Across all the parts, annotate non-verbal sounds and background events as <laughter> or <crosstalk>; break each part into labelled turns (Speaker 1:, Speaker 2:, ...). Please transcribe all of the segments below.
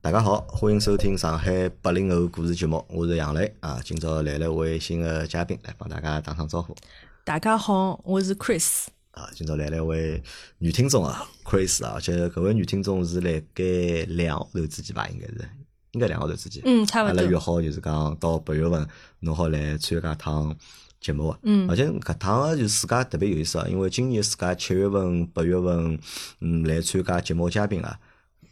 Speaker 1: 大家好，欢迎收听上海八零后故事节目，我是杨磊啊。今朝来了位新的嘉宾，来帮大家打声招呼
Speaker 2: 大家好，我是 Chris。
Speaker 1: 啊。今朝来了位女听众啊，Chris 啊，而且搿位女听众是辣盖两号头之前吧，应该是，应该两号头之前。
Speaker 2: 嗯，差
Speaker 1: 阿
Speaker 2: 不
Speaker 1: 拉约
Speaker 2: 多。
Speaker 1: 好就是讲到八月份，侬好来参加趟节目啊。
Speaker 2: 嗯
Speaker 1: 而且搿趟个就自家特别有意思啊，因为今年自家七月份、八月份，嗯，来参加节目嘉宾啊，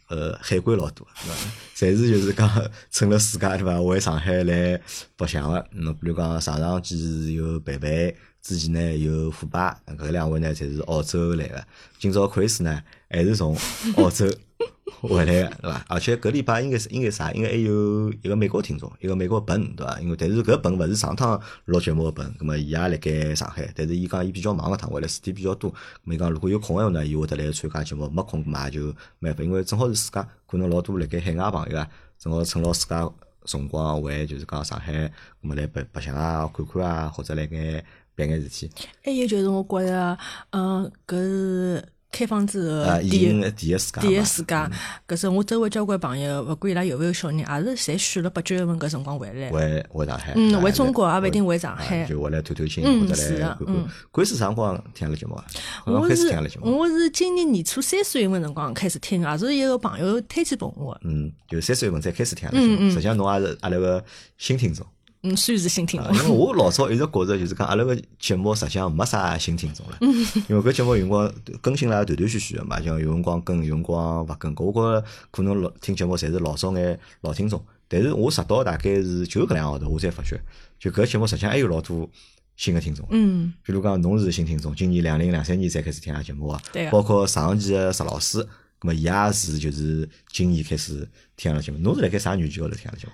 Speaker 1: 呃，海归老多，对伐？ <laughs> 侪是就是讲趁了自家对伐，为上海来白相个。侬比如讲上上期有贝贝，之前呢有虎爸，搿两位呢侪是澳洲来个。今朝奎斯呢还是从澳洲 <laughs> 回来个，对伐？而且搿礼拜应该是应该啥？应该还有一个美国听众，一个美国本，对伐？因为但是搿本勿是上趟录节目个本，葛末伊也辣盖上海，但是伊讲伊比较忙个趟，回来事体比较多。葛末伊讲如果有空个话呢，伊会得来参加节目；没空葛末也就没办法，因为正好是自家可能老多辣盖海外朋友啊，正好趁牢自家辰光回，就是讲上海，葛末来白白相啊、看看啊，或者来眼办眼事体。
Speaker 2: 还有哎就是，我觉着，嗯，搿是开放之后
Speaker 1: 啊，
Speaker 2: 呃第
Speaker 1: 已
Speaker 2: 一
Speaker 1: 经第一自家
Speaker 2: 第一
Speaker 1: 嘛嗯
Speaker 2: 暑假，搿是我周围交关朋友，勿管伊拉有勿有小人，也是侪选了八九月份搿辰光回来。
Speaker 1: 回回上海，
Speaker 2: 嗯
Speaker 1: 对吧
Speaker 2: 回中国也不一定回上
Speaker 1: 啊
Speaker 2: 海
Speaker 1: 就回来探探亲
Speaker 2: 嗯
Speaker 1: 或者
Speaker 2: 是
Speaker 1: 来
Speaker 2: 的
Speaker 1: 看看
Speaker 2: 嗯。
Speaker 1: 关是啥辰光听了节目啊？刚
Speaker 2: 我
Speaker 1: 开始
Speaker 2: 是
Speaker 1: 听了节目，
Speaker 2: 我是今年年初三四月份辰光开始听的，也是一个朋友推荐拨我的，
Speaker 1: 嗯，就三四月份才开始听了节
Speaker 2: 嗯
Speaker 1: 目。
Speaker 2: 嗯
Speaker 1: 实际上侬也是阿拉个新听众，
Speaker 2: 嗯，算是新听
Speaker 1: 啊
Speaker 2: 众。
Speaker 1: 因为我老早一直觉着就是讲阿拉个节目实际上没啥新听众了，因为搿节目有辰光更新了断断续续个嘛，像有辰光更，有辰光勿更。我觉着可能老听节目侪是老早眼老听众，但是我直到大概是就搿两个号头，我才发觉，就搿节目实际上还有老多新个听众。
Speaker 2: <laughs> 嗯，
Speaker 1: 比如讲，侬是新听众，今年两零两三年才开始听阿拉节目啊，
Speaker 2: 对啊
Speaker 1: 包括上期的石老师，咁么伊也是就是今年开始听阿拉节目。侬是辣盖啥软件高头听阿拉节目？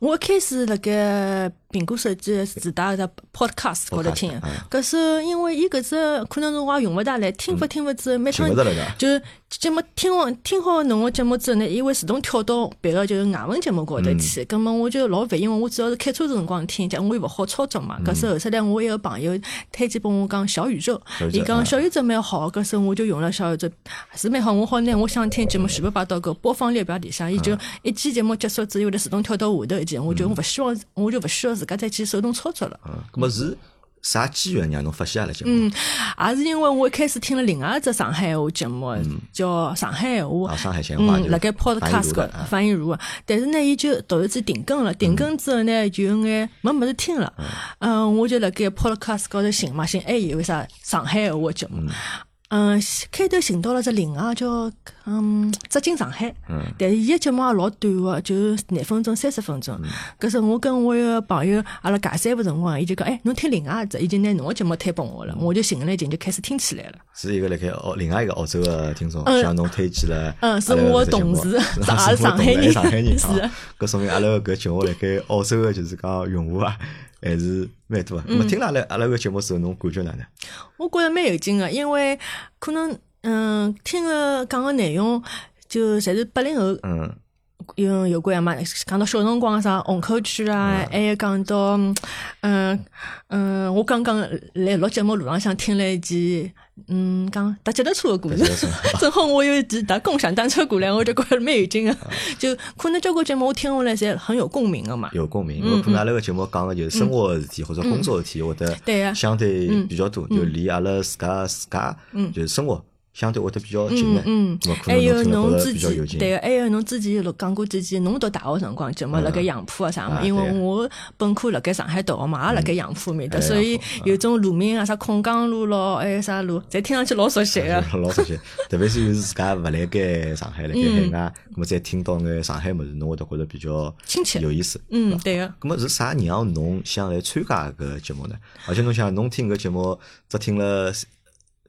Speaker 2: 我一开始辣盖苹果手机自带个 podcast 高头听哎
Speaker 1: Podcast，啊，
Speaker 2: 搿是因为伊搿只可能辰光用勿大来，听法
Speaker 1: 嗯
Speaker 2: 听法之后，每
Speaker 1: 寻
Speaker 2: 趟
Speaker 1: 勿着了个。
Speaker 2: 就是节目听完听好侬个节目之后呢，伊会自动跳到别个就是外文节目高头
Speaker 1: 嗯
Speaker 2: 去。葛么我就老烦，因为我主要是开车子辰光听，讲我又勿好操作嘛。搿时候后头来我一个朋友推荐拨我讲小宇宙
Speaker 1: 小宇，宙
Speaker 2: 伊
Speaker 1: 啊
Speaker 2: 讲小宇宙蛮好，搿时候我就用了小宇宙，是蛮好。我好拿我想听节目全部摆到搿播放列表里
Speaker 1: 嗯
Speaker 2: 向，伊就一期节目结束之后，会得自动跳到下头一期，我就勿希望，我就勿需要自家再去手动操作了。
Speaker 1: 嗯，咁么是啥机缘让侬发现阿拉节目？
Speaker 2: 嗯，也是因为我一开始听了另外一只上海闲话节目，叫《上海闲
Speaker 1: 嗯
Speaker 2: 话
Speaker 1: 啊，》。上海闲话就
Speaker 2: 嗯，辣盖
Speaker 1: 翻译
Speaker 2: Podcast
Speaker 1: 过
Speaker 2: 高
Speaker 1: 来啊
Speaker 2: 翻译如，但是呢，伊就突然之间停更了。停更之后呢，就有眼没么子听了。嗯，我就辣盖 Podcast 高头寻嘛，寻还有啥上海闲话节目。嗯，开头寻到了只另外叫嗯《浙江上海》，但是伊个节目也老短个，就廿分钟、三十分钟。搿是我跟我一个朋友阿拉尬三胡辰光，伊就讲，哎，侬听另外一只，伊就拿侬个节目推拨我了，我就寻了一寻，就开始听起来了。
Speaker 1: 是一个辣盖澳另外一个澳洲个听众
Speaker 2: 嗯
Speaker 1: 向侬推荐了阿拉
Speaker 2: 嗯
Speaker 1: 搿只
Speaker 2: 是
Speaker 1: 节目，
Speaker 2: 我同
Speaker 1: <laughs>
Speaker 2: 事
Speaker 1: 是
Speaker 2: 上
Speaker 1: 吧是我
Speaker 2: 上海
Speaker 1: 同事
Speaker 2: 人
Speaker 1: 上海
Speaker 2: <laughs>
Speaker 1: 人
Speaker 2: 是
Speaker 1: 啊，搿说明阿拉搿节目辣盖澳洲个就是讲用户啊，还是蛮多啊。咾么
Speaker 2: 嗯
Speaker 1: 听了阿拉阿拉搿节目之后，侬感觉哪能？
Speaker 2: 我觉着蛮有劲个，因为可能嗯听个讲个内容就侪是八零后
Speaker 1: 嗯，
Speaker 2: 有有关嘛，讲到小辰光啥虹口区啊，还有讲到嗯嗯嗯，我刚刚来录节目路浪向听了一期嗯讲搭脚踏车个故
Speaker 1: 搿就是
Speaker 2: 事。正好我有一集搭共享单车过来，我就觉着蛮有劲个，就可能交关节目我听下来侪很有共鸣个嘛。
Speaker 1: 有共鸣，因
Speaker 2: 嗯
Speaker 1: 为可能阿拉个节目讲个就是生活个事体或者工作个事体，会
Speaker 2: 对嗯
Speaker 1: 得
Speaker 2: 啊
Speaker 1: 相对比较多，就离阿拉自家自家就是生活相对会得比较近眼
Speaker 2: 嗯
Speaker 1: 咾么可
Speaker 2: 还
Speaker 1: 能
Speaker 2: 有
Speaker 1: 侬听了
Speaker 2: 侬
Speaker 1: 觉得
Speaker 2: 自
Speaker 1: 比较有
Speaker 2: 己
Speaker 1: 劲，
Speaker 2: 对
Speaker 1: <laughs>
Speaker 2: 啊个，还有侬之前讲过几期，侬读大学辰光节目辣盖杨浦啊啥
Speaker 1: 啊
Speaker 2: 嘛，
Speaker 1: 对
Speaker 2: 因为我本科辣盖上海读个嘛，也辣盖杨浦面搭，
Speaker 1: 哎
Speaker 2: 所以
Speaker 1: 杨
Speaker 2: 有种路名啊，啥孔江路咯，还有啥路，侪听上去老熟悉个。
Speaker 1: 老熟悉，特别是又是自家勿辣盖上海，辣
Speaker 2: 嗯
Speaker 1: 盖海外，咁么再听到眼上海物事，侬会得觉得比较
Speaker 2: 亲切
Speaker 1: 有意思。
Speaker 2: 嗯，对个。
Speaker 1: 咁么是啥让侬想来参加搿节目呢？而且侬想，侬听搿节目只听了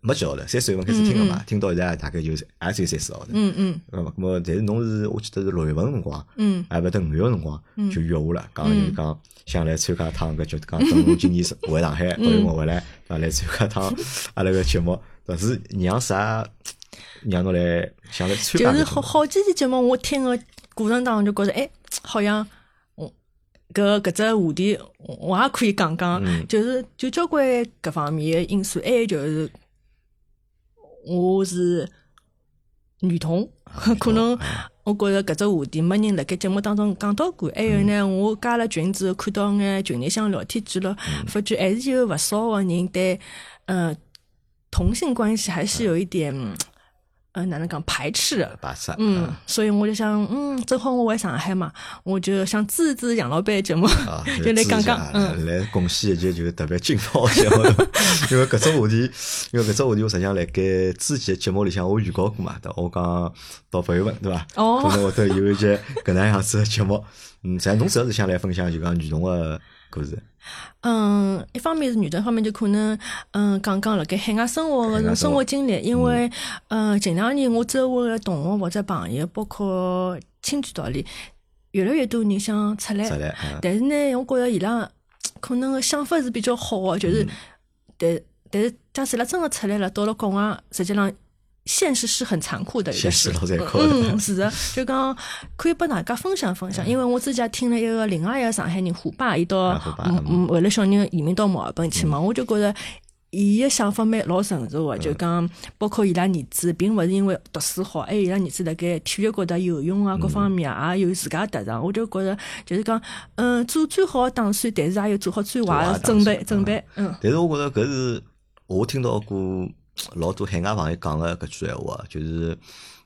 Speaker 1: 没几个号头，三四月份开始听个嘛，听到现在大概就是也只有三四个号头。
Speaker 2: 嗯嗯
Speaker 1: 咁么，咁呃么，但是侬是我记得是六月份辰光，啊
Speaker 2: 嗯，
Speaker 1: 还勿等五月份辰光就约我了，讲就是讲想来参加趟搿就讲等侬今年是回
Speaker 2: <laughs>
Speaker 1: 上海，八
Speaker 2: 嗯
Speaker 1: 月份回来，讲来参加趟阿拉个节目，但是让啥让侬来想来参加搿
Speaker 2: 就是
Speaker 1: 节目
Speaker 2: 好好几期节目，我听个过程当中就觉着，哎，好像我搿搿只话题，我我也可以讲讲，就是就交关各方面个因素，还有就是我是女嗯童， <laughs> 可能我觉着搿只话题没人辣盖节目当中讲到过。还有呢，我加了群之后，看到眼群里向聊天记录，发觉还是有勿少个人对，呃，同性关系还是有一点，嗯呃，哪能讲排斥的。
Speaker 1: 排斥，
Speaker 2: 嗯，所以我就想，嗯，正好我回上海嘛，我就想支持杨老板的节目 <laughs>
Speaker 1: 啊，，
Speaker 2: 就
Speaker 1: 支
Speaker 2: 来
Speaker 1: 持
Speaker 2: 讲
Speaker 1: 一下
Speaker 2: 讲，嗯，
Speaker 1: 来贡献一集就是特别劲爆的节目， <laughs> 因为搿只话题，因为搿只话题我实际上辣盖之前节目里向我预告过嘛，对伐我讲到八月份对伐？
Speaker 2: 哦
Speaker 1: 可能会得有一集搿能样子的节目，嗯，实际上侬主要是想来分享就讲女童的故事，
Speaker 2: 嗯，一方面是女的，一方面就可能，嗯，讲讲辣盖海外生活个
Speaker 1: 海外
Speaker 2: 种
Speaker 1: 生
Speaker 2: 生
Speaker 1: 活
Speaker 2: 活经历，因为，嗯，近两年我周围个同学或者朋友，包括亲眷道理，越来越多人想出来
Speaker 1: 出，来，嗯
Speaker 2: 但是呢，我觉着伊拉可能个想法是比较好个，就是，但但是假使伊拉真个出来了，到了国外，实际上现实是很残酷的一
Speaker 1: 现
Speaker 2: 个
Speaker 1: 实
Speaker 2: 事
Speaker 1: 老残酷的，
Speaker 2: 嗯，是的，就讲可以拨大家分享分享，因为我之前听了一个另外一个上海人虎爸，伊到
Speaker 1: 嗯啊虎爸嗯
Speaker 2: 嗯嗯为了小人移民到墨尔本去嘛，我就觉着。伊个想法蛮老成熟个，就讲包括伊拉儿子，并勿是因为读书好，还有伊拉儿子辣盖体育高头、游泳啊各方面
Speaker 1: 嗯
Speaker 2: 啊，也有自家特长。我就觉着就是讲，嗯，做最好个打算，但是也有做好最
Speaker 1: 最坏
Speaker 2: 坏
Speaker 1: 的
Speaker 2: 个
Speaker 1: 打
Speaker 2: 准备
Speaker 1: 算
Speaker 2: 准备。嗯，
Speaker 1: 但是我觉着搿是我听到过老多海外朋友讲个搿句闲话，就是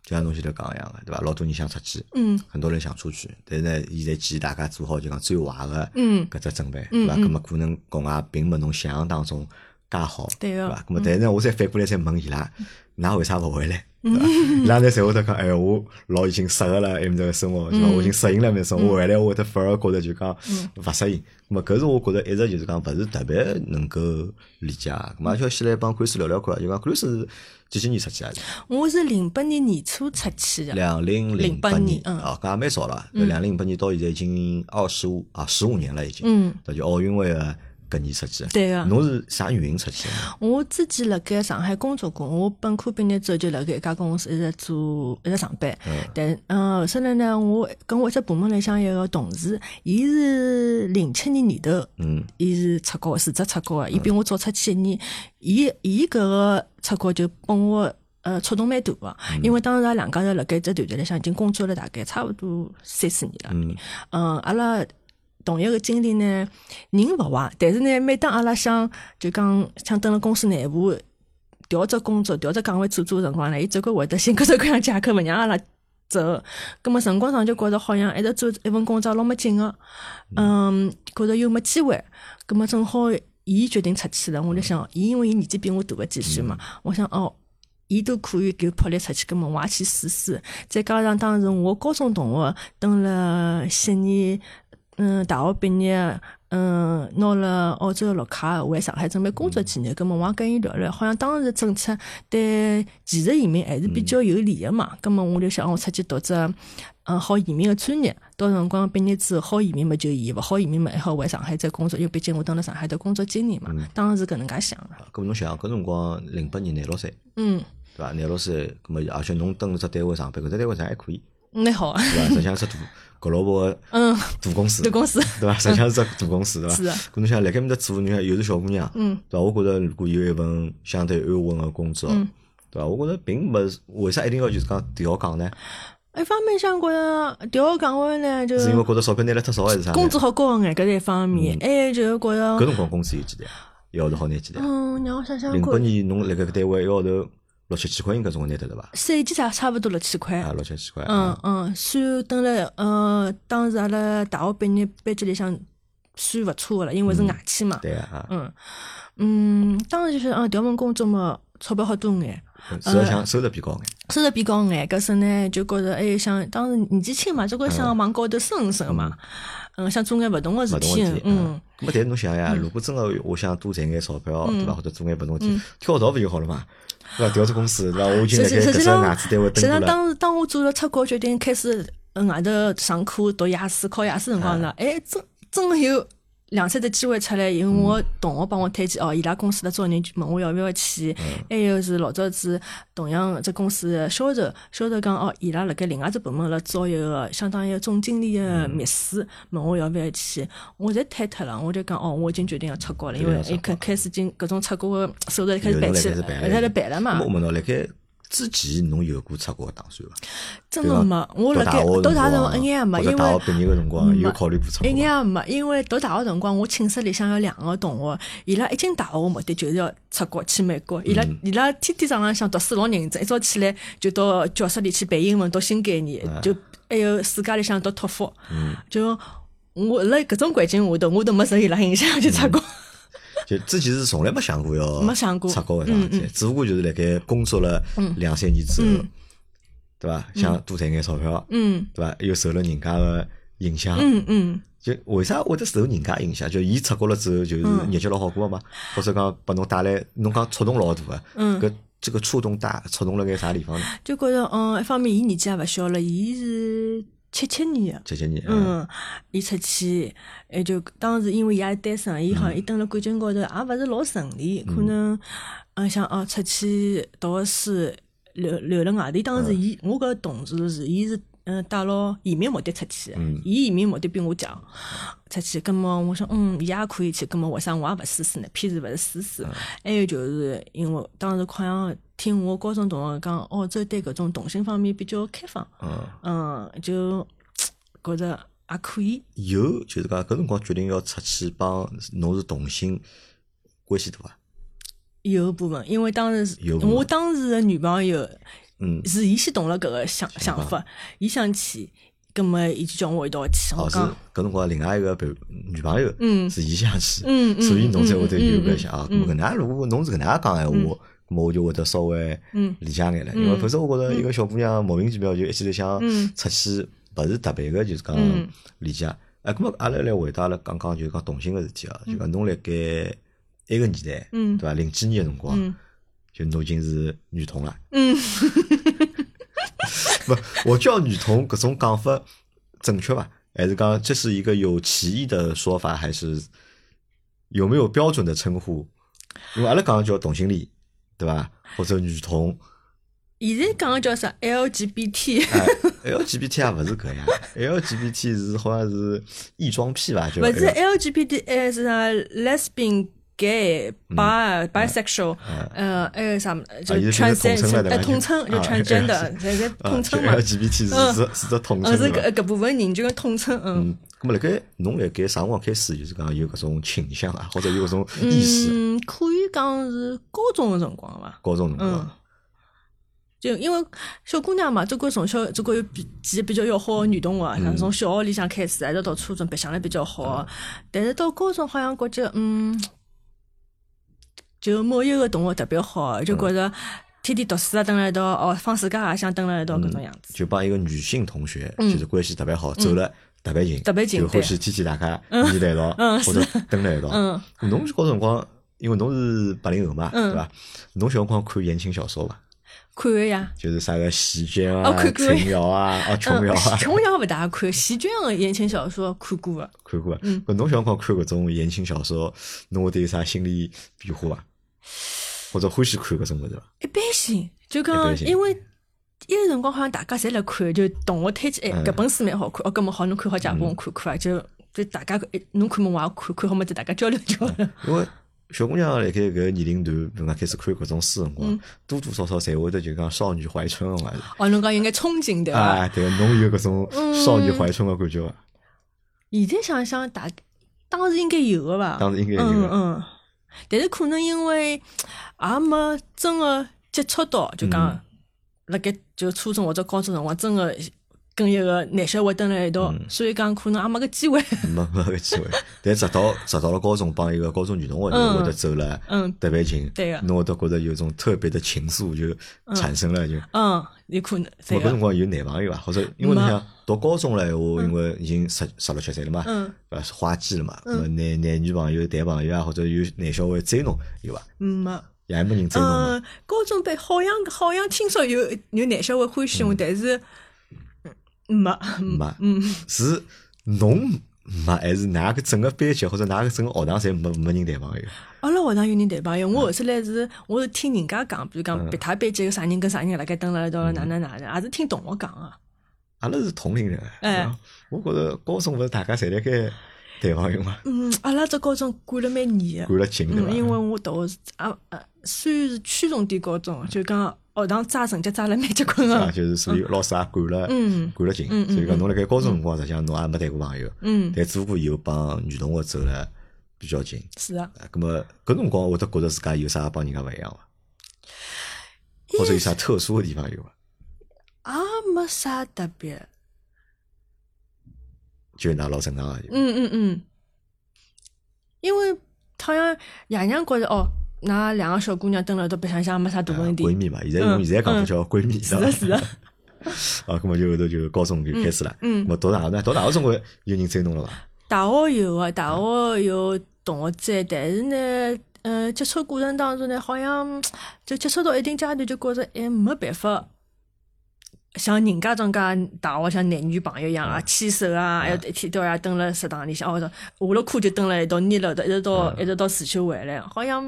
Speaker 1: 就像侬前头讲一样个，对伐？老多人想出去，
Speaker 2: 嗯，
Speaker 1: 很多人想出去，但是呢，现在建议大家做好就讲最坏个
Speaker 2: 嗯
Speaker 1: 搿只准备，对伐？搿么可能国外并没侬想象当中介好，
Speaker 2: 对哦嗯
Speaker 1: 对
Speaker 2: 个
Speaker 1: 伐？搿么但是啊呢，我再反过来再问伊拉，㑚为啥勿回来？
Speaker 2: 嗯
Speaker 1: 对伐？伊拉呢侪会得讲，哎，我老已经适合了埃面头个生活，对伐？
Speaker 2: 嗯
Speaker 1: 我已经适应了埃面头生活，我回来我会得反而觉得就讲勿适应。咁么搿是我觉得一直就是讲勿是特别能够理解的。咁啊，就先来帮看师聊聊看，就讲看师是几几年出去啊？
Speaker 2: 我是零八年年初出去个，
Speaker 1: 两零零八
Speaker 2: 08年嗯
Speaker 1: 啊，搿也蛮少了。两零零八年到现在已经二十五啊十五年了，已经。
Speaker 2: 嗯，
Speaker 1: 那就奥运会啊个搿年出去。
Speaker 2: 对啊个。
Speaker 1: 侬是啥原因出去的呢？
Speaker 2: 我之前辣盖上海工作过，我本科毕业之后就辣盖一家公司一直做一直上班。但嗯，后首来呢，我跟我一只部门里向一个同事，伊是零七年年头，
Speaker 1: 嗯，
Speaker 2: 伊是出国的，辞职出国个，伊比我早出去一年。伊伊搿个出国就帮我。呃，触动蛮大个，
Speaker 1: 嗯
Speaker 2: 因为当时阿拉两家头辣盖一只团队里向已经工作了大概差勿多三四年了。
Speaker 1: 嗯，
Speaker 2: 嗯，阿拉同一个经理呢，人勿坏，但是呢，每当阿拉想就讲想蹲辣公司内部调只工作、调只岗位做做的辰光呢，伊总归会得寻各种各样借口，勿让阿拉走。葛么辰光长就觉着好像一哎直做一份工作老没劲个，嗯，觉着又没机会。葛么正好伊决定出去了，我就想，伊因为伊年纪比我大个几岁嘛，我想哦。伊都可以给魄力出去，葛么我也去试试。再加上当时我高中同学蹲了悉尼，嗯，大学毕业，嗯，拿了澳洲的绿卡回上海准备工作几年，葛么我也跟伊聊聊，好像当时政策对技术移民还是比较有利的
Speaker 1: 嗯
Speaker 2: 嘛。葛么我就想，我出去读只嗯好移民的专业，到辰光毕业之后好移民嘛就移，勿好移民嘛还好回上海再工作，因为毕竟我蹲了上海的工作经验嘛，
Speaker 1: 嗯
Speaker 2: 当时搿能介想的。
Speaker 1: 搿么侬想搿辰光零八年廿六岁，
Speaker 2: 嗯，
Speaker 1: 对伐？廿六啊岁，搿么而且侬蹲了只单位上班，搿只单位上还
Speaker 2: <laughs>
Speaker 1: 可以，
Speaker 2: 蛮好啊，
Speaker 1: 对伐？实际上是大搿老婆 <laughs> 个
Speaker 2: 嗯，
Speaker 1: 大公司
Speaker 2: 对，公司，
Speaker 1: 对
Speaker 2: <laughs>
Speaker 1: 伐？实际上是只大公司，对伐？
Speaker 2: 是的
Speaker 1: 搿侬想辣盖面搭做，侬想又是小姑娘，
Speaker 2: 嗯，
Speaker 1: 对伐？我觉着如果有一份相对安稳个工作，
Speaker 2: 嗯
Speaker 1: 对伐？我觉着并没为啥一定要就是讲调岗呢？
Speaker 2: 一哎方面想觉着调岗位呢，就是
Speaker 1: 因为嗯觉着钞票拿了太少还是啥呢？
Speaker 2: 嗯工资好高眼，搿是一方面，还有就是觉
Speaker 1: 搿
Speaker 2: 着，
Speaker 1: 辰光工资有几钿？一个号头好拿几钿？
Speaker 2: 嗯，让我想想
Speaker 1: 零八
Speaker 2: 看，
Speaker 1: 年侬辣盖搿单位一个号头六七千块应该总归拿得了伐？
Speaker 2: 税基差差不多六千块
Speaker 1: 啊，。六七千块。
Speaker 2: 嗯嗯，算等了，呃，当时阿拉大学毕业班级里向算勿错个了，因为是外企嘛。
Speaker 1: 对啊，
Speaker 2: 嗯嗯，当时就是嗯调份工作嘛，钞票好多眼。
Speaker 1: 啊，主要想收入比较高眼。
Speaker 2: 收入比较眼，搿时呢就觉着，哎，想当时年纪轻嘛，就觉着想往高头升一升嘛，嗯，想做眼勿同个事
Speaker 1: 勿同
Speaker 2: 体
Speaker 1: 问题，，
Speaker 2: 嗯，。
Speaker 1: 咁但是侬想呀，如果真个我想多赚眼钞票，对伐？或者做眼勿同事体，跳槽勿就好了嘛？对伐？调只公司，对伐？我已经
Speaker 2: 实
Speaker 1: 辣盖
Speaker 2: 际实
Speaker 1: 搿
Speaker 2: 际
Speaker 1: 只
Speaker 2: 上
Speaker 1: 外，资单位
Speaker 2: 实际
Speaker 1: 蹲过
Speaker 2: 上
Speaker 1: 了，
Speaker 2: 当时当我做了出国决定开始呃外头上课读雅思考雅思辰光呢，哎，真真的有两三只机会出来，因为我同学帮我推荐哦，伊拉公司的招人就问我要不要去，还有是老早子同样只公司的销售，销售讲哦，伊拉辣盖另外只部门辣招一个相当于一个总经理的秘书，问我要不要去，我侪推脱了，我就讲哦，我已经决定要出国了，因为
Speaker 1: 决定要出
Speaker 2: 一
Speaker 1: 国
Speaker 2: 开开始已经搿种出国的收入开始
Speaker 1: 有
Speaker 2: 办
Speaker 1: 人
Speaker 2: 起
Speaker 1: 辣开始
Speaker 2: 来了
Speaker 1: 办，了
Speaker 2: 开始办了嘛
Speaker 1: 咁，我问侬，辣盖之前侬有过出国打算伐？
Speaker 2: 真的没，啊我辣
Speaker 1: 读大
Speaker 2: 盖
Speaker 1: 学
Speaker 2: 读大学
Speaker 1: 辰光
Speaker 2: 一眼也没，
Speaker 1: 或
Speaker 2: 因
Speaker 1: 者
Speaker 2: 为
Speaker 1: 大学毕业个辰光有
Speaker 2: 没
Speaker 1: 考虑过出
Speaker 2: 一
Speaker 1: 国
Speaker 2: 眼
Speaker 1: 伐？
Speaker 2: 也没，因为读大学辰光，我寝室里向有两个同学，伊拉一进大学目的就是要出国去美国，伊拉伊拉天天早浪向读书老认真，一早起来就到教室里去背英文，读新概念，就哎还有暑假里向读托福，就我辣搿种环境下头，我都没受伊拉影响去出国。
Speaker 1: 就之前是从来没想过要
Speaker 2: 没想过
Speaker 1: 出国搿桩事体，只不过就是辣盖工作了两三年之后，对伐？想多赚眼钞票，
Speaker 2: 嗯
Speaker 1: 对伐？又受了人家个影响，
Speaker 2: <laughs> 嗯嗯，
Speaker 1: 就为啥会得受人家影响？就伊出国了之后，就是
Speaker 2: 嗯
Speaker 1: 日脚老好过嘛，或者讲把侬带来，侬讲触动老大个，
Speaker 2: 嗯
Speaker 1: 搿这个触动大，触动了眼啥地方呢？
Speaker 2: 就觉着嗯，一方面伊年纪也勿小了，伊是七七年的。啊
Speaker 1: 谢谢你，嗯，
Speaker 2: 嗯，伊出去，哎，就当时因为伊也单身，伊好像伊蹲辣感情高头也勿是老顺利，可能嗯想哦出去读个书，留留辣外地。当时伊我搿个同事是，伊是嗯带牢移民目的出去的，伊移民目的比我强。出去，葛么我想，嗯，伊也可以去，葛么为啥我也勿试试呢？偏是勿是试试？还有就是因为当时好像听我高中同学讲，澳洲对搿种同性方面比较开放，嗯，就觉着也可以。
Speaker 1: 有就是讲搿辰光决定要出去帮侬是同性关系大伐？
Speaker 2: 有部分，因为当时是
Speaker 1: 有部分
Speaker 2: 我当时的女朋友，
Speaker 1: 嗯，
Speaker 2: 是伊先懂了搿个想想法，伊想去，葛么伊就叫我一道去。
Speaker 1: 哦，
Speaker 2: 我
Speaker 1: 是
Speaker 2: 讲，
Speaker 1: 搿辰光另外一个朋女朋友，
Speaker 2: 嗯
Speaker 1: 是伊想去，
Speaker 2: 嗯嗯
Speaker 1: 所以侬才会得有
Speaker 2: 嗯嗯
Speaker 1: 搿想啊。咾搿能介如果侬是搿能介讲闲话，咾我就会得稍微
Speaker 2: 嗯
Speaker 1: 理解眼了，因为否则我觉着一个小姑娘莫名其妙就一记头想出去，勿是特别个就是讲
Speaker 2: 嗯
Speaker 1: 理解。哎，咾么阿拉来回答阿拉讲讲就是讲同性个事体啊，就讲侬辣盖埃个年代，
Speaker 2: 嗯
Speaker 1: 对伐？零几年个辰光
Speaker 2: 嗯，
Speaker 1: 就侬已经是女同了。
Speaker 2: 嗯，
Speaker 1: <laughs> 不，我叫女童搿种讲法正确吧？还是讲这是一个有歧义的说法，还是有没有标准的称呼？因为阿拉讲叫同性恋，对吧？或者女童，
Speaker 2: 现在讲个叫啥 LGBT，
Speaker 1: 哎，LGBT 也勿是搿样，LGBT 是好像是异装癖吧？就
Speaker 2: 勿是哎
Speaker 1: L-
Speaker 2: LGBT，还是啥 lesbian。gay、bi、bisexual，呃，还有啥么？就
Speaker 1: 嗯啊现在变成
Speaker 2: transgender，
Speaker 1: 统称了对吧 <laughs>
Speaker 2: 呃，统称就
Speaker 1: 啊
Speaker 2: transgender，现在
Speaker 1: 啊
Speaker 2: 统
Speaker 1: 就 <laughs>
Speaker 2: 称嘛，
Speaker 1: LGBT 是
Speaker 2: 嗯
Speaker 1: 是是只统
Speaker 2: 呃，
Speaker 1: 称
Speaker 2: 是
Speaker 1: 对吧
Speaker 2: 搿搿部分人就跟统称，嗯。
Speaker 1: 嗯，那么辣盖侬辣盖啥辰光开始就是讲有搿种倾向啊，或者有搿种意识？
Speaker 2: 嗯，可以讲是高中个辰光伐。
Speaker 1: 高中辰光
Speaker 2: 嗯，就因为小姑娘嘛，中国从小中国有比几个比较要好的女同学，啊像从小学里向开始，一直到初中白相了比较好的。但是到高中好像觉着，嗯，就某一个同学特别好，就觉着天天读书啊，蹲辣一道，哦，放暑假也想蹲辣一道搿种样子。
Speaker 1: 就帮一个女性同学，就是关系特别好，走了特别近，
Speaker 2: 嗯特别近
Speaker 1: 就欢
Speaker 2: 对
Speaker 1: 喜天天大家腻在一道，
Speaker 2: 嗯
Speaker 1: 或者蹲在一道。
Speaker 2: 嗯
Speaker 1: 侬小辰光，因为侬是八零后嘛，
Speaker 2: 嗯
Speaker 1: 对伐？侬小辰光看言情小说伐？
Speaker 2: 看个呀，
Speaker 1: 就是啥个喜剧啊
Speaker 2: 哦、看过
Speaker 1: 琼瑶啊、啊琼瑶
Speaker 2: 嗯， <laughs>
Speaker 1: 啊，
Speaker 2: 琼瑶勿大看，席卷个言情小说看过啊个，
Speaker 1: 看过伐。
Speaker 2: 嗯
Speaker 1: 搿侬小辰光看搿种言情小说，侬会对有啥心理变化伐？或者欢喜看搿种物事伐？
Speaker 2: 一般性，就
Speaker 1: 一
Speaker 2: 讲
Speaker 1: 般性
Speaker 2: 因为一个辰光好像大家侪来看，就同学推荐，哎，
Speaker 1: 嗯
Speaker 2: 搿本书蛮好看，哦，搿么好，侬看好借拨我看看啊，就就大家哎侬看么我也看，看好么就大家交流交流。
Speaker 1: 因为小姑娘辣盖搿个年龄段，比如讲开始看搿种书辰
Speaker 2: 嗯
Speaker 1: 光，多多少少侪会得就讲少女怀春个啊嘛。
Speaker 2: <laughs> 哦，侬讲有眼憧憬对伐？
Speaker 1: 啊，对，侬有搿种
Speaker 2: 嗯
Speaker 1: 少女怀春的感觉啊伐？
Speaker 2: 现在想想，大当时应该有个伐？
Speaker 1: 当时应该有啊
Speaker 2: 嗯
Speaker 1: 个，
Speaker 2: 嗯，但是可能因为也没真个接触到，就
Speaker 1: 嗯
Speaker 2: 讲辣盖就初中或者高中辰光，真个跟一个男小孩蹲辣一道，
Speaker 1: 嗯
Speaker 2: 所以讲可能也没搿机会。 <laughs>
Speaker 1: 没没搿机会。但直到直到了高中，帮一个高中女同学就
Speaker 2: 嗯
Speaker 1: 会得走了，
Speaker 2: 嗯
Speaker 1: 特别近，
Speaker 2: 对个
Speaker 1: 侬会得觉得有一种特别的情愫就产生了，就。
Speaker 2: 嗯，有可能
Speaker 1: 我
Speaker 2: 这
Speaker 1: 搿辰
Speaker 2: 个，
Speaker 1: 光有男朋友伐？或者因为侬
Speaker 2: 没
Speaker 1: 想读高中了闲话，因为已经十十六七岁了嘛，
Speaker 2: 嗯
Speaker 1: 对伐？花季了嘛，那么男男女朋友谈朋友啊，或者有男小孩追侬有伐？啊
Speaker 2: 嗯没。
Speaker 1: 也没人追侬嘛。
Speaker 2: 嗯，高中班好像好像听说有有男小孩欢喜我，但是嗯没
Speaker 1: 没，嗯，是侬没，还是哪个整个班级或者哪个整个学堂侪没没人谈朋友？
Speaker 2: 阿拉学堂有人谈朋友，我后头来是，我是听人家讲，比如讲别他班级有啥人跟啥人辣盖蹲辣一道，哪能哪能，也是听同学讲啊。
Speaker 1: 阿拉是同龄人，
Speaker 2: 哎
Speaker 1: 是吧，我觉着高中勿是大家侪辣盖谈朋友嘛，
Speaker 2: 嗯，阿拉只高中管了蛮严的，
Speaker 1: 管了紧对
Speaker 2: 嗯，因为
Speaker 1: 伐？
Speaker 2: 我读的是啊啊，虽然是区重点高中，就讲学堂抓成绩抓了蛮结棍
Speaker 1: 啊，
Speaker 2: 个，
Speaker 1: 就是所以老师也管了，
Speaker 2: 嗯
Speaker 1: 管了紧，所以讲侬辣盖高中辰光，实际上侬也没谈过朋友，但只不过以后帮女同学走了比较近，
Speaker 2: 是啊。
Speaker 1: 啊，咁么搿辰光会得觉着自家有啥帮人家勿一样伐？或者有啥特殊的地方有啊伐？
Speaker 2: 也没啥特别。
Speaker 1: 就那老正常个，
Speaker 2: 嗯嗯嗯，因为好像爷娘觉着哦，㑚两个小姑娘蹲辣一道白相相没啥大问题
Speaker 1: 啊
Speaker 2: 嗯
Speaker 1: 闺。蜜嘛，现在用现在讲法叫闺蜜，是
Speaker 2: 是的，是的，
Speaker 1: 啊，咁么就后头就高中就开始了，
Speaker 2: 嗯
Speaker 1: 咁么读大学呢？读大学总归有人追侬了伐？
Speaker 2: 大学有啊，大学有同学追，但是呢，呃，接触过程当中呢，好像就接触到一定阶段，就觉着还没办法。像人家种介大学像男女朋友一样啊，牵手啊，还有一天到夜蹲辣食堂里向，哦，下了课就蹲辣一道捏了，一直到一直到市区回来，好像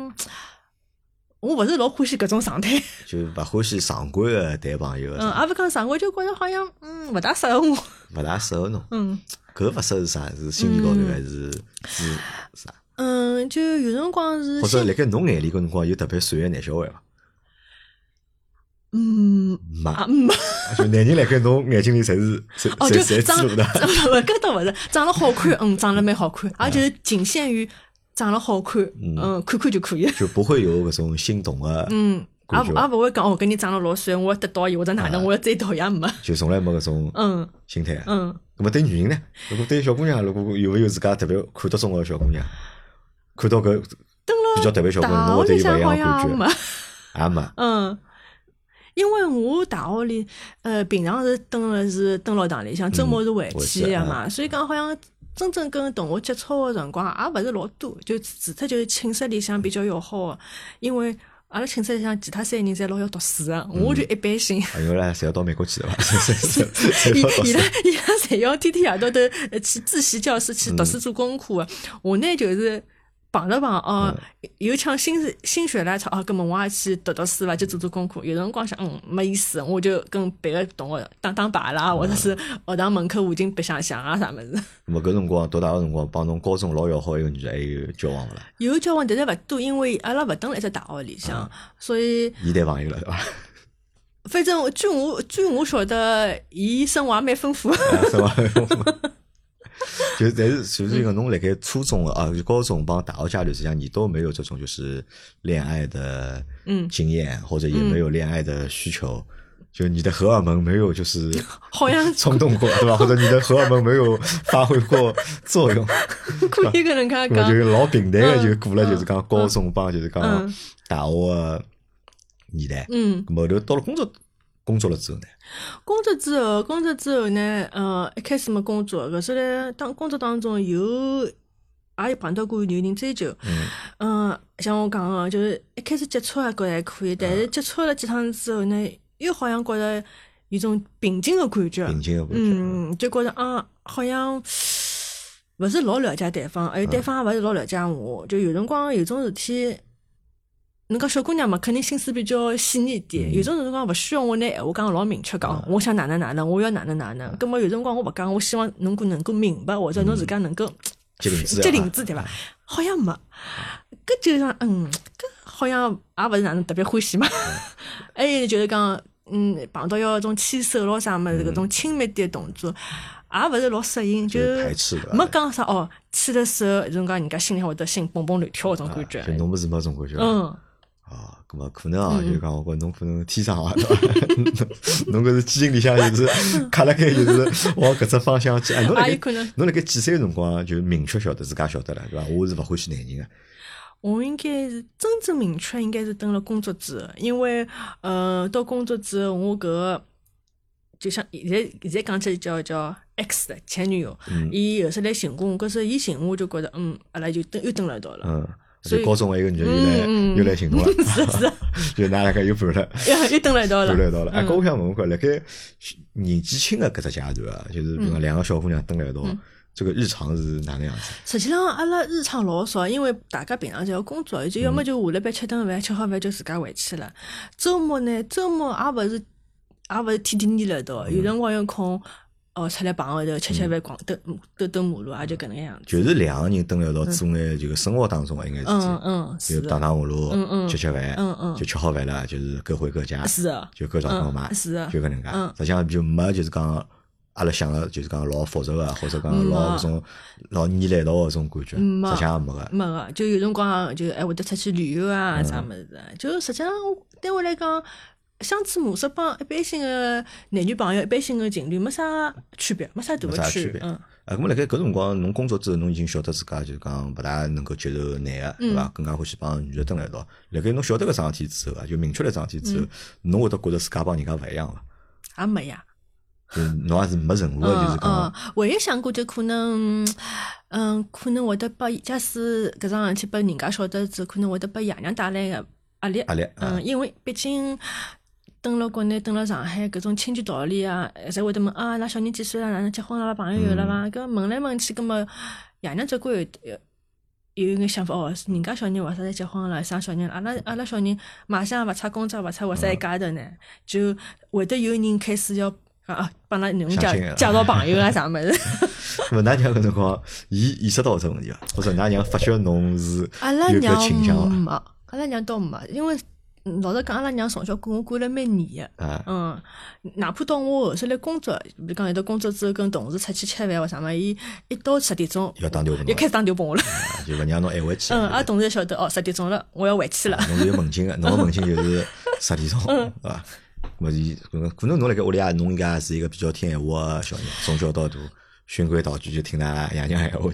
Speaker 2: 我勿是老欢喜搿种状态。
Speaker 1: 就勿欢喜常规个谈朋友
Speaker 2: 嗯，
Speaker 1: 个，
Speaker 2: 也勿讲啥，我就觉着好像嗯勿大适合我。
Speaker 1: 勿大适合侬。
Speaker 2: 嗯
Speaker 1: 搿勿适合是啥？是心理高头还是是啥？
Speaker 2: 嗯，就有辰光是
Speaker 1: 或者
Speaker 2: 心
Speaker 1: 辣盖侬眼里搿辰光有特别帅个男小孩伐？
Speaker 2: 嗯
Speaker 1: 没，
Speaker 2: 啊没。
Speaker 1: 就男人辣盖侬眼睛里侪是侪
Speaker 2: 哦，
Speaker 1: 侪
Speaker 2: 就
Speaker 1: 侪
Speaker 2: <laughs> 长，
Speaker 1: 猪
Speaker 2: 勿
Speaker 1: 肉的，
Speaker 2: 勿搿倒勿是，长了好看，嗯，长了蛮好看，也就是仅限于长了好看，嗯，看看就可以。
Speaker 1: 就不会有搿种心动啊个，
Speaker 2: 嗯，也
Speaker 1: 感觉
Speaker 2: 勿也勿会讲哦，搿人长了老帅，我要得到伊或者哪能，
Speaker 1: 哎
Speaker 2: 我要追到伊也没。
Speaker 1: 就从来没搿种
Speaker 2: 嗯
Speaker 1: 心态。嗯。
Speaker 2: 嗯，
Speaker 1: 咁么对女人呢？如果对小姑娘，如果有没有自家特别看得中个小姑娘，看到搿比较特别小姑娘，
Speaker 2: 大
Speaker 1: 侬会
Speaker 2: 学
Speaker 1: 对伊勿
Speaker 2: 里向
Speaker 1: 一
Speaker 2: 好
Speaker 1: 样的
Speaker 2: 像也
Speaker 1: 感
Speaker 2: 没
Speaker 1: 觉？。啊也没。
Speaker 2: 嗯，因为我大学里，呃，平常是蹲了是蹲老堂里向，周末是回去啊
Speaker 1: 回去
Speaker 2: 的
Speaker 1: 嗯
Speaker 2: 嘛，所以讲好像真正跟同学接触的辰光也勿是老多，就除脱就是寝室里向比较要好的，因为阿拉寝室里向其他三个人侪老要读书的，我就一般性。
Speaker 1: 啊，因为呢，侪要到美国去了嘛， <laughs> 侪侪
Speaker 2: <laughs>
Speaker 1: 侪侪
Speaker 2: 伊
Speaker 1: 要到
Speaker 2: 伊拉伊拉侪要天天夜到头呃去自习教室去读书做功课的。我呢就是碰着碰着哦，有腔心血心血来潮哦，搿么我也去读读书伐，就做做功课。有辰光想嗯没意思，我就跟别个同学打打牌啦，或者是学堂门口附近白相相啊啥物事。
Speaker 1: 咁么搿辰光读大学辰光，帮侬高中老要好一个女的还有交往勿啦？
Speaker 2: <laughs> 有交往，但是勿多，因为阿拉勿蹲辣一只大学里向，所以
Speaker 1: 伊谈朋友了，对伐？
Speaker 2: 反正我据我据我晓得，伊生活也蛮丰富。 <laughs>
Speaker 1: 是吧？ <laughs> 就但是就是讲，侬辣盖初中啊，就高中帮大学阶段，实际上你都没有这种就是恋爱的
Speaker 2: 嗯
Speaker 1: 经验，或者也没有恋爱的需求，就你的荷尔蒙没有就是
Speaker 2: 好像
Speaker 1: <laughs> 冲动过，对吧？或者你的荷尔蒙没有发挥过作用，
Speaker 2: 可以跟人家
Speaker 1: 那么
Speaker 2: 讲
Speaker 1: 就，是老平淡的
Speaker 2: 嗯
Speaker 1: 就过了，就是讲高中帮就是讲
Speaker 2: 嗯
Speaker 1: 大学的年代，
Speaker 2: 嗯。
Speaker 1: 咁后头到了工作工作了之后呢，
Speaker 2: 工作之后，工作之后呢，呃，一开始没工作，可是呢，当工作当中有，也有碰到过有人追求，嗯、像我讲个，就是一开始接触也觉得还可以，但是接触了几趟之后呢，又好像觉得有种瓶颈的感觉，
Speaker 1: 平静的感觉。
Speaker 2: 嗯，就觉着啊，好像勿是老了解对方，还有对方也勿是老了解我，就有辰光有种事体。侬讲小姑娘嘛，肯定心思比较细腻点。有种辰光勿需要我拿闲话讲得老明确讲，我想哪能哪能，我要哪能哪能。葛么有辰光我勿讲，我希望侬够能够明白，或者侬自家能够
Speaker 1: 接领子啊
Speaker 2: 接领子对伐？好像没，搿就像嗯，搿好像也勿是哪能特别欢喜嘛。
Speaker 1: 嗯
Speaker 2: 还有就是讲，嗯，碰到要种牵手咯啥么子，搿种亲密点动作，也勿是老适应，
Speaker 1: 嗯
Speaker 2: 就
Speaker 1: 就是排斥的
Speaker 2: 没讲啥哦，牵了手，就是讲人家心里向会得心蹦蹦乱跳搿种感
Speaker 1: 就
Speaker 2: 觉。
Speaker 1: 侬啊们是没种感觉。
Speaker 2: 嗯，
Speaker 1: 啊，咁么可能啊，就是讲我觉侬可能天生啊，对 <laughs> 伐侬侬搿是基因里向
Speaker 2: <laughs>
Speaker 1: 就是卡辣盖就是往搿只方向去。哎，侬辣盖
Speaker 2: 也有可能
Speaker 1: 侬辣盖几岁个辰光就明确晓得自家晓得了，对伐？我是勿欢喜男人个，
Speaker 2: 我应该是真正明确，应该是等了工作之后，因为呃，到工作之后，我搿个就像现在现在讲起来叫叫 X 的前女友，伊有时来寻过我，可是伊寻我就觉得，嗯，阿拉就等又等了一道了，
Speaker 1: 嗯。
Speaker 2: 所以
Speaker 1: 就高中还有一个女的又来
Speaker 2: 嗯嗯
Speaker 1: 又来寻
Speaker 2: <laughs>
Speaker 1: 侬了，就㑚两个又盘了
Speaker 2: 又又等了
Speaker 1: <laughs>
Speaker 2: 一道了
Speaker 1: 盘，
Speaker 2: 嗯
Speaker 1: 了一道了。哎，搿我想问问看，辣盖年纪轻个搿只阶段啊，就是
Speaker 2: 嗯
Speaker 1: 比如讲两个小姑娘蹲辣一道，这个日常是哪能样子？
Speaker 2: 实际上，阿拉日常老少，因为大家平常侪要工作，就要么就下了班吃顿饭，吃好饭就自家回去了。周末呢，周末也勿是也勿是天天腻辣一道，有辰光有空，哦出来棚后头吃吃饭、逛兜兜兜马路，也就搿能样子。
Speaker 1: 就是两个人蹲辣一道做眼就个生活当中啊个应该事
Speaker 2: 嗯
Speaker 1: 体，
Speaker 2: 嗯，是
Speaker 1: 就
Speaker 2: 的
Speaker 1: 打打马路
Speaker 2: 嗯，嗯
Speaker 1: 吃吃饭
Speaker 2: 嗯，嗯
Speaker 1: 就吃好饭了，就是各回各家，
Speaker 2: 是的
Speaker 1: 就各找各买，
Speaker 2: 嗯是的
Speaker 1: 就搿能介
Speaker 2: 嗯。
Speaker 1: 实际上就没就是讲阿拉想个就是讲老复杂个，或者讲老
Speaker 2: 没
Speaker 1: 搿种老黏辣一道个搿种感觉，
Speaker 2: 没嗯
Speaker 1: 实际上也没个。
Speaker 2: 没个，就有辰光就还会得出去旅游啊，啥物事的。
Speaker 1: 嗯
Speaker 2: 就实际上我对我来讲，相处模式帮一般性的男女朋友、一般性的情侣没啥区别，没啥大
Speaker 1: 没啥
Speaker 2: 的
Speaker 1: 区
Speaker 2: 区
Speaker 1: 别。
Speaker 2: 嗯，
Speaker 1: 啊，咁么辣盖搿辰光，侬工作之后，侬已经晓得自家就是讲勿大能够接受男个，
Speaker 2: 嗯
Speaker 1: 对伐？更加欢喜帮女个蹲辣一道。辣盖侬晓得搿桩事体之后啊，就明确了桩事体之
Speaker 2: 嗯
Speaker 1: 后，侬会得觉着自家帮人家勿一样伐？
Speaker 2: 也没呀。
Speaker 1: 就是侬也是没任何个就是
Speaker 2: 啊嗯
Speaker 1: 讲，
Speaker 2: 嗯，唯一想过就可能，嗯，可能会得把假使搿桩事体拨人家晓得之后，可能会得拨爷娘带来个压力。
Speaker 1: 压力啊
Speaker 2: 嗯，因为毕竟蹲辣国内、蹲辣上海，搿种亲眷道理啊，侪会得问啊，㑚小人几岁啦？哪能结婚啦？朋友有了
Speaker 1: 嗯
Speaker 2: 伐？搿问来问去，搿么爷娘总归有有有眼想法哦，是人家小人为啥侪结婚了？生小人了，阿拉阿拉小人马上也勿差工作，勿差
Speaker 1: 嗯
Speaker 2: 为啥一家头呢？就会得有人开始要讲啊，帮㑚囡恩
Speaker 1: 相
Speaker 2: 介
Speaker 1: 亲啊
Speaker 2: 介绍朋友啊啥物
Speaker 1: <laughs>
Speaker 2: 事。
Speaker 1: 咾么㑚娘搿辰光，伊意识到搿只问题伐？或者㑚娘发觉侬是有
Speaker 2: 阿拉
Speaker 1: 搿
Speaker 2: 娘
Speaker 1: 倾向啊伐？
Speaker 2: 没，阿拉娘倒没，因为嗯老实讲，阿拉娘从小管我管了蛮严个。
Speaker 1: 啊，
Speaker 2: 嗯，哪怕到我后头来工作，比如讲有的工作之后跟同事出去吃饭或啥么，伊一到十点钟
Speaker 1: 要打电话拨
Speaker 2: 又
Speaker 1: 侬
Speaker 2: 开始打电话拨我了。
Speaker 1: 啊，就勿让侬晚回去。
Speaker 2: 嗯，
Speaker 1: 对
Speaker 2: 阿
Speaker 1: 伐
Speaker 2: 同事也晓得哦，十点钟了，我要回去了。
Speaker 1: 侬是有门
Speaker 2: <laughs>
Speaker 1: 禁个，侬个门禁就是十点钟，
Speaker 2: 嗯
Speaker 1: 对伐？咾么伊可能可能侬辣盖屋里啊，侬应该也是一个比较听闲话个小人，从小到大循规蹈矩就听㑚爷娘闲话就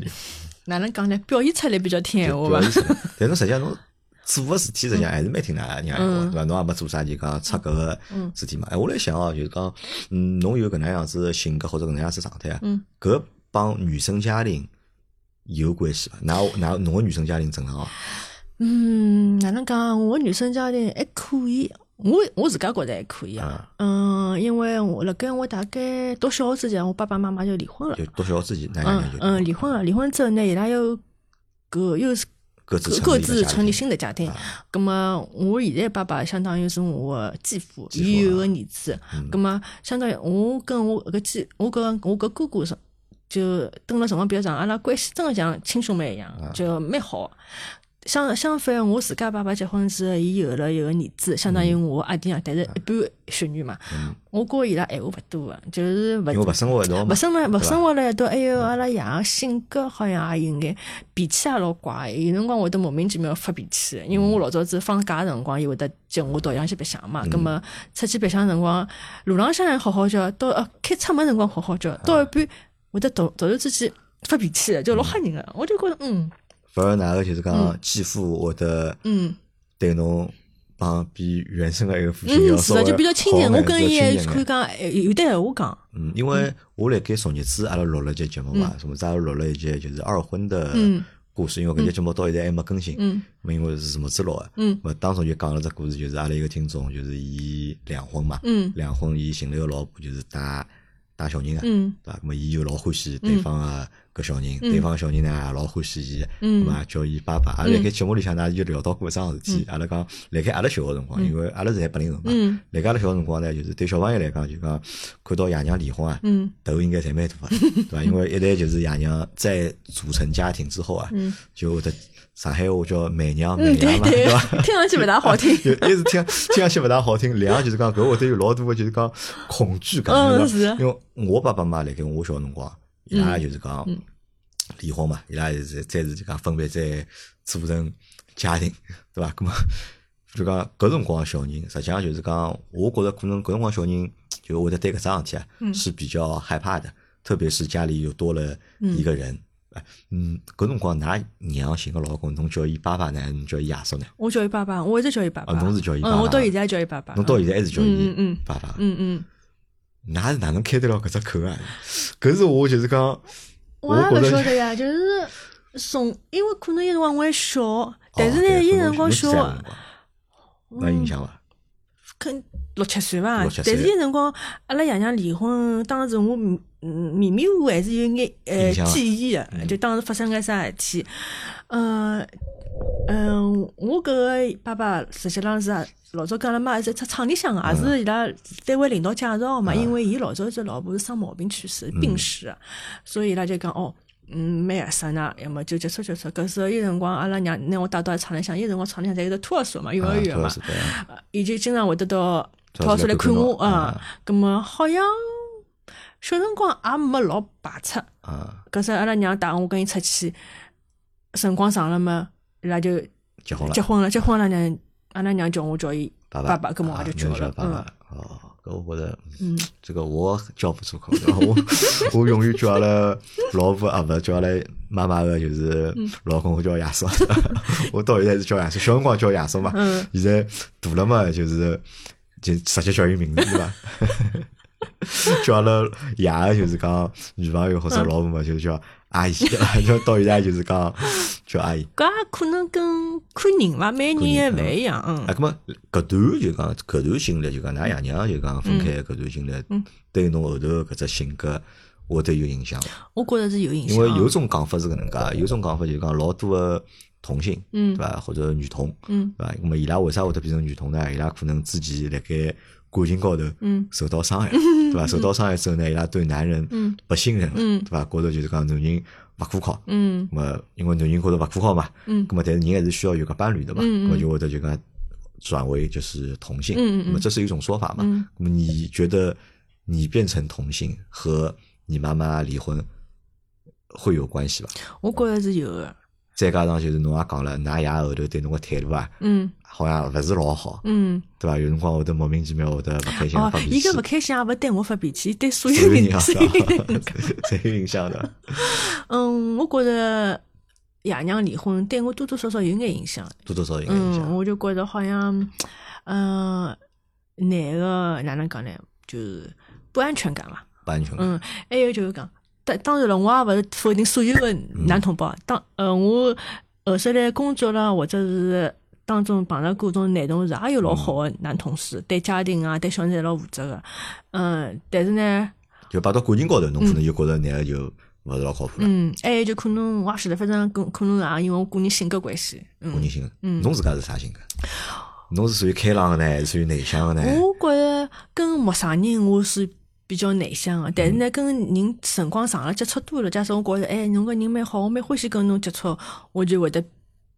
Speaker 2: 哪能讲呢？表现出来比较听闲
Speaker 1: 就
Speaker 2: 话
Speaker 1: 表
Speaker 2: 哎吧
Speaker 1: 现。出来。但侬实际上侬做个事体实际上还是蛮听㑚爷娘闲话，
Speaker 2: 嗯
Speaker 1: 对伐？侬也没做啥就讲出格个事体嘛。哎，我来想哦，就是讲，嗯，侬有搿能样子的性格或者搿能样子状态啊，
Speaker 2: 嗯
Speaker 1: 搿帮原生家庭有关系伐？㑚㑚侬个原生家庭正常哦，
Speaker 2: 嗯，哪能讲？我女生家庭还可以，我我自家觉得还可以啊。嗯，因为我辣盖我大概读小学之前，我爸爸妈妈就离婚了
Speaker 1: 就。读小学之前，㑚爷
Speaker 2: 嗯
Speaker 1: 娘就
Speaker 2: 嗯，离婚了，离婚之后呢，伊拉又各又是
Speaker 1: 各自成
Speaker 2: 各
Speaker 1: 立一
Speaker 2: 自
Speaker 1: 个家
Speaker 2: 成立
Speaker 1: 庭啊
Speaker 2: 新的家庭。咁么，我现在爸爸相当于是我的继父，
Speaker 1: 继
Speaker 2: 伊
Speaker 1: 父
Speaker 2: 有
Speaker 1: 啊
Speaker 2: 个儿子。咁么，相当于我跟我搿继，我跟我搿哥哥是。就蹲了辰光比较长，阿拉关系真的像亲兄妹一样，
Speaker 1: 啊
Speaker 2: 就蛮好。相相反，我自家爸爸结婚之后，伊有了一个儿子，相当于
Speaker 1: 嗯
Speaker 2: 我阿弟啊，但是一般血缘嘛。我觉着伊拉闲话勿多个，就是勿
Speaker 1: 因为勿生活一道嘛
Speaker 2: 勿，生了，
Speaker 1: 对
Speaker 2: 勿
Speaker 1: 吧
Speaker 2: 生活了一道，还有阿拉爷个性格好像也有眼脾气也老怪，有辰光会得莫名其妙发脾气。因为我老早子放假个辰光，伊会得叫我到洋去白相嘛，
Speaker 1: 嗯
Speaker 2: 葛么出去白相辰光，路浪向还好好叫，到呃开出门辰光好好叫，
Speaker 1: 啊
Speaker 2: 到一半会得突突然之间发脾气，就老吓人个。我就觉着，嗯
Speaker 1: 反而哪个就是讲继父会得
Speaker 2: 嗯，
Speaker 1: 对侬帮比原生的一个父亲要
Speaker 2: 嗯，
Speaker 1: 稍
Speaker 2: 是
Speaker 1: 微
Speaker 2: 个，就比较亲近。
Speaker 1: 好
Speaker 2: 我
Speaker 1: 眼
Speaker 2: 跟
Speaker 1: 比
Speaker 2: 伊
Speaker 1: 较亲
Speaker 2: 还
Speaker 1: 近
Speaker 2: 可以
Speaker 1: 眼
Speaker 2: 讲哎有有对闲话讲，
Speaker 1: 嗯，因为我辣盖昨日子阿拉录了一节节目嘛，什么子阿拉录了一节就是二婚的
Speaker 2: 嗯
Speaker 1: 故事，因为搿节节目到现在还没更新，
Speaker 2: 嗯
Speaker 1: 因为是么啊子录的，
Speaker 2: 嗯
Speaker 1: 么当中就讲了只故事，就是阿拉一个听众就是伊两婚嘛，
Speaker 2: 嗯
Speaker 1: 两婚伊寻了一个老婆就是带带小人啊，
Speaker 2: 嗯
Speaker 1: 对伐？咁么伊就老欢喜对方个搿小人，对方小人呢也老欢喜伊，
Speaker 2: 嗯
Speaker 1: 咁嘛叫伊爸爸。阿拉辣盖节目里向呢就聊到过一桩事体，阿拉讲辣盖阿拉小个辰光，因为阿拉是八零后嘛
Speaker 2: 嗯，
Speaker 1: 辣盖阿拉小个辰光呢，就是对小朋友来讲就讲看到爷娘离婚啊，
Speaker 2: 嗯
Speaker 1: 头应该侪蛮
Speaker 2: <laughs>
Speaker 1: 大个，对伐？因为一旦就是爷娘再组成家庭之后啊，就会得上海话叫媚娘媚娘
Speaker 2: 嗯，对
Speaker 1: 嘛，对伐？。
Speaker 2: 对， <laughs> 听上去勿大好听
Speaker 1: 就一直听听上去勿大好听，两就是讲搿会得有老大个就是讲恐惧感，
Speaker 2: 嗯
Speaker 1: 对伐
Speaker 2: 是嗯
Speaker 1: 因为我爸爸妈妈辣盖我小辰光，伊拉就是讲离婚嘛，伊拉就是再是就讲分别再组成家庭， <laughs> 对伐？咁么就讲搿辰光小人，实际上就是讲，我觉着可能搿辰光小人就会得对搿桩事体啊
Speaker 2: 嗯
Speaker 1: 是比较害怕的，特别是家里又多了一个人。哎嗯，搿辰光㑚娘寻个老公，侬叫伊爸爸呢，还是侬叫伊爷叔呢？
Speaker 2: 我叫伊爸爸，我一直叫伊爸爸。
Speaker 1: 啊侬是叫伊爸爸
Speaker 2: 嗯，我到现在还叫伊爸爸。
Speaker 1: 侬到现在还是叫伊
Speaker 2: 嗯嗯
Speaker 1: 爸爸，
Speaker 2: 嗯嗯，
Speaker 1: 㑚是哪能开得了搿只口啊？搿是我就是讲，哦
Speaker 2: 我
Speaker 1: 觉
Speaker 2: 也勿晓
Speaker 1: 着
Speaker 2: 得呀，就是从因为可能有辰光我还
Speaker 1: 哦
Speaker 2: 小，但是呢，
Speaker 1: 伊
Speaker 2: 伊辰光小，啊
Speaker 1: 那印象伐？
Speaker 2: 肯六七岁吧
Speaker 1: 六七。岁
Speaker 2: 但是伊辰光阿拉爷娘离婚，当时我迷嗯迷迷糊糊还是有眼呃
Speaker 1: 印象啊
Speaker 2: 记忆的，就当时发生眼啥事体，呃，嗯，我搿个爸爸实际浪是啊老早跟阿拉妈在厂里向个，啊
Speaker 1: 嗯
Speaker 2: 也是伊拉单位领导介绍个嘛。因为伊老早只老婆是生毛病去世，
Speaker 1: 嗯
Speaker 2: 病逝的，所以伊拉就讲哦，嗯，蛮合适呢，要么就接触接触。搿时候有辰光阿拉娘拿我带到厂里向，有辰光厂里向嗯侪有得托儿所嘛，幼儿园嘛
Speaker 1: 啊，对啊
Speaker 2: 呃伊就经常会得到
Speaker 1: 托儿
Speaker 2: 托
Speaker 1: 所
Speaker 2: 儿所
Speaker 1: 来
Speaker 2: 来
Speaker 1: 看
Speaker 2: 看
Speaker 1: 侬
Speaker 2: 我啊。葛么好像小辰光也没老排斥。
Speaker 1: 啊，
Speaker 2: 搿时候阿拉娘带我跟伊出去，辰光长了嘛，伊拉就
Speaker 1: 结婚了
Speaker 2: 结，婚了，结婚了呢，阿拉娘叫我叫伊
Speaker 1: 爸
Speaker 2: 爸
Speaker 1: 爸，
Speaker 2: 搿么
Speaker 1: 啊
Speaker 2: 我就
Speaker 1: 你
Speaker 2: 叫
Speaker 1: 叫
Speaker 2: 了，
Speaker 1: 爸
Speaker 2: 嗯，
Speaker 1: 爸。哦，搿我觉着，
Speaker 2: 嗯，
Speaker 1: 这个我叫不出口，然 <laughs> 后我我永远叫阿拉老婆啊，勿是叫阿拉妈妈个，就是
Speaker 2: 嗯
Speaker 1: 老公，我叫爷叔， <laughs> 我到现在还是叫爷叔，小辰光叫爷叔嘛，
Speaker 2: 嗯
Speaker 1: 现在大了嘛，就是就直接叫伊名字对伐？ <laughs> 叫阿拉爷个就是讲女朋友或者
Speaker 2: 嗯
Speaker 1: 老婆嘛，就是叫阿姨， <laughs> 对伐？就到现在就是讲叫阿姨。
Speaker 2: 搿也可能跟看人伐，每个人还勿一样，嗯
Speaker 1: 啊，，咁么搿段就讲搿段经历，就讲㑚爷娘就讲分
Speaker 2: 嗯
Speaker 1: 开搿段经历，对侬后头搿只性格会得有影响伐。
Speaker 2: 我觉着嗯是啊有影响
Speaker 1: 因，为有种讲法是搿能介，有种讲法就是讲老多个同性，
Speaker 2: 嗯
Speaker 1: 对伐？或者女同，
Speaker 2: 嗯
Speaker 1: 对伐？那么伊拉为啥会得变成女同呢？伊拉可能之前辣盖感情高头
Speaker 2: 嗯
Speaker 1: 受到伤害，
Speaker 2: <laughs>
Speaker 1: 对伐？受到伤害之后呢，伊拉对男人
Speaker 2: 嗯
Speaker 1: 不信任了，
Speaker 2: 嗯
Speaker 1: 对伐？觉着就是讲男人勿可靠，
Speaker 2: 嗯
Speaker 1: 那么因为男人觉着勿可靠嘛，
Speaker 2: 嗯
Speaker 1: 那么但是人还是需要有个伴侣的嘛，
Speaker 2: 嗯嗯
Speaker 1: 那么就会得就讲转为就是同性，
Speaker 2: 嗯嗯嗯
Speaker 1: 那么这是一种说法嘛，
Speaker 2: 嗯
Speaker 1: 那么你觉得你变成同性和你妈妈离婚会有关系吧？
Speaker 2: 我觉着是有个，
Speaker 1: 再加上就是侬也讲了，㑚爷后头对侬个态度啊，
Speaker 2: 嗯
Speaker 1: 好像勿是老好，
Speaker 2: 嗯，
Speaker 1: 对伐？有辰光会得莫名其妙会得勿开心
Speaker 2: 哦
Speaker 1: 发，脾
Speaker 2: 伊
Speaker 1: 气
Speaker 2: 搿。勿开心也勿对我发脾气，对
Speaker 1: <laughs>
Speaker 2: 所
Speaker 1: 谁
Speaker 2: 有
Speaker 1: 有影
Speaker 2: 人，
Speaker 1: 响
Speaker 2: 所有人
Speaker 1: 的，谁有影响的？
Speaker 2: 嗯，我觉着爷娘离婚对我多多少少有眼影响，
Speaker 1: 多多少少有影响
Speaker 2: 嗯，。我就觉着好像，嗯、男个哪能讲呢，就是不安全感嘛。
Speaker 1: 不安全感，
Speaker 2: 嗯，还有就是讲，当当然了，我也勿是否定所有个男同
Speaker 1: 嗯
Speaker 2: 胞。当呃，我后首来工作啦，或者是当中碰到各种男同事，也有老好个男同
Speaker 1: 嗯
Speaker 2: 事，对家庭啊，对小人侪老负责个。嗯，但是呢，
Speaker 1: 就摆到感情高头，侬可能就觉着男个就勿是老靠谱了，
Speaker 2: 嗯，还有就可能我也晓得，反正可可能啊也因为我个人性格关系，嗯
Speaker 1: 个。人性格。侬自家是啥性格？侬是属于开朗个呢，还是属于内向个呢？
Speaker 2: 我觉着跟陌生人我是比较内向啊的，
Speaker 1: 嗯
Speaker 2: 但是呢，跟人辰光长了接触多了，加上我觉着，哎，侬个人蛮好，我蛮欢喜跟侬接触，我就会得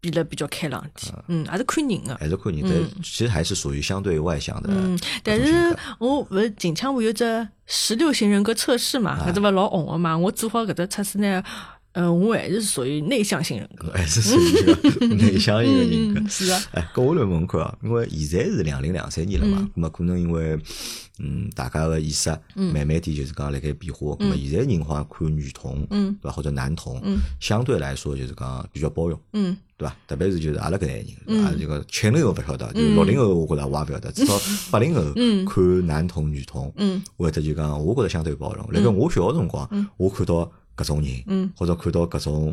Speaker 2: 变得比较开朗点。嗯，还是看人的。
Speaker 1: 还是看人，但其实还是属于相对外向的。
Speaker 2: 嗯，但是我勿是近腔，我有只十六型人格测试嘛，
Speaker 1: 啊
Speaker 2: 搿只勿老红个嘛，我做好搿只测试呢，呃，我还是属于内向型人格。
Speaker 1: <laughs> 还是属于一个内向一个人格。
Speaker 2: 嗯，是啊，
Speaker 1: 哎，搿我来问看啊，因为现在是两零两三年了嘛，咁么可能因为嗯大家个意识
Speaker 2: 嗯
Speaker 1: 慢慢点就是讲辣盖变化，咁么现在人好像看女童，
Speaker 2: 嗯
Speaker 1: 对伐，或者男童
Speaker 2: 嗯，
Speaker 1: 相对来说就是讲比较包容。
Speaker 2: 嗯
Speaker 1: 对伐？特别是就是阿拉搿代人，
Speaker 2: 嗯
Speaker 1: 阿拉这个七零后勿晓得，就六零后我觉着我也勿晓得，至
Speaker 2: <laughs>
Speaker 1: 少八零后看男童女童，
Speaker 2: 嗯
Speaker 1: 或者就讲我觉着相对包容。辣盖我小个辰光，我看到搿种人
Speaker 2: 嗯，
Speaker 1: 或者看到搿种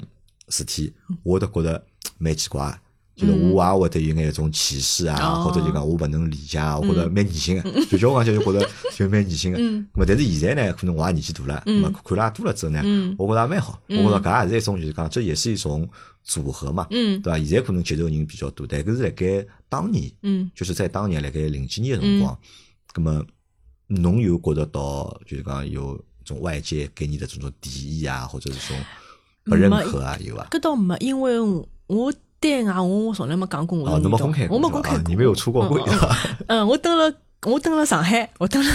Speaker 1: 事体，我都觉着蛮奇怪。就是我也会得有眼一种歧视啊，
Speaker 2: 嗯哦
Speaker 1: 或者就讲我勿能理解啊，我觉着蛮恶心个。就叫我讲就觉着就蛮恶心个。
Speaker 2: 嗯
Speaker 1: 咁啊但是现在呢，可能我也年纪大了，咁啊看了也多了之后呢，
Speaker 2: 嗯
Speaker 1: 我觉着也蛮好。我觉着搿也是一种就是讲，这也是一种组合嘛。
Speaker 2: 嗯
Speaker 1: 对伐？现在可能接受人比较多，但搿是辣盖当年，
Speaker 2: 嗯，
Speaker 1: 就是在当年辣盖零几年个辰光，葛么侬有觉得到就是讲有种外界给你的这种敌意啊，或者是种不认可啊，有伐？
Speaker 2: 搿倒嗯没，因为我对外我我从来没讲过我
Speaker 1: 哦，侬
Speaker 2: 是女
Speaker 1: 没公
Speaker 2: 同
Speaker 1: 开过，
Speaker 2: 我没
Speaker 1: 是吧
Speaker 2: 公开
Speaker 1: 啊
Speaker 2: 过，
Speaker 1: 你没有出过柜
Speaker 2: 嗯嗯
Speaker 1: 啊？
Speaker 2: 嗯，我登了，我登了上海，我登了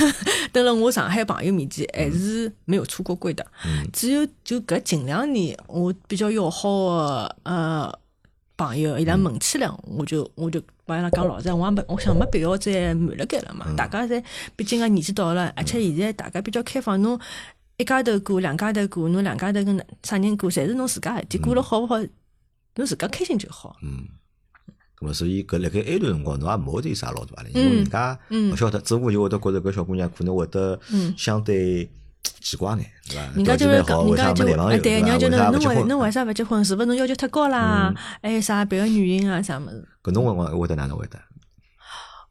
Speaker 2: 登了我上海朋友面前，还是没有出过柜的。
Speaker 1: 嗯
Speaker 2: 只有就搿近两年，我比较要好的呃朋友，伊拉问起来，我就我就帮伊拉讲老实，我也没我想没必要再瞒辣盖了嘛。大家侪毕竟个年纪到了，而且现在大家比较开放，侬一家头过，两家头过，侬两家头跟啥人过，侪是侬自家事体，过了好勿好，侬自家开心就好。
Speaker 1: <laughs> 嗯。咁么，所以搿辣盖埃段辰光，侬也没会得有啥老大的，因为人家
Speaker 2: 嗯
Speaker 1: 勿晓得，只不过就会得觉着搿小姑娘可能会得
Speaker 2: 嗯
Speaker 1: 相对奇怪眼，对伐？
Speaker 2: 人家就
Speaker 1: 条
Speaker 2: 是
Speaker 1: 件蛮好为
Speaker 2: 讲，人
Speaker 1: 啥
Speaker 2: 家
Speaker 1: 没
Speaker 2: 就
Speaker 1: 男朋
Speaker 2: 哎
Speaker 1: 友？
Speaker 2: 对，
Speaker 1: 对
Speaker 2: 人
Speaker 1: 伐
Speaker 2: 家就
Speaker 1: 为啥勿
Speaker 2: 是侬
Speaker 1: 结
Speaker 2: 为
Speaker 1: 婚？
Speaker 2: 侬为啥勿结婚？是勿是侬要求太高啦？还有啥别个原因啊？啥么子？
Speaker 1: 搿侬辰光会得哪能会得？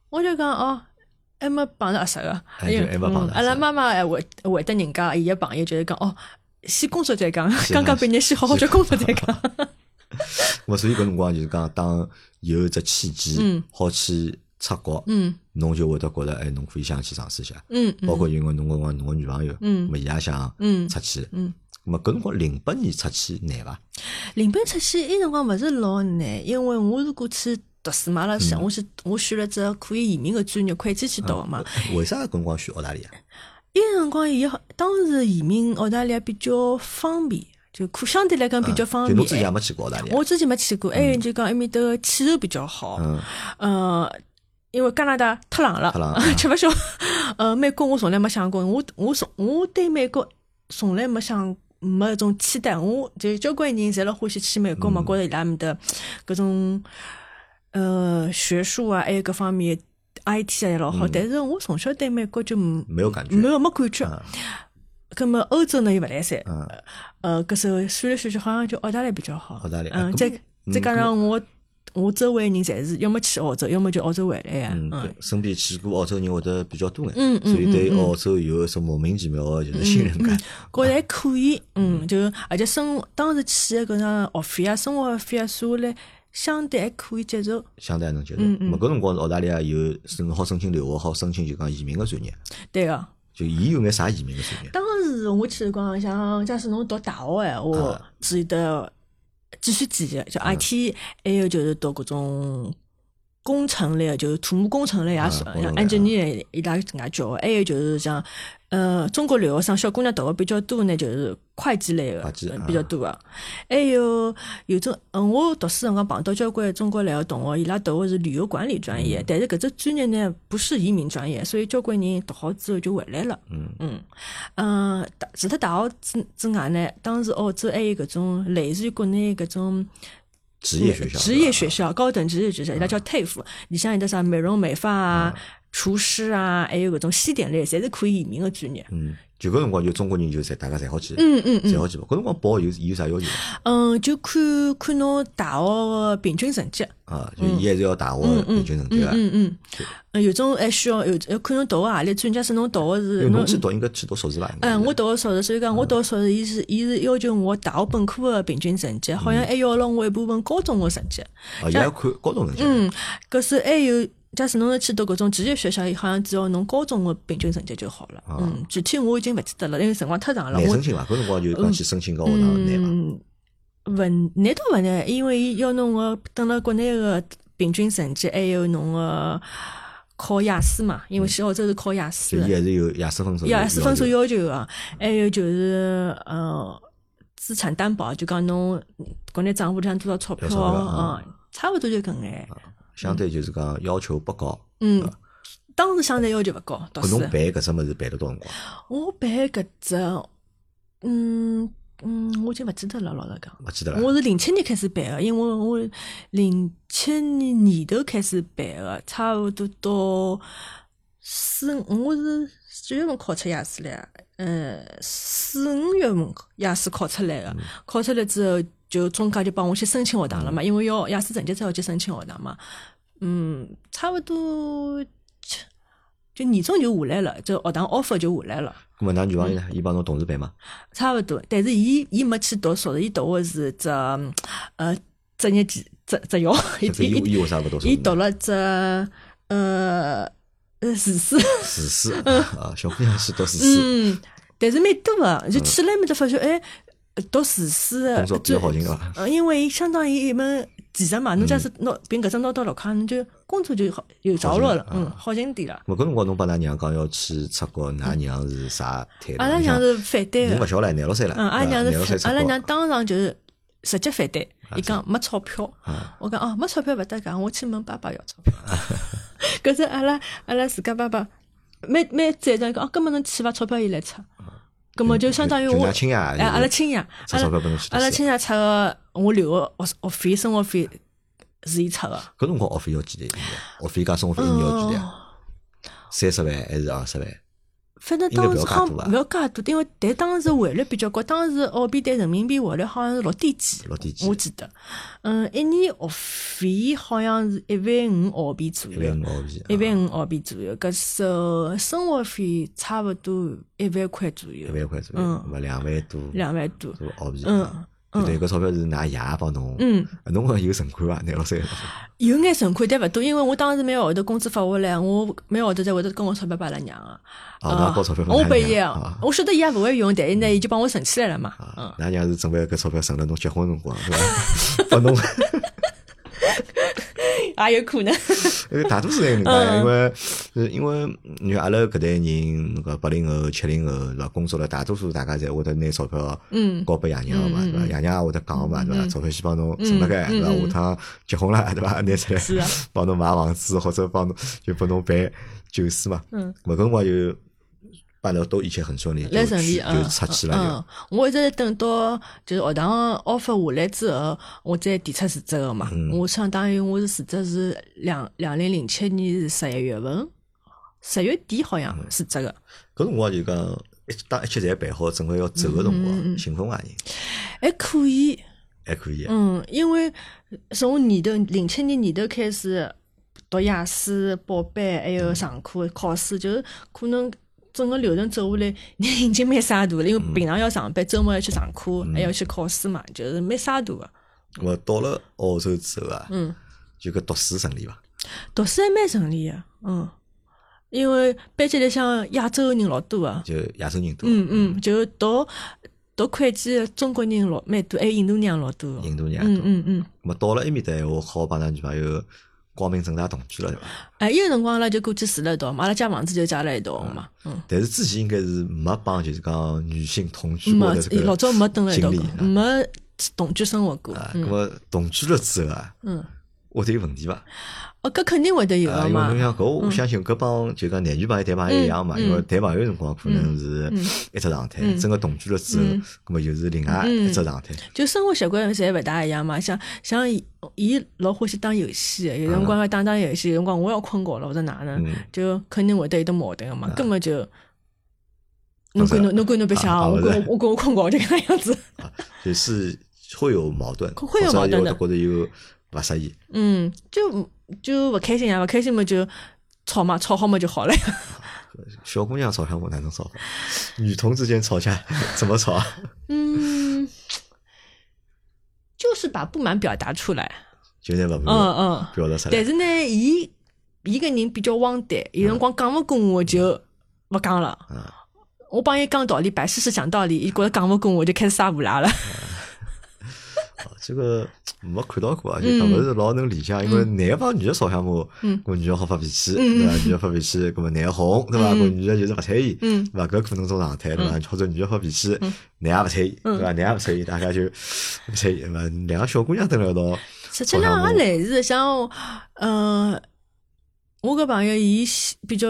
Speaker 2: 我就讲哦，还没碰到合适个，
Speaker 1: 哎就还没碰到合
Speaker 2: 嗯
Speaker 1: 适
Speaker 2: 阿拉妈妈还会会得人家伊个朋友就是讲哦，先工作再讲，
Speaker 1: 先
Speaker 2: 刚
Speaker 1: 工
Speaker 2: 刚
Speaker 1: 作
Speaker 2: 毕业先好好叫工作再讲。
Speaker 1: 么所以搿辰光就是讲，当有一只契机，好去出国，
Speaker 2: 嗯
Speaker 1: 侬就会得觉得，哎，侬可以想去尝试一下。
Speaker 2: 嗯嗯
Speaker 1: 包括因为侬搿辰光侬个女朋友，
Speaker 2: 嗯
Speaker 1: 么伊也想
Speaker 2: 嗯
Speaker 1: 出去，
Speaker 2: 嗯，
Speaker 1: 么搿辰光零八年出去啊难伐？
Speaker 2: 零八出去，伊辰光勿是老难，因为我是过去读书嘛，阿拉想我是我选了只可以移民个专业会计去读个嘛。
Speaker 1: 为啥搿辰光选澳大利亚？
Speaker 2: 伊辰光伊好当时移民澳大利亚比较方便，就可相对来讲比较方
Speaker 1: 嗯就侬自己
Speaker 2: 便。
Speaker 1: 也没去过澳大利亚，
Speaker 2: 我之前没去过，还有就讲埃面搭个气候比较好，
Speaker 1: 嗯，
Speaker 2: 呃，因为加拿大太冷了，
Speaker 1: 太冷了
Speaker 2: <laughs> 吃勿消。呃，美国我从来没想过，我我从我对美国从来没想没一种期待。我就交关人侪老欢喜去美国嘛，
Speaker 1: 嗯
Speaker 2: 觉着伊拉面搭搿种呃学术啊，还有各方面 IT 啊也老
Speaker 1: 嗯
Speaker 2: 好。但是我从小对美国就没
Speaker 1: 没有感觉，
Speaker 2: 没有没感觉
Speaker 1: 嗯。
Speaker 2: 葛么欧洲呢又勿来三，
Speaker 1: 嗯，
Speaker 2: 呃，搿时候选来选去，好像就澳大利亚比较好。
Speaker 1: 澳大利亚
Speaker 2: 嗯，
Speaker 1: 搿
Speaker 2: 再
Speaker 1: 么
Speaker 2: 再加上我我周围人侪是要么去澳洲，要么就澳洲回来呀。
Speaker 1: 嗯，
Speaker 2: 嗯
Speaker 1: 对，身边去过澳洲人会得比较多眼，哎
Speaker 2: 嗯嗯
Speaker 1: 所以对澳洲有一种莫名其妙的就是信任感。
Speaker 2: 觉着还可以，嗯，就而且生活当时去的搿趟学费啊，生活费啊，算下来相对还可以接受。
Speaker 1: 相对还能接受。
Speaker 2: 嗯嗯
Speaker 1: 么搿辰光澳大利亚有申好申请留学，好申请就讲移民个专业，
Speaker 2: 对个、
Speaker 1: 就伊有眼啥移民个专业？
Speaker 2: 当时我去辰光，像假使侬读大学个闲话
Speaker 1: 啊，嗯
Speaker 2: 只有得计算机的，就 IT，还有就是读搿种工程类的，就是土木工程类也
Speaker 1: 啊工
Speaker 2: 算，
Speaker 1: 程
Speaker 2: 像
Speaker 1: 类
Speaker 2: engineer 伊拉搿能介教的，还哎有就是像呃中国留学生小姑娘读的比较多呢，就是会计类的
Speaker 1: 会计
Speaker 2: 呃
Speaker 1: 啊
Speaker 2: 比较多个，还有有种嗯，我读书辰光碰到交关中国来个同学，伊拉读的是旅游管理专
Speaker 1: 嗯
Speaker 2: 业，但是搿只专业呢不是移民专业，所以交关人读好之后就回来了。嗯，呃，大除脱大学之之外呢，当时澳洲还有搿种类似于国内搿种
Speaker 1: 职业学校，嗯
Speaker 2: 职业学校、高等职业学校，伊拉叫 E TAFE，里向有得啥美容美发啊、厨师啊，还有搿种西点类，侪是可以移民个专业。
Speaker 1: 嗯，就搿辰光就中国人就侪大家侪好去，
Speaker 2: 嗯嗯
Speaker 1: 侪好去报。搿辰光报有有啥要求伐？
Speaker 2: 嗯，就看看侬大学个平均成绩。
Speaker 1: 啊，就伊还是要大学的平均成绩啊。
Speaker 2: 嗯嗯嗯，有种还需要有要看侬读个何里专业，假使侬读个
Speaker 1: 因
Speaker 2: 是
Speaker 1: 为侬去读应该去读硕士吧？应该
Speaker 2: 嗯，我读个硕士，所以讲我读个硕士，伊是伊是要求我大学本科个平均成绩，好
Speaker 1: 嗯
Speaker 2: 像还要了我一部分高中个成绩。
Speaker 1: 啊，伊拉要看高中成绩。
Speaker 2: 嗯，搿是还有，假使侬是去读搿种职业学校，伊好像只要侬高中个平均成绩就好了。嗯，具体我已经勿记得了，因为辰光太长了。
Speaker 1: 难
Speaker 2: 我
Speaker 1: 申请伐？搿辰光就讲去申请个学堂难伐？
Speaker 2: 嗯，勿难倒勿难，因为伊要侬个等了国内个平均成绩，还有侬个考雅思嘛，因为去澳洲是考雅思
Speaker 1: 就
Speaker 2: 的。
Speaker 1: 伊还是有雅思分数，
Speaker 2: 雅思分数要求个，还有就是呃资产担保，就讲侬国内账户里向多少钞票
Speaker 1: 多少了
Speaker 2: 啊
Speaker 1: 啊，
Speaker 2: 嗯差勿多就搿眼。
Speaker 1: 相对就是讲要求不高。
Speaker 2: 嗯，当时相对要求勿高，读
Speaker 1: 搿
Speaker 2: 书
Speaker 1: 侬。办搿只物事办了多少辰光？
Speaker 2: 我办搿只，嗯嗯，我已经勿记得了，老实讲。
Speaker 1: 勿记得了。
Speaker 2: 我是零七年开始办个，因为我零七年年头开始办个，差勿多到四，我是几月份考出雅思来？呃，四五月份雅思考出来个，考出来之后就中介就帮我去申请学堂了嘛，因为要雅思成绩才要去申请学堂嘛。嗯，差勿多切就年终就下来了，就学堂 offer 就下来了。
Speaker 1: 咾么，㑚女朋友呢？
Speaker 2: 嗯
Speaker 1: 伊帮侬同时办嘛？
Speaker 2: 差勿多，但是伊伊没去读硕士，伊读个是只嗯呃职业技职职校，伊
Speaker 1: 就是伊
Speaker 2: 伊
Speaker 1: 伊为啥勿读硕士呢？
Speaker 2: 伊读了只呃呃厨师，
Speaker 1: 厨师啊，小姑娘去读厨师，
Speaker 2: 嗯，但是蛮多个，就去了埃面搭发觉，哎，读厨师的
Speaker 1: 嗯工作比较好嗯寻啊。
Speaker 2: 呃，因为相当于一门技术嘛，侬假使拿凭搿只拿到楼卡，侬就工作就好有着落
Speaker 1: 啊
Speaker 2: 了，嗯，好寻点了。
Speaker 1: 我搿辰光侬帮㑚娘讲要去出国，㑚娘是啥态度？
Speaker 2: 阿拉娘
Speaker 1: 侬
Speaker 2: 是反对
Speaker 1: 想
Speaker 2: 个
Speaker 1: 侬勿，小了，廿六岁了，
Speaker 2: 嗯，阿拉娘
Speaker 1: 对吧廿
Speaker 2: 是
Speaker 1: 六岁
Speaker 2: 反，阿拉
Speaker 1: 出国
Speaker 2: 娘当场就是直接反对，伊讲没钞票。
Speaker 1: 啊，
Speaker 2: 我讲哦，没钞票勿搭讲，我去问爸爸要钞票。 <laughs> 搿是阿拉阿拉自家爸爸蛮蛮赞成，讲哦，搿么侬去伐，钞票伊来出。搿么就相当于
Speaker 1: 就
Speaker 2: 我
Speaker 1: 㑚亲爷
Speaker 2: 哎，阿拉亲爷，
Speaker 1: 出
Speaker 2: 阿
Speaker 1: 钞
Speaker 2: 拉
Speaker 1: 票拨侬去读
Speaker 2: 阿拉
Speaker 1: 书。
Speaker 2: 亲爷出个，我留个学学费、生活费是伊出个。
Speaker 1: 搿辰光学费要几钿一年？学费加生活费一年要几钿啊？
Speaker 2: 哦
Speaker 1: 三十万还是二十万？
Speaker 2: 反正
Speaker 1: 应该
Speaker 2: 当
Speaker 1: 不
Speaker 2: 时
Speaker 1: 要介
Speaker 2: 好
Speaker 1: 多吧
Speaker 2: 像勿要介多，因为但当时汇率比较高，当时澳币兑人民币汇率好像是六点几，
Speaker 1: 六点几
Speaker 2: 我记得。嗯，一年学费好像是一万五澳币左
Speaker 1: 一
Speaker 2: 右。
Speaker 1: 万五啊澳币，
Speaker 2: 一万五啊澳币左右，搿首生活费差勿多一万块左右
Speaker 1: 一，万块左右，
Speaker 2: 嗯
Speaker 1: 咾么两万多，
Speaker 2: 两万多。
Speaker 1: 多澳币。
Speaker 2: 嗯，
Speaker 1: 对不对？搿钞票是㑚爷帮侬，
Speaker 2: 嗯，啊
Speaker 1: 侬讲有存款伐？廿六岁的辰光
Speaker 2: 有眼存款，但勿多，因为我当时每个号头工资发下来，我每个号头才会得跟我钞票拨阿拉娘个。
Speaker 1: 啊侬也包钞票拨
Speaker 2: 我
Speaker 1: 㑚
Speaker 2: 拨
Speaker 1: 娘
Speaker 2: 伊个
Speaker 1: 啊，
Speaker 2: 我晓得伊也勿会用，但是呢，伊就帮我存起来了嘛。 <laughs> 嗯，
Speaker 1: 啊，㑚娘是准备搿钞票存了侬结婚辰光是 <laughs> 伐？拨侬。
Speaker 2: 啊也有可能。
Speaker 1: 呃，大多数侪搿能介，因
Speaker 2: 嗯
Speaker 1: 为呃因为你看阿拉搿代人，那个八零后、七零后对伐？工作了，大多数大家侪会得拿钞票
Speaker 2: 嗯
Speaker 1: 交拨爷娘个嘛，对伐？爷娘也会得讲嘛，对伐？钞票先帮侬存辣盖，对伐？下趟结婚了，对伐？拿出来
Speaker 2: 嗯是啊
Speaker 1: <laughs> 帮侬买房子，或者帮侬就拨侬办酒水嘛。嗯，搿辰光就办得都一切很顺利，就
Speaker 2: 来顺利
Speaker 1: 去
Speaker 2: 嗯
Speaker 1: 就出去
Speaker 2: 嗯
Speaker 1: 了，，
Speaker 2: 我一直等到就是学堂 offer 下来之后，我再提出辞职个嘛。
Speaker 1: 嗯
Speaker 2: 我相当于我是辞职是两两零零七年是十一月份，十月底好像
Speaker 1: 嗯
Speaker 2: 辞职个。
Speaker 1: 就搿辰光就讲。一当一切侪办好，准备要走个
Speaker 2: 嗯
Speaker 1: 辰光，兴奋伐人
Speaker 2: 还哎可以，
Speaker 1: 还可以啊。
Speaker 2: 嗯，因为从年头零七年年头开始读雅思、报班，还有上课、考试，就是可能整个流程走下来，人已经蛮沙大了。因
Speaker 1: 嗯
Speaker 2: 为平常要上班，周末要去上课，还要去考试嘛，就是蛮沙大个。
Speaker 1: 我到了澳洲之后啊，嗯，就搿读书顺利伐？
Speaker 2: 读书还蛮顺利个，嗯，因为班级里向亚洲人老多个，
Speaker 1: 就亚洲人多，
Speaker 2: 嗯嗯，就是读读会计的中国人老蛮多，还有印度人也老多个，
Speaker 1: 印度人也
Speaker 2: 嗯
Speaker 1: 多。
Speaker 2: 嗯嗯。
Speaker 1: 咾么到了埃面搭闲话，好帮㑚女朋友光明正大同居了，对伐？
Speaker 2: <laughs> 哎，有辰光阿拉就过去住了一道嘛，阿拉家房子就借了一道
Speaker 1: 啊
Speaker 2: 嘛，嗯，
Speaker 1: 但是之前应该是没帮，就是讲女性同居过
Speaker 2: 没
Speaker 1: 的这个
Speaker 2: 老早没蹲了一道
Speaker 1: 经历
Speaker 2: 过，没同居生活过，
Speaker 1: 啊。
Speaker 2: 嗯
Speaker 1: 咾么同居了之后啊，
Speaker 2: 嗯，
Speaker 1: 会得有问题伐？
Speaker 2: 哦，搿肯定会得有嗯
Speaker 1: 啊，
Speaker 2: 个
Speaker 1: 因为
Speaker 2: 嘛
Speaker 1: 侬，想搿，我相信搿帮就讲男女朋友
Speaker 2: 嗯
Speaker 1: 谈朋友一样嘛，因为谈朋友的辰光可能是一只状态，
Speaker 2: 嗯
Speaker 1: 真个同居了之后，咾么又是另外一只状态。
Speaker 2: 就生活习惯侪勿大一样嘛，像像伊伊老欢喜打游戏的，有
Speaker 1: 啊
Speaker 2: 辰光要打打游戏，有辰光我要困觉了或者哪
Speaker 1: 嗯
Speaker 2: 能，就肯定会得有得矛盾个嘛，根本就。侬管侬侬管侬白相
Speaker 1: 啊
Speaker 2: 啊，我
Speaker 1: 不是
Speaker 2: 管我我管我困觉就搿能样 <laughs> 子。
Speaker 1: 就是会有矛盾，
Speaker 2: 会会有矛盾的
Speaker 1: 或者有勿适意。
Speaker 2: 嗯，就就勿开心啊，勿开心嘛就吵嘛，吵好嘛就好了呀。
Speaker 1: 小姑娘吵架我哪能吵法？女同之间吵架 <laughs> 怎么吵啊？
Speaker 2: <laughs> 嗯，就是把不满表达出来。
Speaker 1: 就拿勿
Speaker 2: 嗯
Speaker 1: 满
Speaker 2: 嗯，
Speaker 1: 表达出来
Speaker 2: 但。是呢，伊伊个人比较汪蛋，有辰光讲勿过我就勿讲了。我帮伊讲道理，摆事实讲道理，伊觉着讲勿过我就开始撒无赖了。
Speaker 1: 哦这个没看到过啊，就讲勿是老能理解，因为男个帮女个吵相骂，搿女个好发脾气，对伐？女个发脾气，搿么男个红，对伐？搿女个就是勿睬伊，对伐？搿可能种常态，对伐？或者女个发脾气，男也勿睬伊，对伐？男也勿睬伊，大家就勿睬伊，对伐？两个小姑娘蹲辣一道，
Speaker 2: 实际上也类似，像呃，我个朋友伊喜比较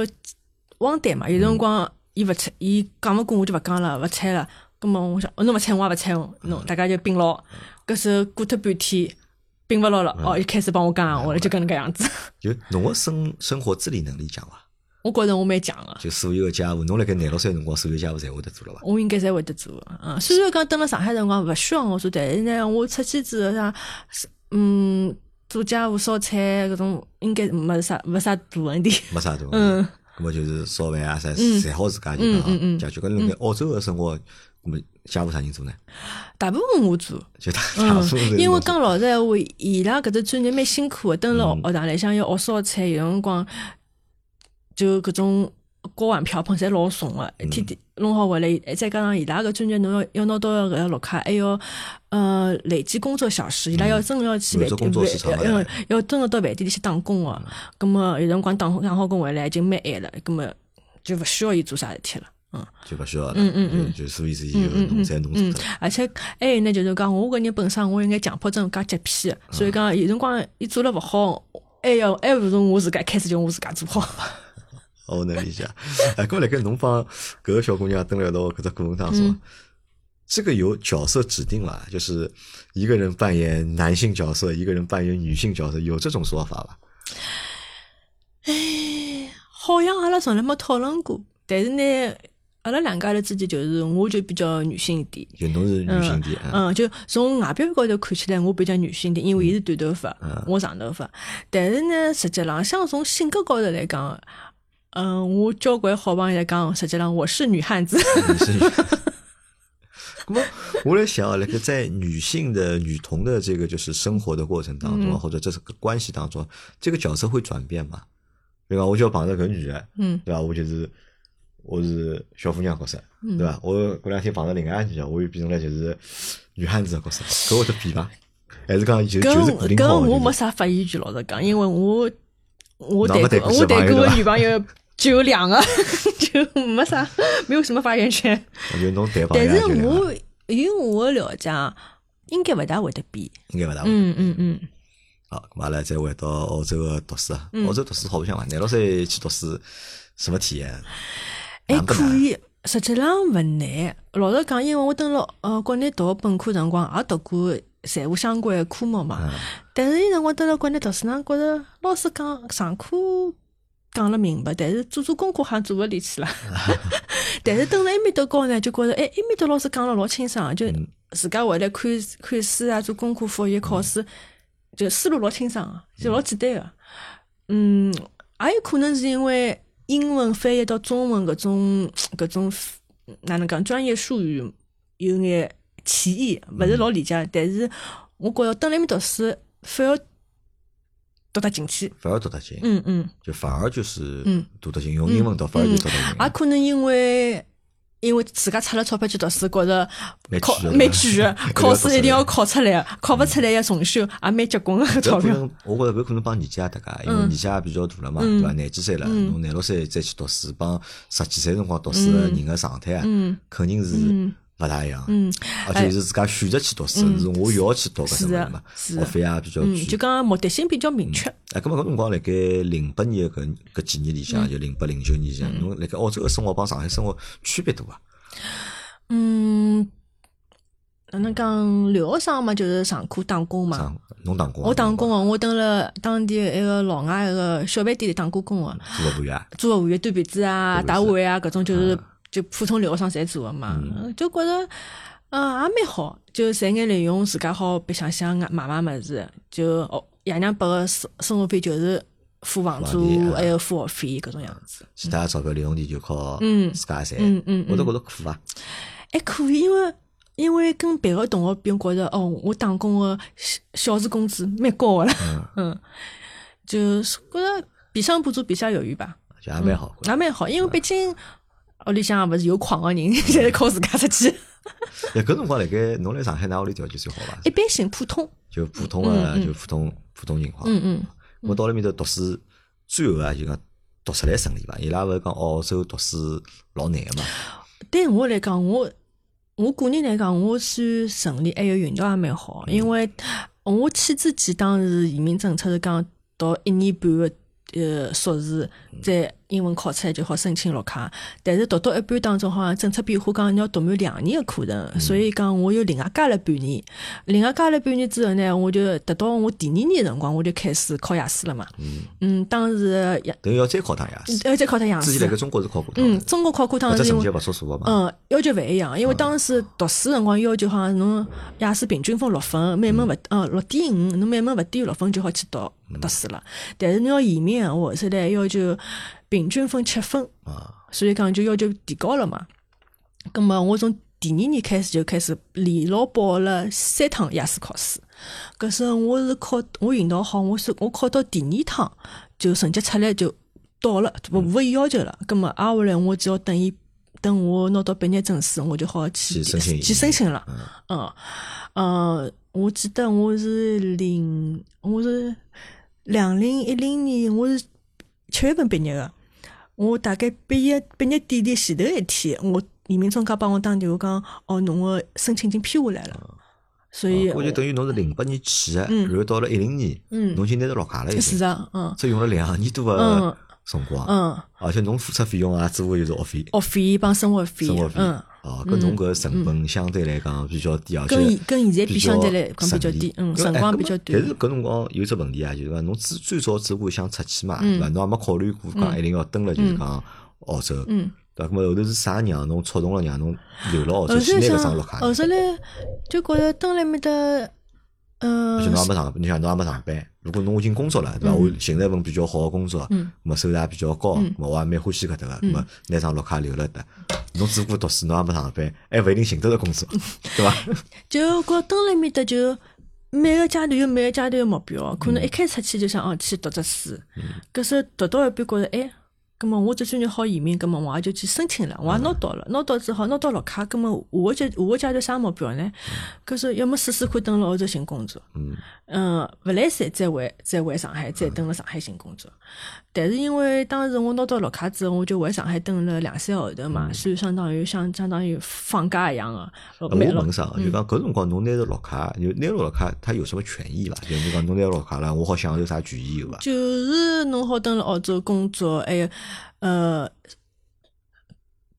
Speaker 2: 汪蛋嘛，有辰光伊勿睬，伊讲勿过我就勿讲了，勿睬了。咁么我想，哦侬勿睬我也勿睬我，侬大家就并牢。搿时候过脱半天，并勿牢了，哦，又开始帮我讲闲话了，就搿能介样子。 <laughs>
Speaker 1: 就侬个生生活自理能力强伐？
Speaker 2: 我觉着我蛮强个，
Speaker 1: 就所有个家务，侬辣盖廿六岁的辰光，所有家务侪会得做了伐？
Speaker 2: 我应该侪会得做的。嗯，虽然讲蹲辣上海辰光勿需要我做，但是呢，我出去之后像，嗯，做家务、烧菜搿种，应该没啥没啥大问题。
Speaker 1: 没啥大问题。嗯，咁么就是烧饭啊啥，侪好自家就讲解决。搿辣盖澳洲个生活，咁么家务啥人做呢？
Speaker 2: 大部分我做，
Speaker 1: 就大大
Speaker 2: 嗯
Speaker 1: 部分，是
Speaker 2: 因为
Speaker 1: 侬做
Speaker 2: 讲老实闲话，伊拉搿只专业蛮辛苦的，蹲辣
Speaker 1: 嗯
Speaker 2: 学堂里向要学烧菜，有辰光就搿种锅碗瓢盆侪老重个，
Speaker 1: 嗯
Speaker 2: 一天天弄好回来，再加上伊拉搿专业侬要要拿到搿个绿卡，还要呃累积工作小时，伊拉要真个要去
Speaker 1: 有
Speaker 2: 饭
Speaker 1: 这嗯工作时长嗯
Speaker 2: 店，
Speaker 1: 的
Speaker 2: 要要要真个到饭店里去打工个，葛末有辰光打打好工回来已经蛮晚了，葛末就勿需要伊做啥事体了，嗯。
Speaker 1: 就勿需要了。嗯嗯嗯，就所以是以后侬才侬做脱了。
Speaker 2: 而且还有呢，就是讲我个人本身我有眼强迫症加洁癖，所以讲有辰光伊做了勿好，还要还勿如我自家一开始就我自家做好。
Speaker 1: 哦我能理解。哎，咁辣盖侬帮搿个小姑娘蹲辣一道搿只过程当中，这个有角色指定伐？就是一个人扮演男性角色，一个人扮演女性角色，有这种说法伐？
Speaker 2: 哎好像阿拉从来没讨论过，但是呢，阿拉两家头之间就是我就比较女性一点。
Speaker 1: 就侬是女性点，嗯
Speaker 2: 嗯，就从外表高头看起来，我比较女性点，因为伊是短头发，我长头发。但是呢，实际浪向从性格高头来讲，嗯，我交关好朋友侪讲，实际浪我是女汉子。
Speaker 1: 女性。 <laughs> 那么我来想啊，那个在女性的女童的这个就是生活的过程当
Speaker 2: 嗯
Speaker 1: 中，啊或者这是个关系当中，这个角色会转变嘛？对吧？我就要碰着搿女的，
Speaker 2: 嗯，
Speaker 1: 对吧？我就是我是小姑娘角色，
Speaker 2: 嗯
Speaker 1: 对吧？我过两天碰着另外一个女的，我又变成了就是女汉子的角色，搿会得变伐？还是讲就就是固
Speaker 2: 跟
Speaker 1: 定
Speaker 2: 跟
Speaker 1: 好的
Speaker 2: 我
Speaker 1: 就
Speaker 2: 没
Speaker 1: 是
Speaker 2: 啥发言权，老实讲，因为我我
Speaker 1: 哪个
Speaker 2: 谈过
Speaker 1: 谈过几
Speaker 2: 我
Speaker 1: 个朋友
Speaker 2: 谈过
Speaker 1: 对
Speaker 2: 的
Speaker 1: 吧
Speaker 2: 女朋友就有两个， <laughs> 就没啥没有什么发言权。
Speaker 1: 就侬谈朋
Speaker 2: 但
Speaker 1: 友
Speaker 2: 是
Speaker 1: 就那样
Speaker 2: 我以我的了解啊，应该勿大会得变。
Speaker 1: 应该勿大会。
Speaker 2: 嗯嗯嗯，
Speaker 1: 好，啊咁阿拉再回到澳洲个读书啊，
Speaker 2: 嗯
Speaker 1: 澳洲读书好白相伐？廿六岁去读书，什么体验？啊
Speaker 2: 还
Speaker 1: 难不
Speaker 2: 哎可
Speaker 1: 难？
Speaker 2: 以。实际浪勿难，老实讲，因为我蹲辣呃国内读本科辰光也读过财务相关的科目嘛。但是伊辰光蹲辣国内读书呢，觉着老师讲上课讲了明白，但是做做功课好像做勿里去了。 <laughs> 但是蹲辣埃面搭高呢，就觉着哎，埃面搭老师讲了老清爽，就自家回来看看书啊，做功课、复习、考试，就思路老清爽啊，就老简单个。嗯，也有可能是因为英文翻译到中文搿种搿种哪能讲专业术语有眼歧义，勿是老理解。但是我觉着蹲辣埃面读书反而读得进去。
Speaker 1: 反而读得进，
Speaker 2: 嗯嗯，
Speaker 1: 就反而就是
Speaker 2: 嗯啊
Speaker 1: 读得进，用英文读反而就读
Speaker 2: 也
Speaker 1: 得
Speaker 2: 可能因为。因为自家出了钞票去读书，觉着
Speaker 1: 蛮
Speaker 2: 考
Speaker 1: 贵的，
Speaker 2: 蛮 <laughs> 贵的考试一定要考出来，考勿出来要重修，也蛮结棍个
Speaker 1: 进。
Speaker 2: <laughs> 钞
Speaker 1: 搿可
Speaker 2: 票。
Speaker 1: 能我觉着搿可能帮年纪也搭界，因
Speaker 2: 嗯
Speaker 1: 为年纪也比较大了嘛，对伐？廿几岁了，侬廿六岁再去读书，帮十几岁辰光读
Speaker 2: 嗯
Speaker 1: 书的人个状态啊，肯定是勿大一样。
Speaker 2: 嗯，
Speaker 1: 而且是自家选择去读书，是我要去读搿
Speaker 2: 是
Speaker 1: 种
Speaker 2: 的
Speaker 1: 嘛，
Speaker 2: 是
Speaker 1: 学
Speaker 2: 的
Speaker 1: 费也比较
Speaker 2: 嗯，
Speaker 1: 贵
Speaker 2: 就。讲目的性比较明确。
Speaker 1: 啊，咁么搿辰光辣盖零八年搿搿几年里
Speaker 2: 嗯
Speaker 1: 向，就零八零九年里向，侬辣盖澳洲个生活帮上海生活区别大啊伐？
Speaker 2: 嗯，哪能讲留学生嘛，就是上课打工嘛。
Speaker 1: 上侬打工伐？
Speaker 2: 我打工个，我蹲辣当地一个老外一个小饭店里打过工嗯个，
Speaker 1: 做服务员，
Speaker 2: 做服务员、端盘子啊、
Speaker 1: 端盘子嗯
Speaker 2: 打碗啊，搿种就是就普通留学生侪做个嘛，就觉着。嗯，也蛮好，就侪眼利用自家好白相相啊买买物事，就哦爷娘拨个生生活费就是付房
Speaker 1: 房
Speaker 2: 租，
Speaker 1: 钿啊
Speaker 2: 还有付学费搿种样子，
Speaker 1: 其他钞票零用钿就靠自家赚。
Speaker 2: 嗯嗯嗯
Speaker 1: 我都觉着苦啊伐？
Speaker 2: 还哎可以，因为因为跟别个同学比，我觉着哦，我打工个小小时工资蛮高个了， <laughs> 嗯，就是觉着比上不足，比下有余吧，
Speaker 1: 就也蛮好过。
Speaker 2: 也蛮好，因为毕竟屋里向也勿是有矿个人， <laughs> 侪是靠自家出去，
Speaker 1: 哎，搿辰光辣盖侬辣上海，㑚屋里条件算好伐
Speaker 2: 一？般性普通，
Speaker 1: 就普通个，就普通普通情况。
Speaker 2: 嗯嗯，
Speaker 1: 我到了面头读书，最后啊就讲读出来顺利伐？伊拉勿是讲澳洲读书老难个嘛？
Speaker 2: 对我来讲，我我个人来讲，我算顺利，还有运道也蛮好，因为我去之前当时移民政策是讲读一年半个呃硕士，再英文考出来就好申请绿卡，但是读到一半当中好像政策变化，讲你要读满两年个课程，所以讲我又另外加了半年，另外加了半年之后呢，我就得到我第二年的辰光，我就开始考雅思了嘛，嗯，当时雅
Speaker 1: 等于要再考趟雅思。
Speaker 2: 呃再考趟雅
Speaker 1: 之前辣盖
Speaker 2: 思。
Speaker 1: 中国是考过趟
Speaker 2: 嗯，
Speaker 1: 的，
Speaker 2: 中国考过当
Speaker 1: 搿只
Speaker 2: 时因
Speaker 1: 成
Speaker 2: 为
Speaker 1: 绩勿错数勿嘛？
Speaker 2: 嗯，要求勿一样，因为当时读书辰光要求好像侬雅思平均分六分，每门勿呃六点五，侬每门勿低于六分就好去读读书了。但是侬要移民闲话，后头来要求平均分七分，
Speaker 1: 啊。
Speaker 2: 所以讲就要求提高了嘛。咁么我从第二年开始就开始连牢报了三趟雅思考试，搿时候我是考我运道好，我是我考到第二趟就成绩出来就到了，不
Speaker 1: 嗯
Speaker 2: 符合伊要求了。咁么挨下来我只要等伊等我拿到毕业证书，我就好
Speaker 1: 去
Speaker 2: 去
Speaker 1: 申请
Speaker 2: 去申请了。嗯呃，我记得我是零我是两零一零年我是七月份毕业个。我大概毕业毕业典礼前头一天，我移民中介帮我打电话讲，哦，侬个申请已经批下来了，所以嗯
Speaker 1: 啊我就等于侬是零八年去的，然后到了一零年，侬已经拿到绿卡了，已
Speaker 2: 是
Speaker 1: 经，
Speaker 2: 的，嗯
Speaker 1: 只用了两年多的
Speaker 2: 嗯
Speaker 1: 辰光，
Speaker 2: 嗯，
Speaker 1: 而且侬付出费用啊，只不过就是学费、
Speaker 2: 学费帮生活费
Speaker 1: 生活，费，
Speaker 2: 嗯，
Speaker 1: 哦，搿侬搿成本相对来讲比较低，而且
Speaker 2: 跟以跟现在
Speaker 1: 比
Speaker 2: 比相对来讲
Speaker 1: 较
Speaker 2: 比较
Speaker 1: 省力
Speaker 2: 低，嗯，
Speaker 1: 因为
Speaker 2: 辰
Speaker 1: 哎
Speaker 2: 光
Speaker 1: 搿
Speaker 2: 比
Speaker 1: 么
Speaker 2: 较
Speaker 1: 但
Speaker 2: 短
Speaker 1: 是，搿辰光有只问题啊，就是讲侬最最早只不过想出去嘛，对
Speaker 2: 嗯
Speaker 1: 伐？侬也没考虑过讲一定要蹲了，就是讲澳洲，
Speaker 2: 嗯
Speaker 1: 对伐？搿么后头是啥让侬触动了，让侬留了澳洲
Speaker 2: 后
Speaker 1: 去
Speaker 2: 头
Speaker 1: 拿搿
Speaker 2: 想
Speaker 1: 张绿，卡呢？
Speaker 2: 后头来就觉着蹲辣埃面搭嗯嗯
Speaker 1: 而且侬也没上，你想侬也没上班。如果侬已经工作了，对伐？我寻了一份比较好个工作，么收入也比较高，么我也蛮欢喜搿搭
Speaker 2: 嗯
Speaker 1: 个，么拿张绿卡留了的。侬只不过读书，侬也没上班，还勿一定寻得着工
Speaker 2: <laughs>
Speaker 1: 作，对伐？
Speaker 2: 就觉蹲辣埃面搭就每个阶段有每个阶段个目标，啊可能一开始出去就想哦去读只书，搿时候读到一半觉着哎，葛末我只算你好移民，葛末我也就去申请了，我也拿到了，拿到之后拿到绿卡，葛末下个阶下个阶段啥目标呢？搿时候要么试试看蹲辣澳洲寻工作，嗯，勿来三再回再回上海，再蹲辣上海寻工作。但是因为当时我拿到绿卡之后，我就回上海蹲了两三个号头嘛，所以相当于相相当于放假一样个、呃
Speaker 1: 我
Speaker 2: 蛮老
Speaker 1: 问啥？就讲搿辰光侬拿着绿卡，就拿着绿卡，它有什么权益伐？就是讲侬拿着绿卡了，我好享受啥权益有伐？
Speaker 2: 就是侬好蹲辣澳洲工作，还有呃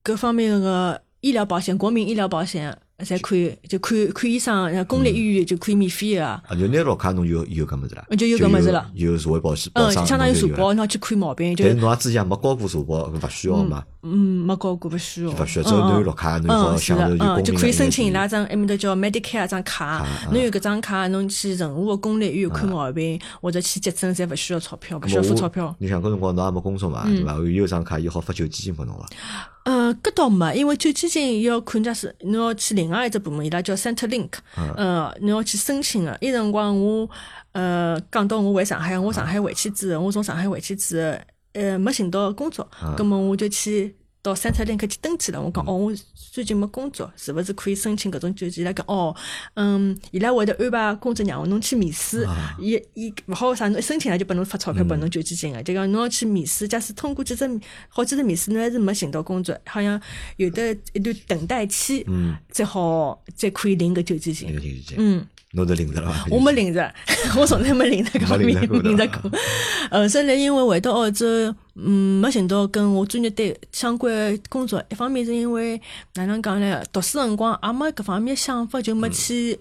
Speaker 2: 各方面个医疗保险、国民医疗保险，侪可以就看看医生，然后公立医院就可以免费个。
Speaker 1: 啊，就拿着绿卡侬就有搿物事了，
Speaker 2: 就有搿物事了
Speaker 1: 有有社会保险保
Speaker 2: 嗯，
Speaker 1: 障，
Speaker 2: 就相当于
Speaker 1: 侬就
Speaker 2: 社
Speaker 1: 有了
Speaker 2: 保，。侬要去看毛病，就
Speaker 1: 但是侬也之前也没交过社保，搿勿需要嘛？
Speaker 2: 嗯没交过，勿需要。
Speaker 1: 勿需要，只要侬有绿卡，侬好
Speaker 2: 嗯，是
Speaker 1: 享受
Speaker 2: 的，嗯，
Speaker 1: 就
Speaker 2: 就
Speaker 1: 公
Speaker 2: 可以
Speaker 1: 民
Speaker 2: 申请伊拉张埃面搭叫 Medicare 一张
Speaker 1: 啊
Speaker 2: 卡，侬有搿张卡，侬去任何个公立医院看毛病或者去急诊，侪勿需要钞票，勿需要付钞票。嗯
Speaker 1: 你想搿辰光侬也没工作嘛，对伐？有一张卡伊好发救济金拨侬伐？
Speaker 2: 呃，搿倒没，因为救济金要看假是侬要去另外一只部门，伊拉叫 Centrelink，呃，侬要去申请个。伊辰光我呃讲到我回上海，我上海回去之后，我从上海回去之后，呃，没寻到工作，葛末我就去。到 Centrelink 去登记了，我讲哦，我最近没工作，是勿是可以申请搿种救济？伊拉讲哦，嗯，伊拉会得安排工作让侬去面试，伊伊勿好啥，侬一申请了就拨侬发钞票，拨侬救济金个。就讲侬要去面试，假使通过几只好几只面试，侬还是没寻到工作，好像有的一段等待期，才好才可以领搿救济
Speaker 1: 那
Speaker 2: 金
Speaker 1: 个。救济金，嗯，侬得领着了伐？
Speaker 2: 我没领着， <laughs> 我从来没领着过，
Speaker 1: 没领着过
Speaker 2: 领着
Speaker 1: 对吧
Speaker 2: 过。呃，所以因为回到澳洲，嗯，没寻到跟我专业对相关的工作。一方面是因为哪能讲呢？读书辰光也没搿方面想法，就没
Speaker 1: 嗯
Speaker 2: 去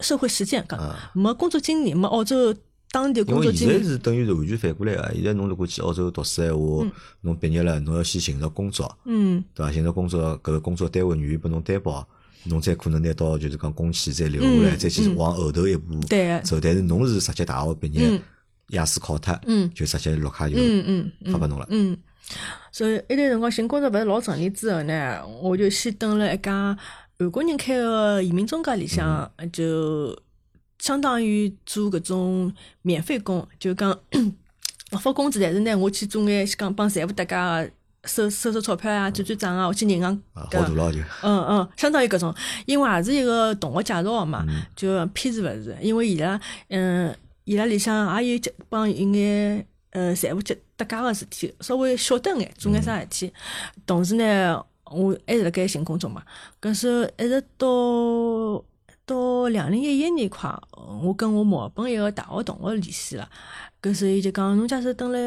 Speaker 2: 社会实践，讲
Speaker 1: 啊
Speaker 2: 没工作经历，没澳洲当地工
Speaker 1: 因
Speaker 2: 作
Speaker 1: 为
Speaker 2: 经
Speaker 1: 现在
Speaker 2: 历。
Speaker 1: 是等于是完全反过来个，现在侬如果去澳洲读书闲话，侬毕业了，侬要先寻着工作，
Speaker 2: 嗯
Speaker 1: 对伐？寻着工作，搿个工作单位愿意拨侬担保，侬才可能拿到就是讲工签再留下来，
Speaker 2: 嗯
Speaker 1: 再去往后头一步
Speaker 2: 对
Speaker 1: 走。但是侬是直接大学毕业
Speaker 2: 嗯，
Speaker 1: 雅思考脱，
Speaker 2: 嗯
Speaker 1: 就直接绿卡就
Speaker 2: 嗯嗯嗯
Speaker 1: 发拨侬了。
Speaker 2: 嗯，所以一段辰光寻工作勿是老顺利之后呢，我就先蹲了一家韩国人开个移民中介里向，就相当于做搿种免费工，就讲勿发工资，但是呢，我去做眼讲帮财务搭家个收收收钞票啊、转转账啊，我去银行
Speaker 1: 啊，
Speaker 2: 搿
Speaker 1: 好大了就，
Speaker 2: 嗯嗯，相当于搿种，因为也是一个同学介绍个
Speaker 1: 嗯
Speaker 2: 嘛，就偏是勿是？因为伊拉，嗯，伊拉里向也有接帮一眼呃财务接搭界个事体，稍微晓得眼做眼啥事体。同时呢，我还是辣盖寻工作嘛，搿是一直到到两零一一年快，我跟我墨尔本一个大学同学联系了，搿时候伊就讲，侬假使等来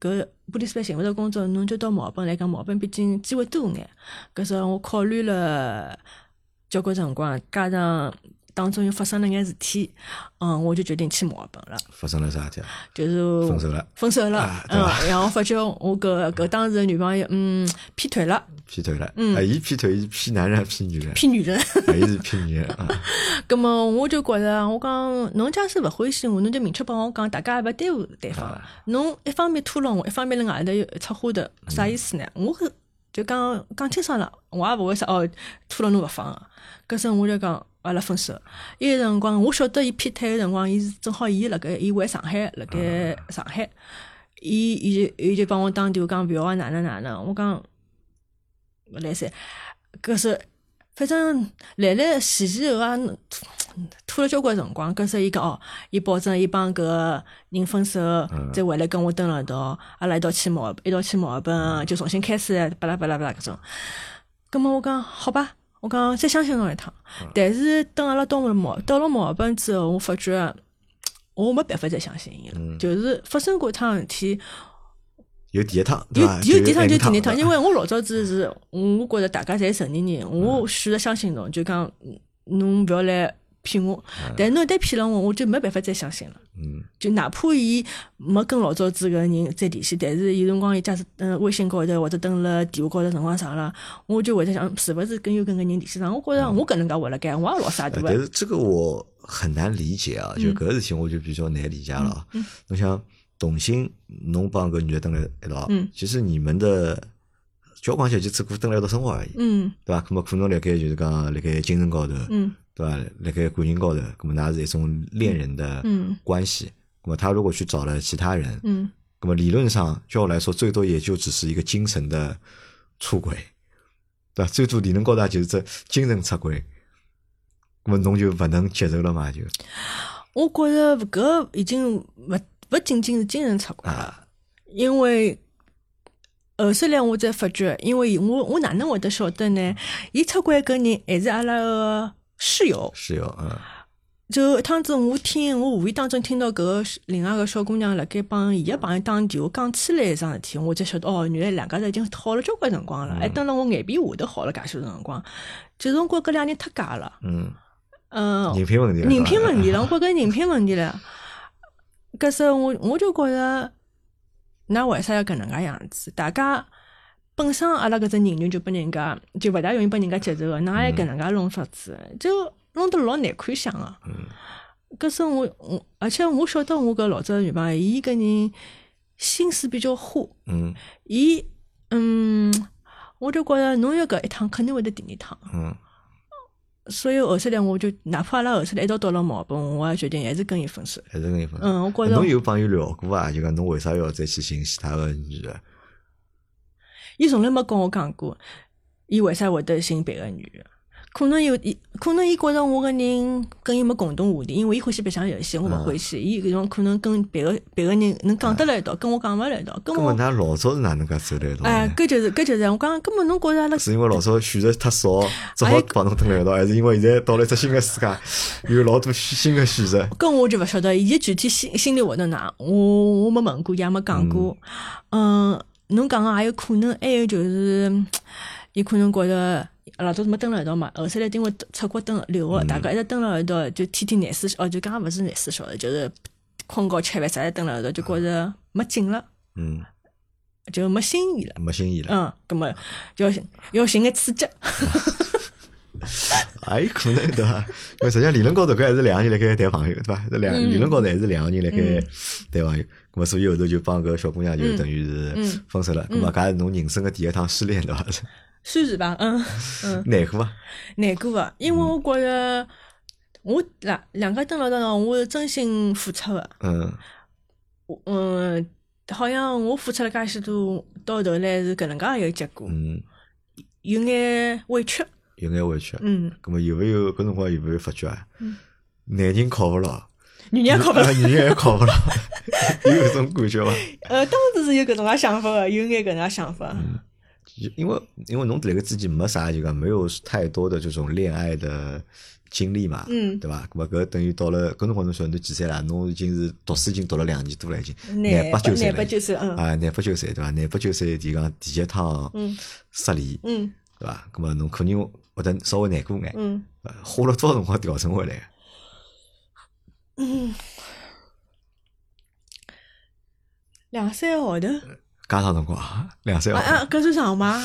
Speaker 2: 搿布里斯班寻勿着工作，侬就到墨尔本来讲，墨尔本毕竟机会多眼。搿时候我考虑了交关辰光，加上当中又发生了眼事体，嗯，我就决定去墨尔本了，
Speaker 1: 发生了啥事体啊？
Speaker 2: 就是
Speaker 1: 分手了，
Speaker 2: 分手了，
Speaker 1: 啊对
Speaker 2: 嗯
Speaker 1: 吧，
Speaker 2: 然后发觉我搿搿当时的女朋友，嗯，劈腿了，
Speaker 1: 劈腿了。嗯，啊，伊劈腿，伊劈男人还是劈
Speaker 2: <laughs>
Speaker 1: 女人？
Speaker 2: 劈女人。
Speaker 1: 啊，伊是劈女人啊。
Speaker 2: <laughs> 葛么我就觉着，我讲侬假使勿欢喜我，侬就明确帮我讲，大家也勿对付对方
Speaker 1: 啊。
Speaker 2: 侬一方面拖牢我，一方面辣外头又插花头，啥意思呢？我是就讲讲清爽了，我也勿会说哦拖牢侬勿放啊。搿时候我就讲阿拉分手。伊个辰光我晓得伊劈腿个辰光，伊是正好伊辣盖伊回上海，辣盖上海，伊伊就伊就帮我打电话讲勿要啊哪能哪能，我讲。勿来三，搿是反正来来前前后后也拖了交关辰光，搿时候伊讲哦，伊保证伊帮搿个人分手，再回来跟我蹲辣一道，阿拉一道去墨尔，一道去墨尔本，就重新开始，巴拉巴拉巴拉搿种。葛么我讲好吧，我讲再相信侬一趟。但是等阿拉到了墨到了墨尔本之后，我发觉我没办法再相信伊了，就是发生过一趟事体。
Speaker 1: 有第一趟，对
Speaker 2: 有
Speaker 1: 伐？
Speaker 2: 有第一趟就第
Speaker 1: 第
Speaker 2: 二趟，因为我老早子是，嗯我觉着大家侪成年人，我选择相信侬，就讲嗯侬勿要来骗我。但侬一旦骗了我，我就没办法再相信了。
Speaker 1: 嗯，
Speaker 2: 就哪怕伊没跟老早子搿个人再联系，但是有辰光伊假使嗯微信高头或者登了电话高头辰光长了，嗯我就会得想是勿是跟又跟搿人联系上？我觉着我搿能介活辣盖，我也老傻大
Speaker 1: 呃
Speaker 2: 个
Speaker 1: 但。是这个我很难理解啊，就搿事体我就比较难理解了啊。
Speaker 2: 嗯
Speaker 1: 侬想童星，侬帮搿女的蹲辣一道
Speaker 2: 嗯，
Speaker 1: 其实你们的交关小姐只顾蹲辣一道生活而已，
Speaker 2: 嗯
Speaker 1: 对伐？搿么可能辣盖就是讲辣盖精神高头，
Speaker 2: 嗯
Speaker 1: 对伐？辣盖感情高头，搿么那是一种恋人的
Speaker 2: 嗯
Speaker 1: 关系。那么他如果去找了其他人，
Speaker 2: 嗯
Speaker 1: 那么理论上就我来说，最多也就只是一个精神的出轨，对吧？最多理论高头也就是这精神出轨，那么侬就勿能接受了嘛？就
Speaker 2: 我觉着搿已经勿勿仅仅是精神出轨了，
Speaker 1: 啊，
Speaker 2: 因为后首来我才发觉，因为我我哪能会得晓得呢？伊出轨搿人还是阿拉个室友。
Speaker 1: 是有，嗯
Speaker 2: 就一趟子我听，我无意当中听到搿个另外个小姑娘辣盖帮伊个朋友打电话讲起来一桩事体，我才晓得哦，原来两家头已经好了交关辰光了，还等了我眼皮下头好了介许多辰光。哎就辰光搿两人太假了，
Speaker 1: 嗯，
Speaker 2: 嗯，
Speaker 1: 人品问题了，
Speaker 2: 人品问题
Speaker 1: 了，
Speaker 2: 了，我觉着人品问题了。搿时候我我就觉着，那为啥要搿能介样子？大家本身阿拉搿只人缘就拨人家就勿大容易拨人家接受个，哪还搿能介弄法子？就弄得老难看相个。搿时候我我，而且我晓得我搿老早个女朋友，伊搿人心思比较花，
Speaker 1: 嗯
Speaker 2: 伊嗯，我就觉着侬要搿一趟肯定会得第二趟。
Speaker 1: 嗯
Speaker 2: 所以后头来我就，哪怕阿拉后头来一道到了毛病，我也决定还是跟伊分手。
Speaker 1: 还是搿一份。
Speaker 2: 嗯，我觉
Speaker 1: 侬
Speaker 2: 着
Speaker 1: 有帮伊聊过伐？啊就讲侬为啥要再去寻其他个女的？
Speaker 2: 伊从来没跟我讲过，伊为啥会得寻别个女的。可能有，伊可能伊觉着我个人跟伊没共同话题，因为伊欢喜白相游戏，我勿欢
Speaker 1: 嗯
Speaker 2: 喜。伊搿种可能跟别个别个人能讲得来一道，跟我讲勿来一道。根
Speaker 1: 根本
Speaker 2: 本，
Speaker 1: 㑚老早是哪能介走来一道
Speaker 2: 哎
Speaker 1: 呢，？
Speaker 2: 搿就是搿就是，我讲根本侬觉着阿拉
Speaker 1: 是因为老早选择太少，只
Speaker 2: 哎
Speaker 1: 好帮侬蹲辣一道，还是因为现在到了一只新的世界，有老多新的选择？
Speaker 2: 跟我就勿晓得伊具体心心里活动哪，我我没问过，也没讲过。嗯，侬讲个也有可能，还有就是，伊可能觉着老早子没蹲辣一道嘛，后头来因为出国蹲留学，大家一直蹲辣一道，就天天廿四哦，就讲勿是廿四小时，就是困觉吃饭啥侪蹲辣一道，就觉着没劲了，
Speaker 1: 嗯，
Speaker 2: 就没新意了。
Speaker 1: 没新意了。
Speaker 2: 嗯，葛么要寻要寻个刺激。
Speaker 1: 也有哎可能对伐？因为实际上理论高头搿还是两个人辣盖谈朋友对伐？这两理论高头还是两个人辣盖谈朋友，咁么所以后头就帮搿小姑娘就等于是分手了。咁么搿也是侬人生的第一趟失恋对伐？ <laughs>
Speaker 2: 算是吧，嗯嗯，
Speaker 1: 难过伐？
Speaker 2: 难过个，因为
Speaker 1: 嗯
Speaker 2: 我觉着我两两个蹲辣一道呢，我是真心付出个，
Speaker 1: 嗯
Speaker 2: 我嗯，好像我付出了介许多，到头来是搿能介一个结果，
Speaker 1: 嗯，
Speaker 2: 有眼委屈。
Speaker 1: 有眼委屈。
Speaker 2: 嗯，
Speaker 1: 咁么有没有搿辰光有没有发觉啊？男人靠勿牢，
Speaker 2: 女人也靠勿
Speaker 1: <laughs> 啊女人还靠勿牢，有搿种感觉伐？
Speaker 2: 呃，当时是有搿种介想法个，有眼搿能介想法。
Speaker 1: 因为因为侬迭个自己没啥就讲没有太多的这种恋爱的经历嘛，
Speaker 2: 嗯
Speaker 1: 对吧？那么搿等于到了搿辰光侬晓得侬几岁啦？侬已经是读书已经读了两年多了，已经
Speaker 2: 廿
Speaker 1: 八九岁
Speaker 2: 廿
Speaker 1: 了
Speaker 2: 八
Speaker 1: 已经，
Speaker 2: 九岁，嗯
Speaker 1: 啊，廿八九岁对伐？廿八九岁提讲第一趟
Speaker 2: 嗯
Speaker 1: 失恋，
Speaker 2: 嗯
Speaker 1: 对伐？那么侬肯定会得稍微难过眼，
Speaker 2: 嗯，
Speaker 1: 呃花了多少辰光调整回来？
Speaker 2: 两三个号头，
Speaker 1: 加上辰光啊两三
Speaker 2: 啊
Speaker 1: 个号头
Speaker 2: 啊，搿算长吗？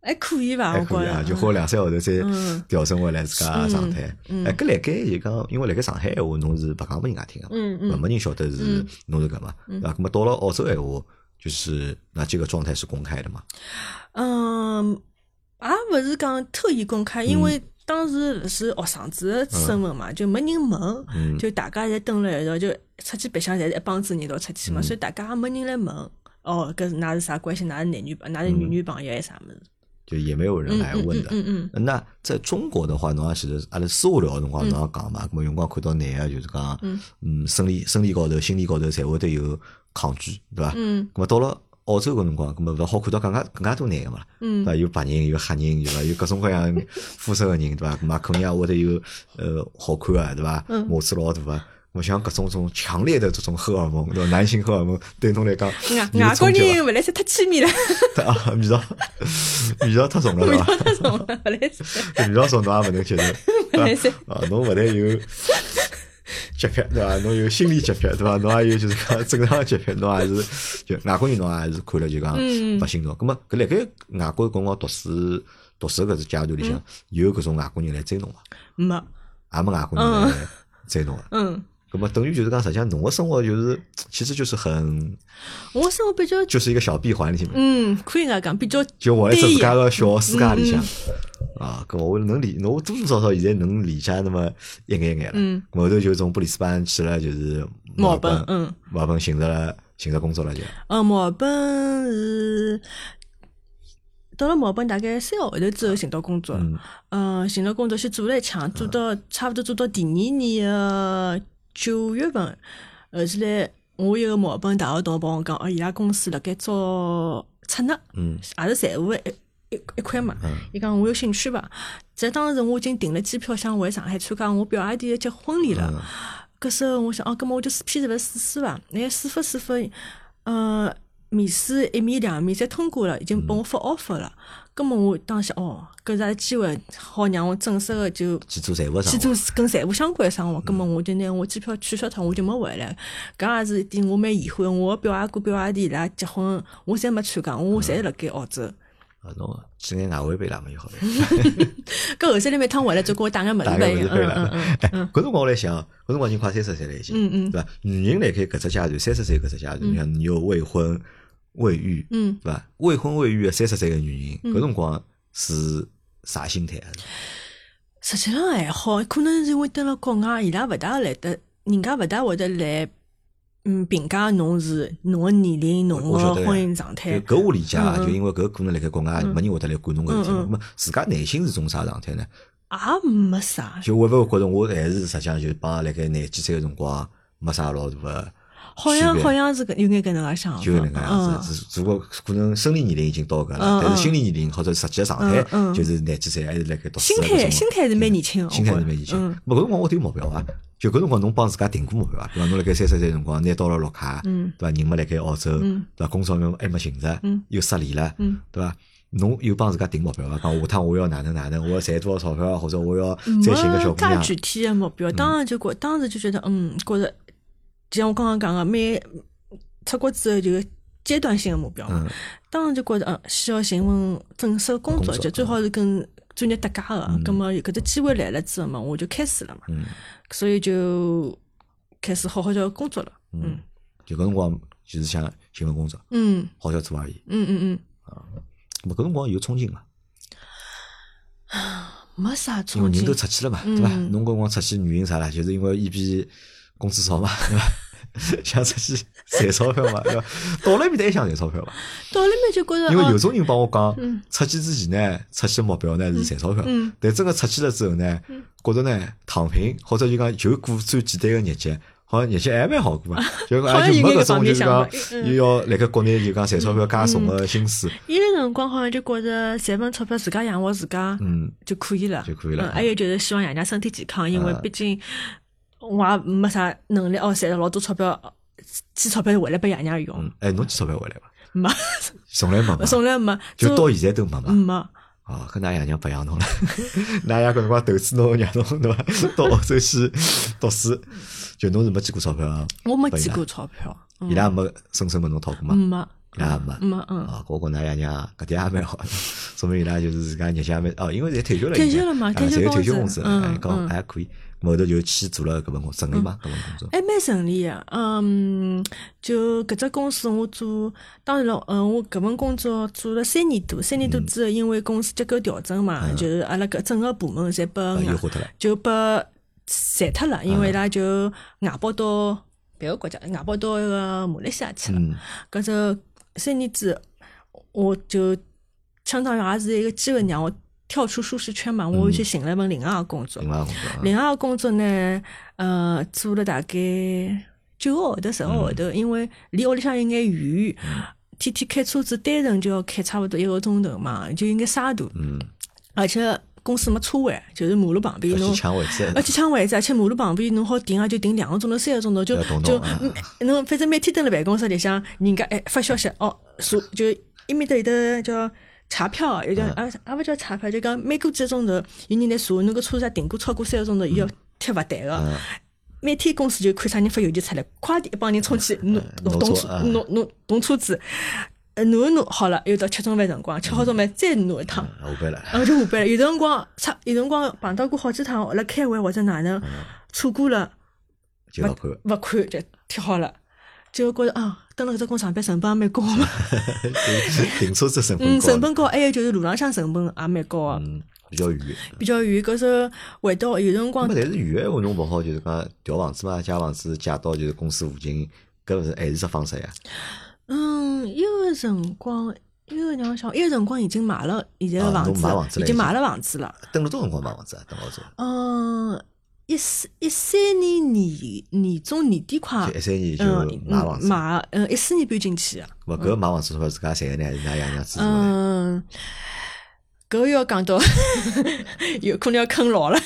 Speaker 2: 还可以伐？
Speaker 1: 还
Speaker 2: 我觉
Speaker 1: 可以啊，
Speaker 2: 着
Speaker 1: 就花两三个号头再
Speaker 2: 嗯
Speaker 1: 调整回来自家的状态。
Speaker 2: 嗯嗯
Speaker 1: 哎，搿辣盖就讲，因为辣盖上海闲话，侬是勿讲拨人家听个嘛，
Speaker 2: 嗯
Speaker 1: 勿
Speaker 2: 嗯
Speaker 1: 没人晓得是侬是搿嘛，对伐？搿么到了澳洲闲话，就是那这个状态是公开的嘛，
Speaker 2: 嗯，也勿是讲特意公开，因为当时是学生子的身份嘛，就没人
Speaker 1: 嗯
Speaker 2: 问，就大家侪蹲辣一道，就出去白相，侪是一帮子人一道出去嘛，所以大家也没人来问。哦，搿是㑚是啥关系？㑚是男女朋，㑚是女女朋友还是啥物事？
Speaker 1: 就也没有人来问的。
Speaker 2: 嗯嗯
Speaker 1: 那在中国的话，侬也其实阿拉私下聊的辰光，侬也讲嘛，搿么有辰光看到男个就是讲，嗯，生理生理高头、心理高头，侪会得有抗拒，对伐？
Speaker 2: 嗯
Speaker 1: 咁么啊到了澳洲搿辰光，咁么勿好看到更加更加多男个嘛，
Speaker 2: 嗯
Speaker 1: 对伐？有白人，有黑人，对伐？有各种各样肤色个人，对伐？咁啊嘛，肯定也会得有呃好看啊，对伐？
Speaker 2: 嗯
Speaker 1: 码子老大啊。我想搿种种强烈的这种荷尔蒙，对伐？男性荷尔蒙对侬来
Speaker 2: <laughs>
Speaker 1: 讲，
Speaker 2: 嗯，
Speaker 1: 有
Speaker 2: 外外国
Speaker 1: 冲击伐
Speaker 2: 人勿来塞太亲密了，
Speaker 1: <laughs>
Speaker 2: <laughs>
Speaker 1: 啊，味道味道太重了，
Speaker 2: 味
Speaker 1: 对
Speaker 2: 道
Speaker 1: 伐？
Speaker 2: 太重了，勿来塞。
Speaker 1: 味道重侬也勿能接受，对伐？啊，侬勿但有洁癖，对伐？侬有心理洁癖，对伐？侬也有就是讲正常的洁癖，侬也是就外国人侬也是看了就讲勿心动。咁么搿辣盖外国辰光读书读书搿只阶段里向，有搿种外国人来追侬伐？啊
Speaker 2: 没，
Speaker 1: 也没外国人来追侬个。
Speaker 2: 嗯，
Speaker 1: 咁么等于就是讲，实际上侬个生活就是，其实就是很，
Speaker 2: 我生活比较，
Speaker 1: 就是一个小闭环，你听没？
Speaker 2: 嗯，可以搿讲，比较
Speaker 1: 就活在自
Speaker 2: 低
Speaker 1: 家
Speaker 2: 一
Speaker 1: 个小世界里向
Speaker 2: 嗯
Speaker 1: 啊。咁我能理，我多多少少现在能理解那么一眼一眼了
Speaker 2: 嗯。
Speaker 1: 后头就从布里斯班去了，就是墨
Speaker 2: 墨
Speaker 1: 尔
Speaker 2: 尔本
Speaker 1: 本，
Speaker 2: 嗯，
Speaker 1: 墨尔本寻着了寻着工作了就。
Speaker 2: 呃，墨尔本是到了墨尔本大概三个号头之后寻到工作，嗯，寻到工作先做了一抢，做到差不多做到第二年的九月份，后头来我一个墨尔本大学同学帮我讲，哦，伊拉公司辣盖招出纳，
Speaker 1: 嗯，
Speaker 2: 也是财务的一一一块嘛，伊讲我有兴趣伐？在当时我已经订了机票，想回上海参加我表阿弟的结婚礼
Speaker 1: 嗯
Speaker 2: 了。搿时候我想，哦，搿么我就试批是勿是试试伐？哎，试发试发，呃，面试一面两面侪通过了，已经帮我
Speaker 1: 嗯
Speaker 2: 发 offer 了。搿么我当时哦，搿是也机会，好让我正式的就
Speaker 1: 去做财务
Speaker 2: 去
Speaker 1: 上，嗯
Speaker 2: 做跟财务相关的生活，葛末我就拿我机票取消脱，我就没回来。搿也是一点我蛮遗憾的。我的表阿哥、表阿弟伊拉结婚，我侪没哦参加，我侪辣盖澳洲。
Speaker 1: 啊侬去眼外汇被拉嘛就好了。 <laughs>
Speaker 2: 搿后头来每趟回来就给我带眼物事
Speaker 1: 大
Speaker 2: 来
Speaker 1: 概勿，是
Speaker 2: 嗯
Speaker 1: 对
Speaker 2: 嗯
Speaker 1: 了
Speaker 2: 嗯。。
Speaker 1: 哎，搿辰光我来想，搿辰光已经快三十岁了，已经，对伐？女人辣盖搿只阶段，三十岁搿只阶段，你看你又未婚未育，
Speaker 2: 嗯
Speaker 1: 对伐？未婚未育的三十岁个女人，搿辰光是啥心态啊？
Speaker 2: 实际上还好，可能是因为蹲辣国外，伊拉勿大来得，人家勿大会得来，嗯，评价侬是侬个年龄、侬
Speaker 1: 我
Speaker 2: 个
Speaker 1: 晓得呀
Speaker 2: 婚姻状态。
Speaker 1: 搿我理解啊，
Speaker 2: 嗯嗯嗯
Speaker 1: 就因为搿可能辣盖国外没人会得来管侬搿事体嘛。
Speaker 2: 嗯嗯
Speaker 1: 那么自家内心是种啥状态呢？
Speaker 2: 也没啥，
Speaker 1: 就会勿会觉得我还是实际上就帮辣盖廿几岁个辰光没啥老大个。
Speaker 2: 好像
Speaker 1: 区别
Speaker 2: 好像是搿有眼搿能介啊想法。
Speaker 1: 就搿能介样子，只只不过可能生理年龄已经到搿了
Speaker 2: 嗯，
Speaker 1: 但
Speaker 2: 嗯
Speaker 1: 是心理年龄或者实际的状态
Speaker 2: 嗯嗯
Speaker 1: 就是廿几岁还是辣盖读书
Speaker 2: 嗯，心
Speaker 1: 啊搿
Speaker 2: 态
Speaker 1: 种
Speaker 2: 心态是蛮年轻的，
Speaker 1: 心态
Speaker 2: 我
Speaker 1: 是
Speaker 2: 觉
Speaker 1: 蛮
Speaker 2: 得
Speaker 1: 年轻
Speaker 2: 嗯。
Speaker 1: 咾搿辰光我有目标啊，就搿辰光侬帮自家定过目标啊，比方侬辣盖三十岁辰光拿到了绿卡，对
Speaker 2: 嗯
Speaker 1: 伐？人没辣盖澳洲，对
Speaker 2: 嗯
Speaker 1: 伐？工哎作还没寻着
Speaker 2: 嗯，
Speaker 1: 又失恋了，
Speaker 2: 嗯
Speaker 1: 对伐？侬有帮自家定目标啊伐？讲下趟我要哪能哪能，我要赚多少钞票，或者我嗯要
Speaker 2: 嗯
Speaker 1: 再寻个小啊姑
Speaker 2: 没
Speaker 1: 娘
Speaker 2: 介具体的目标，当然就觉，当时就觉得，嗯，觉着，就像我刚刚讲的，每出国之后就阶段性的目标嘛，
Speaker 1: 嗯
Speaker 2: 当时就觉得，呃，需要寻份正式的工
Speaker 1: 工
Speaker 2: 作，
Speaker 1: 作嗯
Speaker 2: 就最好是跟专业搭界的。那么有啊搿只机会来了之后嘛，我就开始了嘛，
Speaker 1: 嗯
Speaker 2: 所以就开始好好叫工作了。
Speaker 1: 嗯
Speaker 2: 嗯，
Speaker 1: 就搿辰光就是想寻份工作，
Speaker 2: 嗯
Speaker 1: 好叫做而已。
Speaker 2: 嗯嗯
Speaker 1: 咾搿辰光有冲劲伐？
Speaker 2: 嗯，没啥
Speaker 1: 因为
Speaker 2: 冲
Speaker 1: 人
Speaker 2: 劲嗯
Speaker 1: 都。出去了嘛，对伐？侬搿辰光出去原因啥啦？就是因为 E 伊比工资少嘛，对伐？ <laughs> 想出去赚钞票嘛，对伐？到了埃面搭还想赚钞票嘛？
Speaker 2: 到了面就觉着，
Speaker 1: 因为
Speaker 2: 哦
Speaker 1: 有种人帮我讲，出去之前呢，出去目标呢是赚钞票
Speaker 2: 嗯，
Speaker 1: 但真个出去了之后呢，觉着呢躺平，或者就讲就过最简单个日节。好像日节还蛮好
Speaker 2: <laughs>
Speaker 1: 过嘛，就
Speaker 2: 好
Speaker 1: 讲哎
Speaker 2: 像
Speaker 1: 也就没搿
Speaker 2: 有眼
Speaker 1: 种
Speaker 2: 方
Speaker 1: 就
Speaker 2: 面
Speaker 1: 是
Speaker 2: 想
Speaker 1: 讲
Speaker 2: 法嗯
Speaker 1: 又要辣盖国内就讲赚钞票加重个心思，
Speaker 2: 伊个辰光好像就觉着赚份钞票自家养活自家，
Speaker 1: 嗯，
Speaker 2: 就可以了，
Speaker 1: 就可以了啊
Speaker 2: 嗯还有就是希望爷娘身体健康，因为毕竟我也没啥能力哦，赚了老多钞票，寄钞票回来拨爷娘用，
Speaker 1: 哎，侬几钞票回来伐？
Speaker 2: 没，
Speaker 1: 从来没嘛，
Speaker 2: 从来没，
Speaker 1: 嗯啊就到现在都没嘛
Speaker 2: 嗯。没。
Speaker 1: 哦，搿㑚爷娘白养侬了， <laughs> 㑚爷搿辰光投资侬，让侬对伐？ <laughs> 到澳洲去读书，就侬是没见过钞票啊，
Speaker 2: 我没寄过钞票，
Speaker 1: 伊拉没伸手问侬讨过
Speaker 2: 嗯
Speaker 1: 嘛，
Speaker 2: 没
Speaker 1: 伊拉也没。
Speaker 2: 没嗯，
Speaker 1: 啊，我觉㑚爷娘搿点也蛮好的， <laughs> 说明伊拉就是自家日节也蛮哦，因为侪退休了已经，
Speaker 2: 退休了嘛
Speaker 1: 啊
Speaker 2: 退休
Speaker 1: 侪有
Speaker 2: 工
Speaker 1: 退休
Speaker 2: 资
Speaker 1: 工资，
Speaker 2: 嗯
Speaker 1: 哎，讲
Speaker 2: 嗯
Speaker 1: 还可以，后头就去做了搿份工，顺利嘛，搿份工作，
Speaker 2: 还哎蛮顺利的。嗯，就搿只公司我做，当然了，嗯，我搿份工作做了三年多，三年
Speaker 1: 嗯
Speaker 2: 多之后，因为公司结构调整嘛，就是阿拉搿整个部门侪拨
Speaker 1: 啊，
Speaker 2: 外
Speaker 1: 又豁脱了，
Speaker 2: 就被裁脱了，因为伊
Speaker 1: 啊
Speaker 2: 拉就外包到别个国家，外包到那个马来西亚去了。
Speaker 1: 嗯
Speaker 2: 搿只三年之后，我就相当于也是一个机会让我跳出舒适圈嘛，
Speaker 1: 嗯
Speaker 2: 我又去寻了一份另外个工作
Speaker 1: 另。外个工作啊，
Speaker 2: 另外个工作呢，呃，做了大概九个号头、十个号
Speaker 1: 嗯
Speaker 2: 头，因为离屋里向有眼远，天天开车子单程就要开差不多一个钟头嘛，就有眼沙土，
Speaker 1: 嗯，
Speaker 2: 而且公司没车位，就是马路旁边
Speaker 1: 要
Speaker 2: 哎侬哦
Speaker 1: 去。抢位置
Speaker 2: 而，且抢位置，而且马路旁边侬好停啊，就停两个钟头、三个钟头，就
Speaker 1: 要动动
Speaker 2: 就
Speaker 1: 啊
Speaker 2: 嗯侬反正每天蹲辣办公室里向，人家哎发消息哦，所就一面搭有得叫查票啊，有叫
Speaker 1: 嗯
Speaker 2: 啊啊勿叫查票，就讲每过几个钟头有人来查侬个车子停过超过三个钟头，伊要贴罚单
Speaker 1: 嗯
Speaker 2: 个。每天公司就看啥人发邮件出来，快点一帮人冲去弄
Speaker 1: 嗯弄
Speaker 2: 动
Speaker 1: 车
Speaker 2: 车
Speaker 1: 啊，
Speaker 2: 弄弄动车子。呃挪一挪好了，又到吃中饭辰光，吃好中饭再挪一趟，
Speaker 1: 下班了。
Speaker 2: 然后就下班了。有辰光差，有辰光碰到过好几趟，辣开会或者哪
Speaker 1: 嗯
Speaker 2: 能错过了，
Speaker 1: 就要看，
Speaker 2: 勿看就贴好了，就觉着啊，蹲辣搿只工上班成本也蛮高嘛。
Speaker 1: <laughs> 停车只成本
Speaker 2: 嗯，
Speaker 1: 高，
Speaker 2: 成本高，还有就是路浪向成本也蛮高个，
Speaker 1: 嗯比较远。
Speaker 2: 比较远。搿是回到有辰
Speaker 1: 那
Speaker 2: 光
Speaker 1: 么，但是远闲话侬勿好，就是讲调房子嘛，借房子借到就是公司附近，搿勿是还是只方式呀？
Speaker 2: 嗯，一个辰光，一个让我想，一个辰光已经买了现在
Speaker 1: 啊
Speaker 2: 个房
Speaker 1: 侬买房子
Speaker 2: 子，
Speaker 1: 了
Speaker 2: 已
Speaker 1: 已
Speaker 2: 经
Speaker 1: 经
Speaker 2: 买了房子了。
Speaker 1: 等了多少辰光买房子啊？等老早，
Speaker 2: 嗯，一四一三年年年中年底快
Speaker 1: 就，一三年就
Speaker 2: 嗯，
Speaker 1: 买房
Speaker 2: 嗯
Speaker 1: 子。
Speaker 2: 买，嗯，一四年搬进去的。
Speaker 1: 勿搿买房子是勿自家赚个呢，还是㑚爷娘资助呢？
Speaker 2: 嗯，搿要讲到， <laughs> 有可能要坑老了。
Speaker 1: 啊，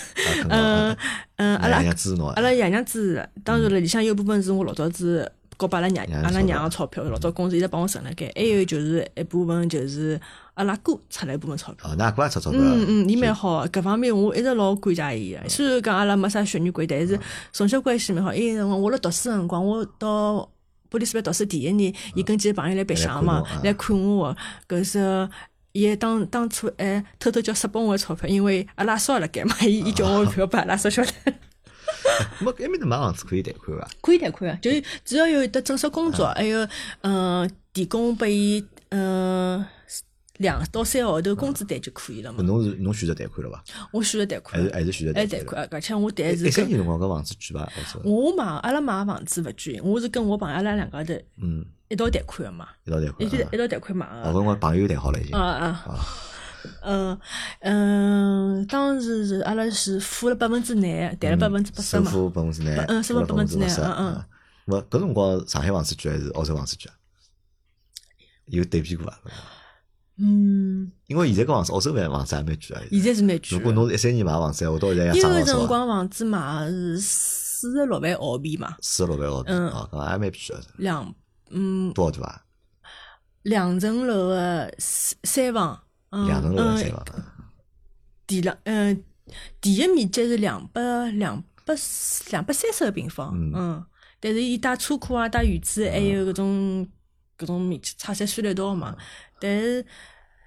Speaker 2: 嗯嗯，阿
Speaker 1: 阿拉爷
Speaker 2: 拉
Speaker 1: 娘资助侬啊
Speaker 2: 阿，拉爷娘支持，当然了，里向有部分是我老早子交拨阿拉娘
Speaker 1: 娘
Speaker 2: 阿拉
Speaker 1: 钞
Speaker 2: 娘
Speaker 1: 票
Speaker 2: 个钞票，老早公司一直帮我存辣盖，还有就是一部分就是阿拉哥出了一部分钞票。
Speaker 1: 哦，那阿哥也出钞票，
Speaker 2: 嗯嗯，伊蛮好的，搿方面我一直老感谢伊个。虽然讲阿拉没啥血缘关系，但是从小关系蛮好。因为我我辣读书个辰光，我到布里斯班读书第一年，伊跟几个朋友来白相嘛
Speaker 1: 来看侬啊，
Speaker 2: 嗯来看我个。搿是伊还当当初还偷偷叫塞拨我个钞票，因为阿拉嫂辣盖嘛，伊伊叫我勿要拨阿拉嫂晓得。 <laughs>
Speaker 1: 没埃面搭买房子可以贷款伐？
Speaker 2: 可以贷款啊，就是只要有得正式工作，还有嗯提供拨伊嗯两到三个号头工资单就可以了嘛。
Speaker 1: 侬是侬选择贷款了伐？
Speaker 2: 我选择贷款
Speaker 1: 还，是还是选择
Speaker 2: 嗯还
Speaker 1: 贷
Speaker 2: 贷
Speaker 1: 款了？
Speaker 2: 款，而呃且我贷是
Speaker 1: 一三
Speaker 2: 跟
Speaker 1: 年辰光搿房子贵伐？还是
Speaker 2: 我买阿拉买个房子勿贵，我是跟我朋友阿拉两家头
Speaker 1: 嗯，
Speaker 2: 一道贷款个嘛，
Speaker 1: 一道贷
Speaker 2: 一
Speaker 1: 款
Speaker 2: 起
Speaker 1: 啊。
Speaker 2: 一道贷款买
Speaker 1: 哦，
Speaker 2: 个。
Speaker 1: 我朋友谈好了已经
Speaker 2: 啊。啊，嗯嗯，当时是阿拉是付了百分之廿，贷了百分之八十
Speaker 1: 首
Speaker 2: 嘛。
Speaker 1: 付嗯百分之廿，
Speaker 2: 嗯首付
Speaker 1: 付了分之
Speaker 2: 百分之
Speaker 1: 十，
Speaker 2: 廿嗯嗯
Speaker 1: 啊。我搿辰光上海房子贵还是澳洲房子贵啊？有对比过伐？
Speaker 2: 嗯，
Speaker 1: 因为现在搿房子澳洲房房子还蛮贵啊。
Speaker 2: 现在是蛮
Speaker 1: 如果
Speaker 2: 贵的。
Speaker 1: 侬是一三年买房子，我到现在要
Speaker 2: 一
Speaker 1: 涨
Speaker 2: 个
Speaker 1: 多
Speaker 2: 辰
Speaker 1: 少啊？
Speaker 2: 光房子买是四十六万澳币嘛。
Speaker 1: 四十六万澳币
Speaker 2: 嗯
Speaker 1: 啊，搿还蛮贵啊。
Speaker 2: 两嗯
Speaker 1: 多少大啊？
Speaker 2: 两层楼的三三房，嗯
Speaker 1: 两层楼的三
Speaker 2: 嗯，
Speaker 1: 房啊。
Speaker 2: 第两嗯第一面积是两百两百两百三十个平方，
Speaker 1: 嗯
Speaker 2: 嗯，但是伊带车库啊、带院子，还有搿种搿种面积差侪算了一道嘛，但是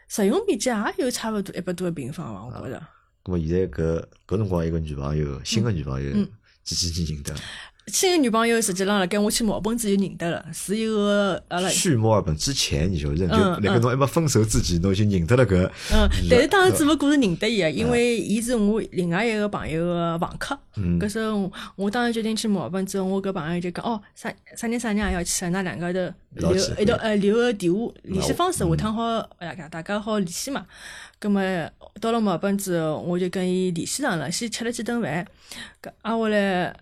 Speaker 2: 实用面积也有差勿多一百多个平方伐，我觉着。
Speaker 1: 那么现在搿搿辰光一个女朋友，新个女朋友
Speaker 2: 嗯，
Speaker 1: 几几年认得了？
Speaker 2: 新个女朋友实际浪辣盖我去毛本子就认得了，是一个阿拉
Speaker 1: 去墨尔本之前你就认，就
Speaker 2: 嗯
Speaker 1: 辣盖侬还没分手之前，侬已经认得了搿。
Speaker 2: 嗯，但是当时
Speaker 1: 是
Speaker 2: 只不过是认得伊个，因为伊是我另外一个朋友个房客。
Speaker 1: 嗯
Speaker 2: 搿时候我我当时决定去墨尔本之后，我搿朋友就讲哦，啥啥人啥人也要去，㑚两家头
Speaker 1: 一道嗯
Speaker 2: 留
Speaker 1: 去
Speaker 2: 一道呃留个电话联系
Speaker 1: 嗯
Speaker 2: 方式，下趟好大家大家好联系嘛。葛末到了墨尔本之后，我就跟伊联系上了，先吃了几顿饭。搿挨下来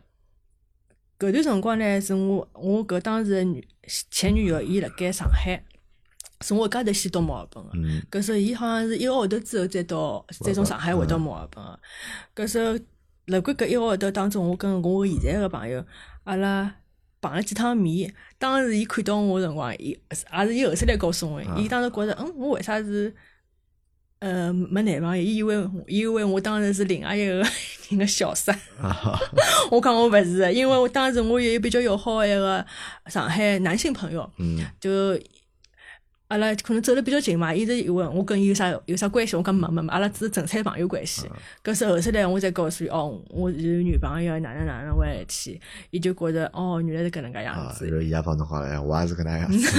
Speaker 2: 搿段辰光呢，是我我搿当时的女前女友，伊辣盖上海，是我一家头先到墨尔本个。
Speaker 1: 嗯，
Speaker 2: 搿时候伊好像是一个号头之后再到，再从上海回到墨尔本个。搿时候辣盖搿一个号头当中，我跟我现在个朋友，阿拉碰了几趟面。当时伊看到我的辰光，伊也是伊后头来告诉我的，伊当时觉着，嗯，我为啥是？呃，没男朋友，伊以为我伊以为我当时是另外一个人个小三，我讲我勿是，因为我当时我有一个比较要好的一个上海男性朋友，
Speaker 1: 嗯，
Speaker 2: 就阿拉可能走得比较近嘛，一直以为我跟伊有啥有啥关系，我讲没没没，阿拉只是纯粹朋友关
Speaker 1: 嗯
Speaker 2: 系。搿是后头来我才告诉伊，哦，我有女朋友，哪能哪能回来去，伊就觉着哦，原来是搿嗯能介样
Speaker 1: 啊，
Speaker 2: 子
Speaker 1: 然。后伊也帮侬好了，我也是搿能样子。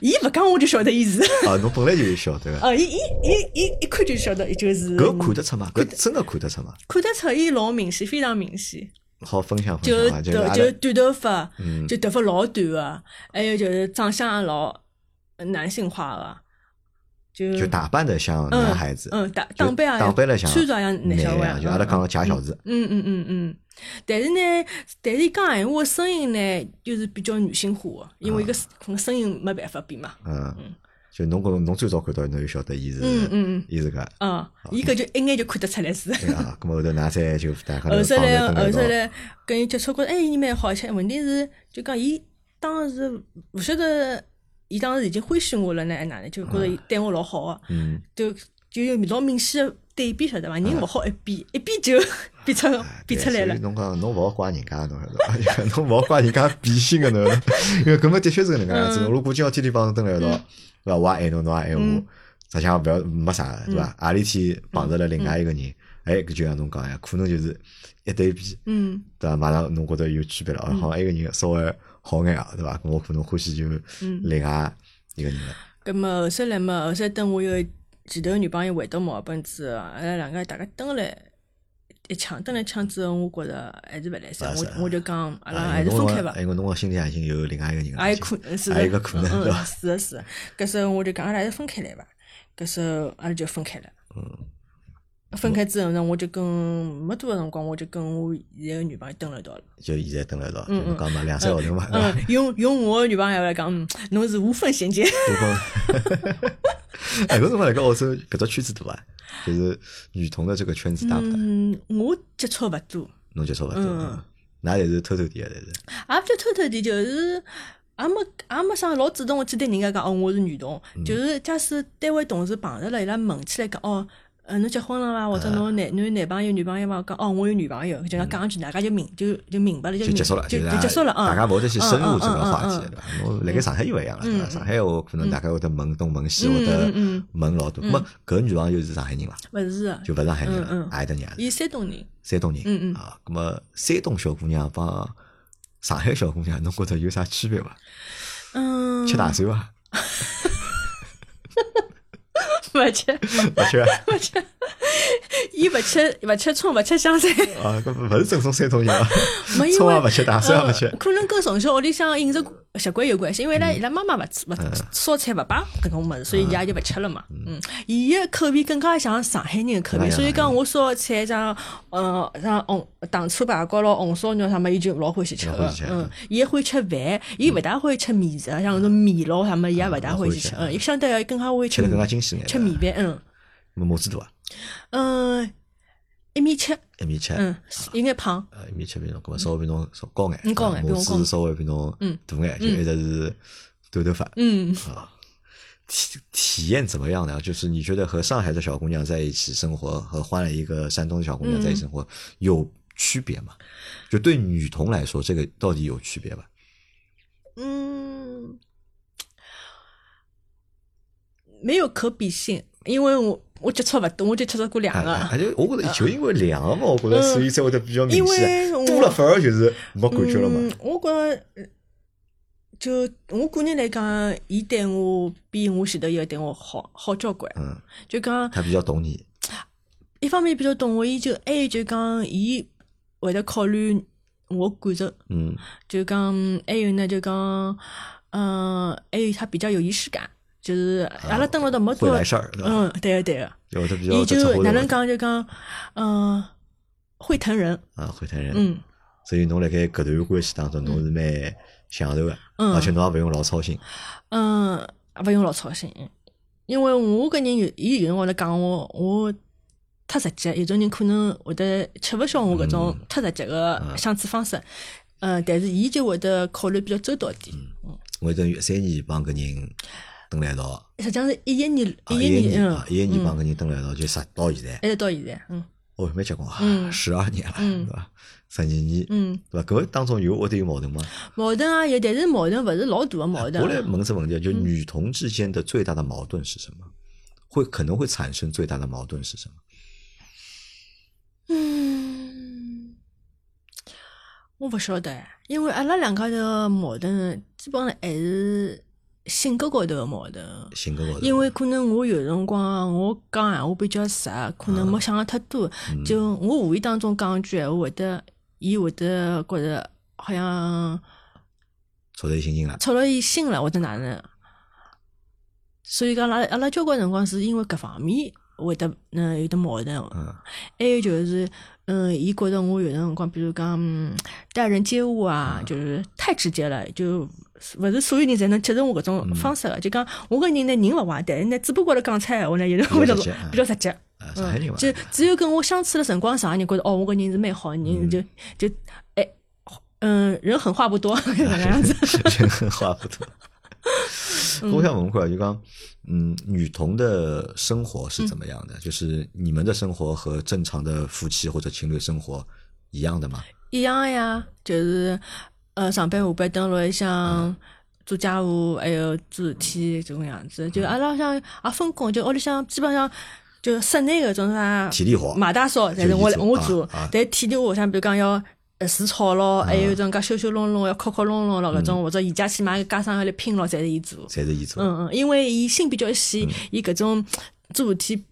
Speaker 2: 伊勿讲我就晓得伊是，
Speaker 1: 啊，侬本来就晓得个，
Speaker 2: 哦，伊伊伊伊一看就晓得，伊就是
Speaker 1: 搿看得出嘛？
Speaker 2: 嗯
Speaker 1: 搿真个看得出嘛？
Speaker 2: 看得出伊老明显，非常明显。
Speaker 1: 好分享分
Speaker 2: 就
Speaker 1: 享啊，
Speaker 2: 头
Speaker 1: 哦是阿
Speaker 2: 就
Speaker 1: 拉嗯
Speaker 2: 短头发，就头发老短个，还有就是长相也老男性化个，就
Speaker 1: 就打扮的像
Speaker 2: 嗯
Speaker 1: 男孩子，
Speaker 2: 嗯，打
Speaker 1: 就
Speaker 2: 打扮啊，
Speaker 1: 打扮的像
Speaker 2: 穿着也
Speaker 1: 男
Speaker 2: 男小孩
Speaker 1: 样，，啊就阿拉
Speaker 2: 嗯
Speaker 1: 讲个假小子，
Speaker 2: 嗯嗯嗯嗯，但是呢，但是伊讲闲话的声音呢，就是比较女性化的，因为一个
Speaker 1: 啊
Speaker 2: 可能声音没办法比嘛。
Speaker 1: 嗯，就侬觉侬最早看到侬就晓得伊是
Speaker 2: 嗯嗯
Speaker 1: 伊是搿。
Speaker 2: 嗯，伊搿就一眼就看得出
Speaker 1: <laughs>
Speaker 2: 来是。
Speaker 1: 对 <laughs> 啊，咁后头㑚再就大家
Speaker 2: 后
Speaker 1: 放
Speaker 2: 头
Speaker 1: 在
Speaker 2: 来，
Speaker 1: 跟
Speaker 2: 后
Speaker 1: 一
Speaker 2: 头
Speaker 1: 道，
Speaker 2: 来跟伊接触过，哎，伊蛮好，而且问题是，就讲伊当时勿晓得，伊当时已经欢喜我了呢，还哪能，就觉着伊对我老好啊个，
Speaker 1: 嗯，
Speaker 2: 就就有老明显个对比，晓得伐？人勿好一比，一比就 <laughs> 比出比啊出来
Speaker 1: 啊对
Speaker 2: 了
Speaker 1: 所以。侬讲侬勿好怪人家，侬晓得 <laughs> 伐？就 <laughs> 讲侬勿好怪人家比心个侬晓得伐，因为搿么的确是搿能介样子。
Speaker 2: 嗯
Speaker 1: 我如果今朝天天帮侬蹲辣一道，对伐？我也爱侬，侬也爱我，实际上勿要没啥个，对
Speaker 2: 嗯
Speaker 1: 伐？何里天碰着了另外一个人，哎，搿就像侬讲呀，可能就是一对比，
Speaker 2: 嗯，
Speaker 1: 对伐？马上侬觉着有区别了，哦好像埃个人稍微好眼啊，对伐？咾我可能欢喜就
Speaker 2: 嗯
Speaker 1: 另外一个人了。
Speaker 2: 咁么后首来嘛，后首等我有前头个女朋友回到墨尔本之后，阿拉两个大家蹲了一枪，蹲了一枪之后，我觉着还是勿来三，
Speaker 1: 啊是啊
Speaker 2: 我我就讲阿拉
Speaker 1: 啊
Speaker 2: 还是分开哎伐。
Speaker 1: 因为侬个心里向已经有另外一个人了，
Speaker 2: 也有可能是的，
Speaker 1: 还有一个可能，对
Speaker 2: 嗯，
Speaker 1: 伐？
Speaker 2: 嗯是的，是的。搿时候我就讲，阿拉还是分开来伐？搿时候阿拉就分开了。
Speaker 1: 嗯
Speaker 2: 分开之后呢，我就跟没多少辰光，我就跟我现在个女朋友蹲辣一道了。
Speaker 1: 就现在蹲辣一道，就侬讲嘛，两三个号头嘛，对伐
Speaker 2: 嗯？，用用我个女朋友来讲，嗯，侬是无缝衔接。
Speaker 1: 多方。
Speaker 2: <laughs>
Speaker 1: <laughs> 哎，搿辰光辣盖澳洲搿只圈子大伐？就是女童的这个圈子大不大？
Speaker 2: 嗯，我接触勿多，
Speaker 1: 侬接触勿多，
Speaker 2: 嗯
Speaker 1: 嗯㑚侪是偷偷点个，侪是。
Speaker 2: 也勿叫偷偷地，就是也没也没啥老主动地去对人家讲哦，我是女同，
Speaker 1: 嗯
Speaker 2: 就是假使单位同事碰着了，伊拉问起来讲哦。呃，侬结婚了伐？或
Speaker 1: 啊
Speaker 2: 者侬男侬有男朋友、女朋友伐？讲哦，我有女朋友，就讲讲一句，大家就明就就明白了，
Speaker 1: 嗯
Speaker 2: 就
Speaker 1: 就
Speaker 2: 明
Speaker 1: 结束了，
Speaker 2: 就是就结束了啊。
Speaker 1: 大家勿会得去深入这个话
Speaker 2: 嗯嗯嗯
Speaker 1: 题，
Speaker 2: 嗯
Speaker 1: 对伐？侬辣盖上海又勿一样了，对伐？上海话可能大家会得问东问西，
Speaker 2: 嗯
Speaker 1: 会得
Speaker 2: 嗯嗯
Speaker 1: 问老多。那么搿女朋友是上海人伐？
Speaker 2: 嗯勿是啊，
Speaker 1: 就勿是上海人
Speaker 2: 嗯
Speaker 1: 了
Speaker 2: 嗯，
Speaker 1: 阿里搭人啊
Speaker 2: 伊山东人，
Speaker 1: 山东
Speaker 2: 嗯
Speaker 1: 人
Speaker 2: 嗯
Speaker 1: 啊。那么山东小姑娘帮上海小姑娘，侬觉着有啥区别伐？
Speaker 2: 嗯， <laughs>
Speaker 1: 吃大蒜伐？
Speaker 2: 勿吃
Speaker 1: 勿吃啊，
Speaker 2: 勿吃，伊勿吃勿吃葱，勿吃香菜。
Speaker 1: 啊搿勿是正宗山东人啊，
Speaker 2: 没因
Speaker 1: 葱
Speaker 2: 为
Speaker 1: 也勿吃，大蒜也勿吃
Speaker 2: 呃。可能跟从小屋里向饮食习惯有关系，因为伊拉
Speaker 1: 嗯
Speaker 2: 伊拉妈妈勿吃勿烧菜勿摆搿种物事，所以伊也就勿吃了嘛。嗯，伊个口味更加像上海人个口
Speaker 1: 更
Speaker 2: 味，
Speaker 1: 加像
Speaker 2: 所以讲我烧的菜像呃像红糖醋排骨咯、红烧肉啥么，伊就老欢喜吃
Speaker 1: 老欢
Speaker 2: 个
Speaker 1: 喜吃。
Speaker 2: 嗯，伊也欢喜吃饭，伊勿大欢喜吃面食，像搿种面咯啥么，伊也勿大欢喜吃。
Speaker 1: 嗯
Speaker 2: 嗯，伊相对要更加欢喜
Speaker 1: 吃
Speaker 2: 吃
Speaker 1: 了更加
Speaker 2: 面
Speaker 1: 精细眼。
Speaker 2: 吃米饭。嗯
Speaker 1: 么拇指大，
Speaker 2: 嗯，一面吃，
Speaker 1: 一米七，
Speaker 2: 嗯，有眼胖。
Speaker 1: 呃，一米七比侬，搿么稍微比侬稍高眼，
Speaker 2: 嗯高眼
Speaker 1: 啊
Speaker 2: 比我
Speaker 1: 拇
Speaker 2: 高
Speaker 1: 指稍微比侬大眼，就一直是短头发
Speaker 2: 嗯，
Speaker 1: 啊。体体验怎么样呢？就是你觉得和上海的小姑娘在一起生活，和换了一个山东的小姑娘在一起生活有区别吗？就对女童来说，这个到底有区别吧？
Speaker 2: 嗯，没有可比性，因为我我接触勿多，我就接触过两
Speaker 1: 哎哎
Speaker 2: 个。
Speaker 1: 哎，就我觉得就因为两个嘛，我觉得所以才会得比较明显
Speaker 2: 因为，我
Speaker 1: 多了反而就是没感觉了嘛
Speaker 2: 嗯。，我觉着呃就我个人来讲，伊对我比我前头一个对我好好交关。
Speaker 1: 嗯，
Speaker 2: 就讲
Speaker 1: 他比较懂你，
Speaker 2: 一方面比较懂我，伊就还有就讲伊会得考虑我感受，
Speaker 1: 嗯
Speaker 2: 就讲还有呢就讲，嗯，还有他比较有仪式感，就是阿拉登了到没
Speaker 1: 啊会
Speaker 2: 多
Speaker 1: 来
Speaker 2: 少，
Speaker 1: 事儿，对吧？
Speaker 2: 嗯，对个对个。
Speaker 1: 就会得比较得
Speaker 2: 伊
Speaker 1: 出
Speaker 2: 就
Speaker 1: 活
Speaker 2: 哪
Speaker 1: 头
Speaker 2: 能讲就讲，嗯、会疼人，
Speaker 1: 啊，会疼人，
Speaker 2: 嗯，
Speaker 1: 所以侬辣盖搿段关系当中，侬是蛮享受个，
Speaker 2: 嗯
Speaker 1: 而且侬也勿用老操心。
Speaker 2: 嗯，也勿用老操心，因为我搿人有，伊有辰光来讲我，我太直接，有种人可能会得吃勿消我搿种
Speaker 1: 嗯
Speaker 2: 太直接个相处方式，嗯，但是伊就会得考虑比较周到一点。
Speaker 1: 嗯我等于三年帮搿人蹲辣一道，啊
Speaker 2: 实际上是一一年，
Speaker 1: 一
Speaker 2: 一
Speaker 1: 年
Speaker 2: 年，
Speaker 1: 啊
Speaker 2: 嗯，
Speaker 1: 一一年帮搿人蹲辣一道，就直到现在，
Speaker 2: 一直到现在，嗯
Speaker 1: 哦，蛮结棍啊，
Speaker 2: 嗯
Speaker 1: 十二年了，对伐？十二年，
Speaker 2: 嗯，
Speaker 1: 对伐？搿当中有会得有矛盾吗？
Speaker 2: 矛盾啊也有，但是矛盾勿是老大个矛
Speaker 1: 我来
Speaker 2: 盾。啊嗯
Speaker 1: 问只问题，就女同之间的最大的矛盾是什么？会可能会产生最大的矛盾是什么？
Speaker 2: 嗯，我勿晓得，因为阿拉两家头个矛盾基本上还是性格高头个矛盾。
Speaker 1: 性格高头，
Speaker 2: 因为可能我有辰光我讲闲话比较直，可能没想了太多，就我无意当中讲一句闲话，会得伊会得觉着好像
Speaker 1: 戳对心情了，
Speaker 2: 戳了伊心了，或者哪能。所以讲，阿拉阿拉交关辰光是因为搿方面会得嗯有得矛盾。
Speaker 1: 嗯
Speaker 2: 还有就是，嗯，伊觉得我有辰光，比如讲嗯待人接物啊，就是太直接了，就勿是所有人侪能接受我搿种方式个。就讲我搿人呢，人勿坏，但是呢，嘴巴高头讲出来闲话呢，有辰光
Speaker 1: 比较
Speaker 2: 就
Speaker 1: 直接啊
Speaker 2: 比较直接。
Speaker 1: 啊，上海人
Speaker 2: 嗯
Speaker 1: 嘛，，
Speaker 2: 就只有跟我相处的辰光长，人觉得哦，我搿人是蛮好的人，就就哎，嗯，人狠话不 <laughs> 多，搿能样
Speaker 1: <laughs>
Speaker 2: 子。
Speaker 1: 真的话不多。我想问一下，就刚，嗯，女童的生活是怎么样
Speaker 2: 嗯
Speaker 1: 的？就是你们的生活和正常的夫妻或者情侣生活一样的吗？
Speaker 2: 一样呀，就是呃上班下班登录里向做家务，还有做事体这种样
Speaker 1: 嗯
Speaker 2: 子。就阿拉像也分工，就屋里向基本上就室内搿种啥
Speaker 1: 体力活
Speaker 2: 买大扫，侪是我来
Speaker 1: 就你做
Speaker 2: 我
Speaker 1: 啊
Speaker 2: 做
Speaker 1: 啊。嗯
Speaker 2: 但体力活像比如讲要呃除草咯，还有种介修修弄弄，要敲敲弄弄咯搿种，或者宜家去买个家商要来拼咯，侪是伊做。
Speaker 1: 侪是伊做。
Speaker 2: 嗯嗯，因为伊心比较细，
Speaker 1: 嗯
Speaker 2: 伊搿种做事体，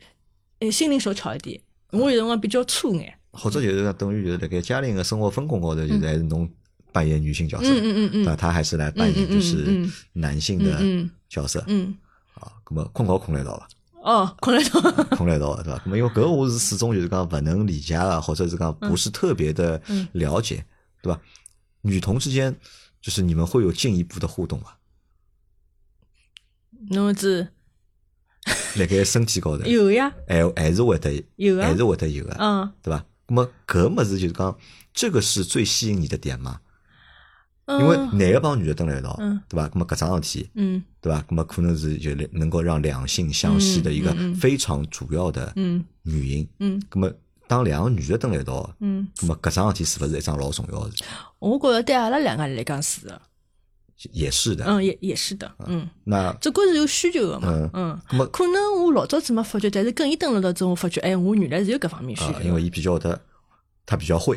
Speaker 2: 呃，心灵手巧一点。
Speaker 1: 嗯
Speaker 2: 我有辰光比较粗眼，
Speaker 1: 或者就是讲等于就是辣盖家庭个生活分工高头，就是还是侬扮演女性角色，
Speaker 2: 嗯嗯
Speaker 1: 对吧？她还是来扮演就是男性的
Speaker 2: 嗯嗯
Speaker 1: 角色
Speaker 2: 嗯，
Speaker 1: 啊。咁么困觉困来一道伐？
Speaker 2: 哦，困了到， <laughs>
Speaker 1: 碰来一道， <laughs> 对伐？咁因为搿我是始终就是讲勿能理解啊，或者是讲不是特别的
Speaker 2: 嗯
Speaker 1: 了解，对伐？女童之间就是你们会有进一步的互动伐？
Speaker 2: 侬子
Speaker 1: 辣盖身体高头，
Speaker 2: 有呀，
Speaker 1: 还还是会得，
Speaker 2: 有啊
Speaker 1: 还是会得有个，
Speaker 2: 嗯
Speaker 1: 对伐？咁么搿物事就是讲，这个是最吸引你的点嘛？
Speaker 2: 嗯，
Speaker 1: 因为男个帮女个蹲辣一道
Speaker 2: 嗯，
Speaker 1: 对伐？咁么搿桩事体，
Speaker 2: 嗯
Speaker 1: 对伐？咁么可能是就能够让两性相吸的一个
Speaker 2: 嗯嗯嗯
Speaker 1: 非常主要的
Speaker 2: 嗯
Speaker 1: 原因。
Speaker 2: 嗯
Speaker 1: 咁么当两个女的蹲辣一道，
Speaker 2: 嗯，
Speaker 1: 咁么搿桩事体是勿是一桩老重要的事？
Speaker 2: 我觉着对阿拉两个人来讲是的，
Speaker 1: 也是的。
Speaker 2: 嗯，也也是的，嗯，
Speaker 1: 那
Speaker 2: 这个是有需求的嘛，嗯
Speaker 1: 咁么，
Speaker 2: 可能我老早子没发觉，但是跟伊蹲了到之后，我发觉，哎，我原来是有搿方面需
Speaker 1: 啊，
Speaker 2: 求
Speaker 1: 因为
Speaker 2: 的，
Speaker 1: 伊比较的，他比较会，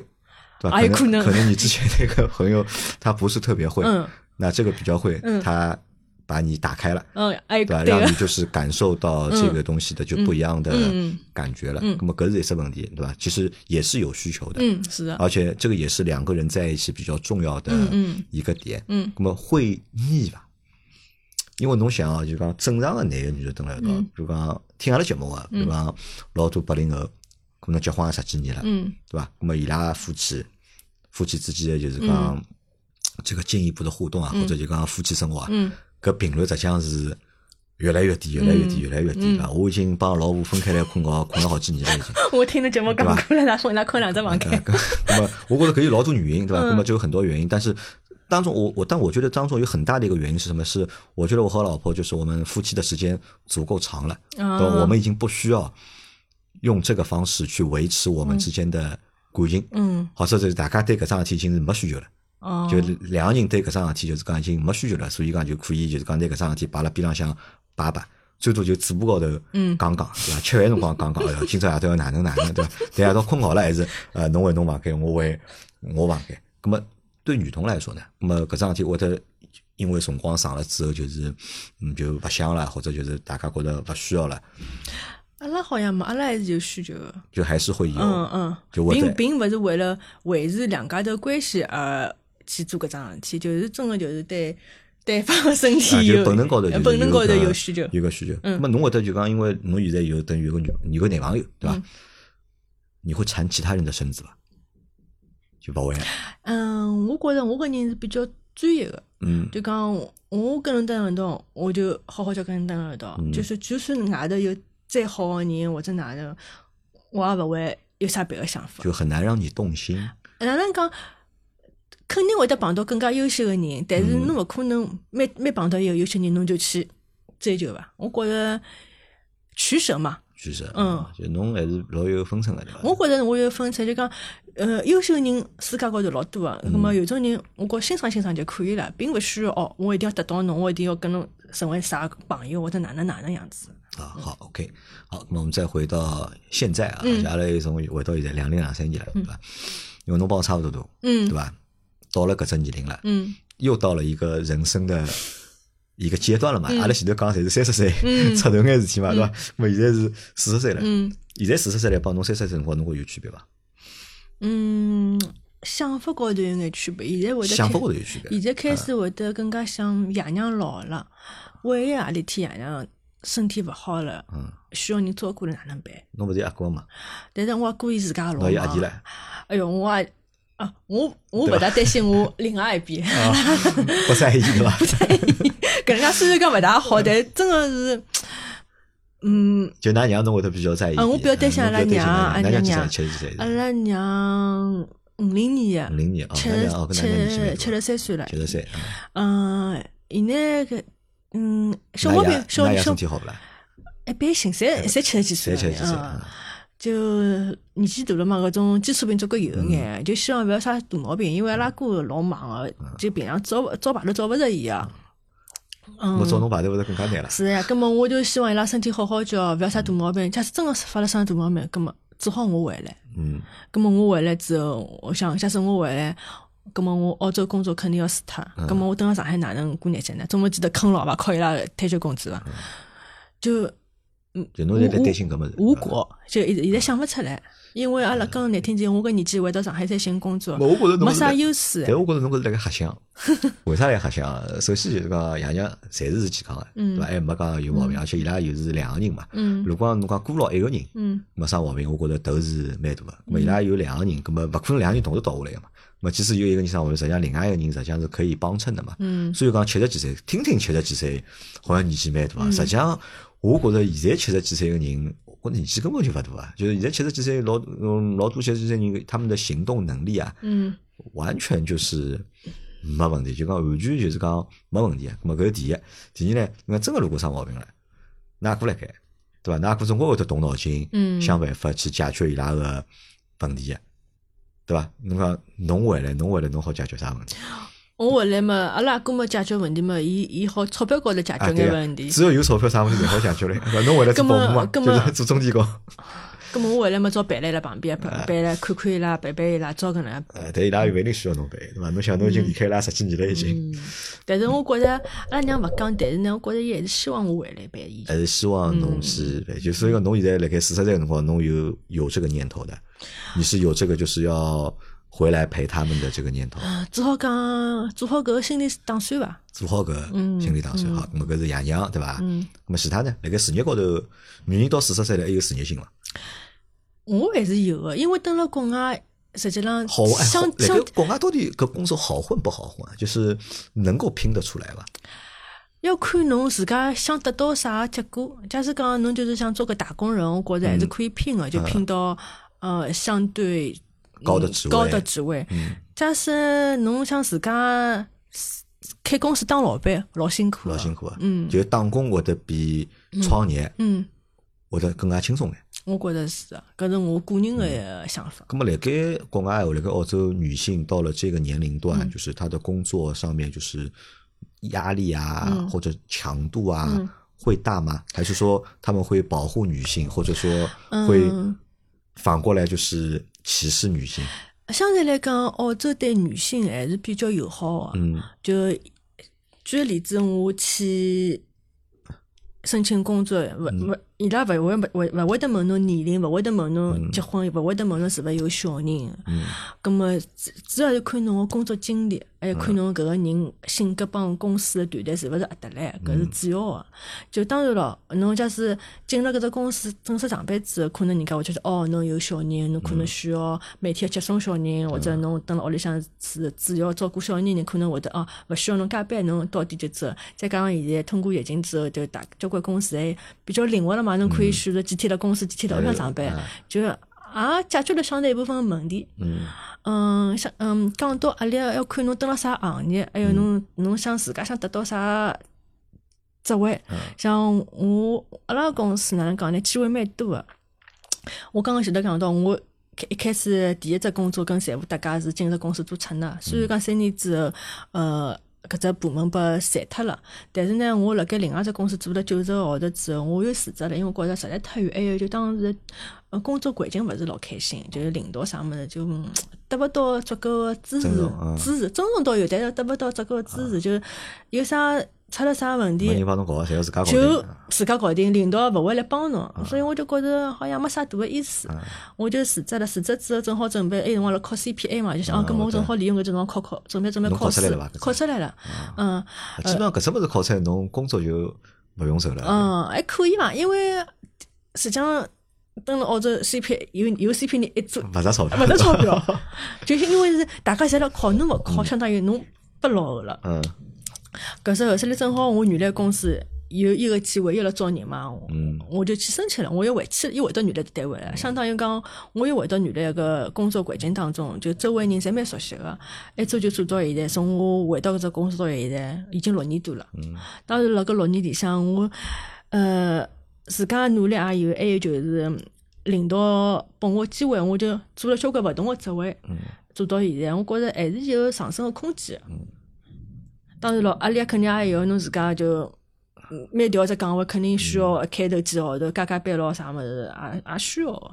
Speaker 1: 对吧？
Speaker 2: 啊有
Speaker 1: 可
Speaker 2: 可能
Speaker 1: 可能你之前那个朋友他不是特别会，
Speaker 2: 嗯
Speaker 1: 那这个比较会，
Speaker 2: 嗯
Speaker 1: 他把你打开了。
Speaker 2: 嗯，哎，
Speaker 1: 对吧？
Speaker 2: 对
Speaker 1: 让你
Speaker 2: 个，
Speaker 1: 就是感受到这个东西的就不一样的
Speaker 2: 嗯嗯
Speaker 1: 感觉了。那么格子也是问题，对吧？其实也是有需求的，
Speaker 2: 嗯，是的，
Speaker 1: 而且这个也是两个人在一起比较重要的
Speaker 2: 嗯嗯
Speaker 1: 一个点。
Speaker 2: 嗯
Speaker 1: 那么会腻吧？因为侬想啊，就讲正常的男个女的蹲辣一道，
Speaker 2: 嗯
Speaker 1: 比如讲听阿拉节目个，比如讲老多八零后，可能结婚也十几年了，
Speaker 2: 嗯
Speaker 1: 对吧？那么伊拉夫妻夫妻之间的就是
Speaker 2: 嗯
Speaker 1: 讲这个进一步的互动啊，或者就讲夫妻生活啊，
Speaker 2: 嗯
Speaker 1: 搿频率实际上是越来越低，越来越低，越来越低
Speaker 2: 嗯
Speaker 1: 了。我已经帮老婆分开来困觉，困了好几年了已经。
Speaker 2: 我听的节目讲过了，他分他困两只房
Speaker 1: 对
Speaker 2: 间。
Speaker 1: 吧？呃 <laughs> 那么我觉得可以老多原因，对吧？那么就有很多原因，但是当中我我但我觉得当中有很大的一个原因是什么？是我觉得我和老婆就是我们夫妻的时间足够长了，
Speaker 2: 啊
Speaker 1: 对吧我们已经不需要用这个方式去维持我们之间的感情，
Speaker 2: 嗯，
Speaker 1: 或者是大家对搿桩事体已经是没需求了。
Speaker 2: 哦，
Speaker 1: 就两个人对搿桩事体就是讲已经没需求了，所以讲就可以就是讲拿搿桩事体摆辣边浪向摆摆，最多就嘴巴高头
Speaker 2: 嗯
Speaker 1: 讲讲，对伐？吃饭辰光讲讲，哎哟，今朝夜到要哪能哪能，对伐？但夜到困觉了还是呃，侬回侬房间，我回我房间。葛么对女童来说呢，葛么搿桩事体会得因为辰光长了之后，就是嗯就勿想了，或者就是大家觉得勿需要了，
Speaker 2: 阿拉好像没，阿拉还是有需求的。
Speaker 1: 就还是会有。
Speaker 2: 嗯嗯
Speaker 1: 就，我在
Speaker 2: 并并不是为了维持两家头关系而去做搿桩事体，就是真的就是对对方的身
Speaker 1: 啊，
Speaker 2: 体
Speaker 1: 就
Speaker 2: 有呃
Speaker 1: 本能高头，
Speaker 2: 本能高头有
Speaker 1: 有
Speaker 2: 需求。嗯
Speaker 1: 有个需求。那么侬会得就讲，因为侬现在有等于有个女有个男朋友，对
Speaker 2: 嗯
Speaker 1: 吧？你会缠其他人的身子吧？就不会啊，
Speaker 2: 嗯，我觉着我个人是比较专业的，
Speaker 1: 嗯，
Speaker 2: 就讲我跟人蹲一道，我就好好叫跟人蹲一道，
Speaker 1: 嗯
Speaker 2: 就是就算外头有再好的人或者哪能，我也勿会有啥别的想法。
Speaker 1: 就很难让你动心。
Speaker 2: 哪能讲？肯定会得碰到更加优秀的人，但是侬勿可能每每碰到一个优秀人，侬就去追求伐？我觉着取舍嘛，
Speaker 1: 其实，
Speaker 2: 嗯
Speaker 1: 啊，就侬还是老有分寸的，对吧？
Speaker 2: 我觉着我有分出就讲，呃，优秀人世界高头老多个，那么有种人，我觉欣赏欣赏就可以了，并勿需要哦，我一定要得到侬，我一定要跟侬成为啥朋友或者哪能哪能样子。
Speaker 1: 啊，好，OK，好，那我们再回到现在啊，
Speaker 2: 嗯
Speaker 1: 就阿拉有种回到现在两零两三年了，对吧？因为侬帮我差不多大，对
Speaker 2: 嗯
Speaker 1: 吧？到了搿只年龄了，
Speaker 2: 嗯
Speaker 1: 又到了一个人生
Speaker 2: <laughs>
Speaker 1: 的一个阶段了嘛。
Speaker 2: 嗯
Speaker 1: 阿拉前头讲侪是三十岁 <laughs>
Speaker 2: 嗯
Speaker 1: 出头眼事体嘛，对伐？那么现在是四十岁了，
Speaker 2: 嗯
Speaker 1: 现在四十岁来帮侬三十岁辰光，侬会有区别伐？
Speaker 2: 嗯，想法高头有眼区别，现在会得
Speaker 1: 想法
Speaker 2: 看
Speaker 1: 高头有区别
Speaker 2: 现。在开始会得更加想爷娘老了，万一何里天爷娘身体勿好了，
Speaker 1: 嗯，
Speaker 2: 需要人照顾了哪能办？
Speaker 1: 侬勿是有阿哥嘛？
Speaker 2: 但是我也啊顾伊自家老
Speaker 1: 侬有阿弟
Speaker 2: 嘛。 <laughs>
Speaker 1: 了，
Speaker 2: 哎哟，我也啊，我我勿大担心我另外
Speaker 1: <laughs>
Speaker 2: 一边，
Speaker 1: 啊
Speaker 2: <laughs>
Speaker 1: 不在意对伐？
Speaker 2: 搿能介虽然讲勿大好，但真个是，嗯，
Speaker 1: <laughs> 就㑚娘侬会得比较在意一点。
Speaker 2: 啊我比较担心
Speaker 1: 嗯
Speaker 2: 阿拉
Speaker 1: 侬比较
Speaker 2: 娘
Speaker 1: 担心㑚娘，㑚娘几
Speaker 2: 阿
Speaker 1: 岁？
Speaker 2: 拉娘
Speaker 1: 七十几岁
Speaker 2: 阿？拉娘五零年
Speaker 1: 五
Speaker 2: 的，
Speaker 1: 零年哦，
Speaker 2: 七
Speaker 1: 㑚娘哦
Speaker 2: 十
Speaker 1: 跟㑚娘年纪蛮大
Speaker 2: 七七十三岁了
Speaker 1: 七，十岁。
Speaker 2: 嗯，现在搿嗯，小
Speaker 1: 那
Speaker 2: 毛
Speaker 1: 爷
Speaker 2: 病，小
Speaker 1: 那爷
Speaker 2: 小哎
Speaker 1: 身体好不啦？
Speaker 2: 一般性，侪侪七十几岁
Speaker 1: 侪
Speaker 2: 了，
Speaker 1: 七十几岁。
Speaker 2: 嗯
Speaker 1: 嗯
Speaker 2: 就年纪大了嘛，搿种基础病总归有眼，就希望勿要啥大毛病，因为阿拉哥老忙个，就平常照勿照排都照勿着伊啊。
Speaker 1: 我找侬排队会得更加难了。
Speaker 2: 是呀，葛么我就希望伊拉身体好好叫，勿要啥大毛病。假使真个是发了啥大毛病，葛么只好我回来。
Speaker 1: 嗯，
Speaker 2: 葛么我回来之后，我想假使我回来，葛么我澳洲工作肯定要辞脱。葛么我蹲辣上海哪能过日节呢？总归记得坑老爸靠伊拉退休工资伐？就嗯
Speaker 1: 就侬现在担心搿物事。
Speaker 2: 无果，就现在
Speaker 1: 嗯
Speaker 2: 现在想勿出来，因为阿拉讲难听点，我搿年纪回到上海再寻工作
Speaker 1: 没，嗯我觉着侬
Speaker 2: 没
Speaker 1: 是
Speaker 2: 啥
Speaker 1: 辣
Speaker 2: 优势。
Speaker 1: 但我觉着侬搿是辣盖瞎想，为啥来瞎想啊？首先就是讲爷娘侪是健康个，对伐？还没讲有毛病，而且伊拉又是两个人嘛。
Speaker 2: 嗯
Speaker 1: 如果讲侬讲孤老一个人，
Speaker 2: 嗯
Speaker 1: 没啥毛病，我觉着头是蛮大个。咾么伊拉有两个人，咾么勿可能两个人同时倒下来个嘛。咾么即使有一个人生病，实际上另外一个人实际上是可以帮衬的嘛。
Speaker 2: 嗯
Speaker 1: 所以讲七十几岁，听听七十几岁，好像年纪蛮
Speaker 2: 嗯
Speaker 1: 大。实际上，我觉着现在七十几岁个人，我觉着年纪根本就勿大啊。就是现在七十几岁老嗯老多七十几岁人，他们的行动能力啊，
Speaker 2: 嗯
Speaker 1: 完全就是没问题，就讲完全就是讲没问题。咁么搿是第一，第二呢，那真个如果生毛病了，㑚过来盖，对伐？㑚过总归会得动脑筋，
Speaker 2: 嗯
Speaker 1: 想办法去解决伊拉个问题个，对伐？侬讲侬回来，侬回来，侬好解决啥问题？
Speaker 2: 我回来嘛，阿拉阿哥嘛解决问题嘛，伊伊好钞票高头解
Speaker 1: 啊，
Speaker 2: 决
Speaker 1: 对
Speaker 2: 眼
Speaker 1: 个
Speaker 2: 问，题。
Speaker 1: 只要有钞票，啥问题侪好解决了呀。 <laughs> 对伐侬回来做
Speaker 2: 咁
Speaker 1: 保
Speaker 2: 么
Speaker 1: 姆嘛，
Speaker 2: 咁
Speaker 1: 就是
Speaker 2: 么
Speaker 1: 做中介工。 <laughs>
Speaker 2: 咁么我回来嘛，找陪来辣旁边
Speaker 1: 啊
Speaker 2: 陪陪来看看伊拉，陪陪伊拉，照搿能。
Speaker 1: 呃，但伊拉又勿一定需要侬陪，对伐？侬想侬已经离开伊拉十几年了，已经，
Speaker 2: 嗯但是我觉着阿拉娘勿讲，但是呢，我觉着伊还是希望我回来陪伊。
Speaker 1: 还是希望侬是，哎就所以讲侬现在辣盖四十岁的辰光，侬有有这个念头的，你是有这个就是要回来陪他们的这个念头，
Speaker 2: 啊只好讲做好搿个心理打算伐。
Speaker 1: 做好搿心理打算好。那么搿是爷娘对伐？嗯。那么其他呢？辣盖事业高头，女人到四十岁了还有事业心伐？
Speaker 2: 我还是有个，因为蹲辣国外，实际浪
Speaker 1: 好哎，好
Speaker 2: 相
Speaker 1: 辣
Speaker 2: 相
Speaker 1: 盖国外到底搿工作好混不好混啊？就是能够拼得出来伐？
Speaker 2: 要看侬自家想得到啥结果。假使讲侬就是想做个打工人，我觉着还
Speaker 1: 嗯
Speaker 2: 是可以拼个，就拼到呃相对嗯
Speaker 1: 高的职位嗯
Speaker 2: 高的职位。假使侬想自家开公司当老板，老辛苦
Speaker 1: 老
Speaker 2: 的。
Speaker 1: 辛苦啊。嗯。就打工会得比创业
Speaker 2: 嗯，
Speaker 1: 会得更加轻松眼。
Speaker 2: 我觉着是的，啊搿是我个人
Speaker 1: 嗯
Speaker 2: 个想法。
Speaker 1: 那么，辣盖国外哦，辣盖澳洲，女性到了这个年龄
Speaker 2: 嗯
Speaker 1: 段，就是她的工作上面就是压力啊，
Speaker 2: 嗯
Speaker 1: 或者强度啊，会大吗？还是说他们会保护女性，或者说会
Speaker 2: 嗯
Speaker 1: 反过来就是歧视女性？
Speaker 2: 相对来讲，澳洲对女性还是比较友好啊个、
Speaker 1: 嗯
Speaker 2: 就举个例子，我去申请工作，勿勿，伊拉勿会勿勿会得问侬年龄，勿会得问侬结婚，勿会得问侬是勿是有小人。
Speaker 1: 嗯
Speaker 2: 咁么主主要是看侬个工作经历，还有看侬搿个人性格帮公司个团队是勿是合得来，搿是主要个。就当然咯，侬假使进了搿只公司正式上班之后，可能人家会觉得哦，侬有小人，侬可能需要每天接送小人，或者侬蹲辣屋里向是主要照顾小人，人可能会得哦，勿需要侬加班，侬到点就走。再加上现在通过疫情之后，就大交关公司还比较灵活了嘛，侬可以选择几天辣公司，几天辣屋里向上班，就也解决了相当一部分个问题。
Speaker 1: 嗯
Speaker 2: 嗯，想嗯，讲到压力要看侬蹲辣啥行业，还有侬侬想自家想得到啥职位。
Speaker 1: 嗯
Speaker 2: 像我阿拉公司哪能讲呢？机会蛮多个。啊我刚刚前头讲到，我开一开始第一只工作跟财务搭界是进入公司做出纳，虽然讲三年之后，呃。搿只部门被裁脱了，但是呢，我辣盖另外一只公司做了九十个号头之后，我又辞职了，因为我觉着实在太远，还有就当时呃，工作环境勿是老开心，就是领导啥物事就嗯得勿到足够的支持
Speaker 1: 尊重嗯，
Speaker 2: 支持尊重倒有，但是得勿到足够的支持，就是有啥出了啥问
Speaker 1: 没
Speaker 2: 题
Speaker 1: 人，帮侬搞，啊侪要自家搞
Speaker 2: 就呃
Speaker 1: 定。啊
Speaker 2: 自家搞定，领导勿会来帮侬，所以我就觉着好像没啥大个意思，我就辞职了。辞职之后正好准备，埃辰光辣考 CPA 嘛，就想
Speaker 1: 啊
Speaker 2: 啊，搿么
Speaker 1: 我懂
Speaker 2: 我正好利用搿辰光考考，准备准备
Speaker 1: 侬
Speaker 2: 考
Speaker 1: 考出来
Speaker 2: 试
Speaker 1: 了伐搿，
Speaker 2: 考出来了，
Speaker 1: 啊
Speaker 2: 嗯。
Speaker 1: 基本上搿只物事考出来，侬工作就勿用愁了。
Speaker 2: 嗯，还可以伐？因为实际上蹲了澳洲 CP 有有 CP 人一做
Speaker 1: 勿值钞票，
Speaker 2: 勿值钞
Speaker 1: <laughs>
Speaker 2: 票，就是因为是大家侪辣考，侬勿考，相当于侬不落后了。
Speaker 1: 嗯
Speaker 2: 搿时候，现在正好我原来公司有一个机会，又辣招人嘛，我
Speaker 1: 嗯
Speaker 2: 我就去申请了，我又回去，又回到原来的单位了，相当于讲我又回到原来个工作环境当中，就周围人侪蛮熟悉个，一做就做到现在，从我回到搿只公司到现在已经六年多了。当然，辣搿六年里向，我呃自家努力也有，还有就是领导拨我机会，我就做了交关勿
Speaker 1: 嗯
Speaker 2: 同个职位，做到现在，我觉着还是有上升个空间。当然咯，压力肯定也有，侬自家就嗯每调只岗位肯定需要开头几个号头加加班咯啥物事，也也需要的。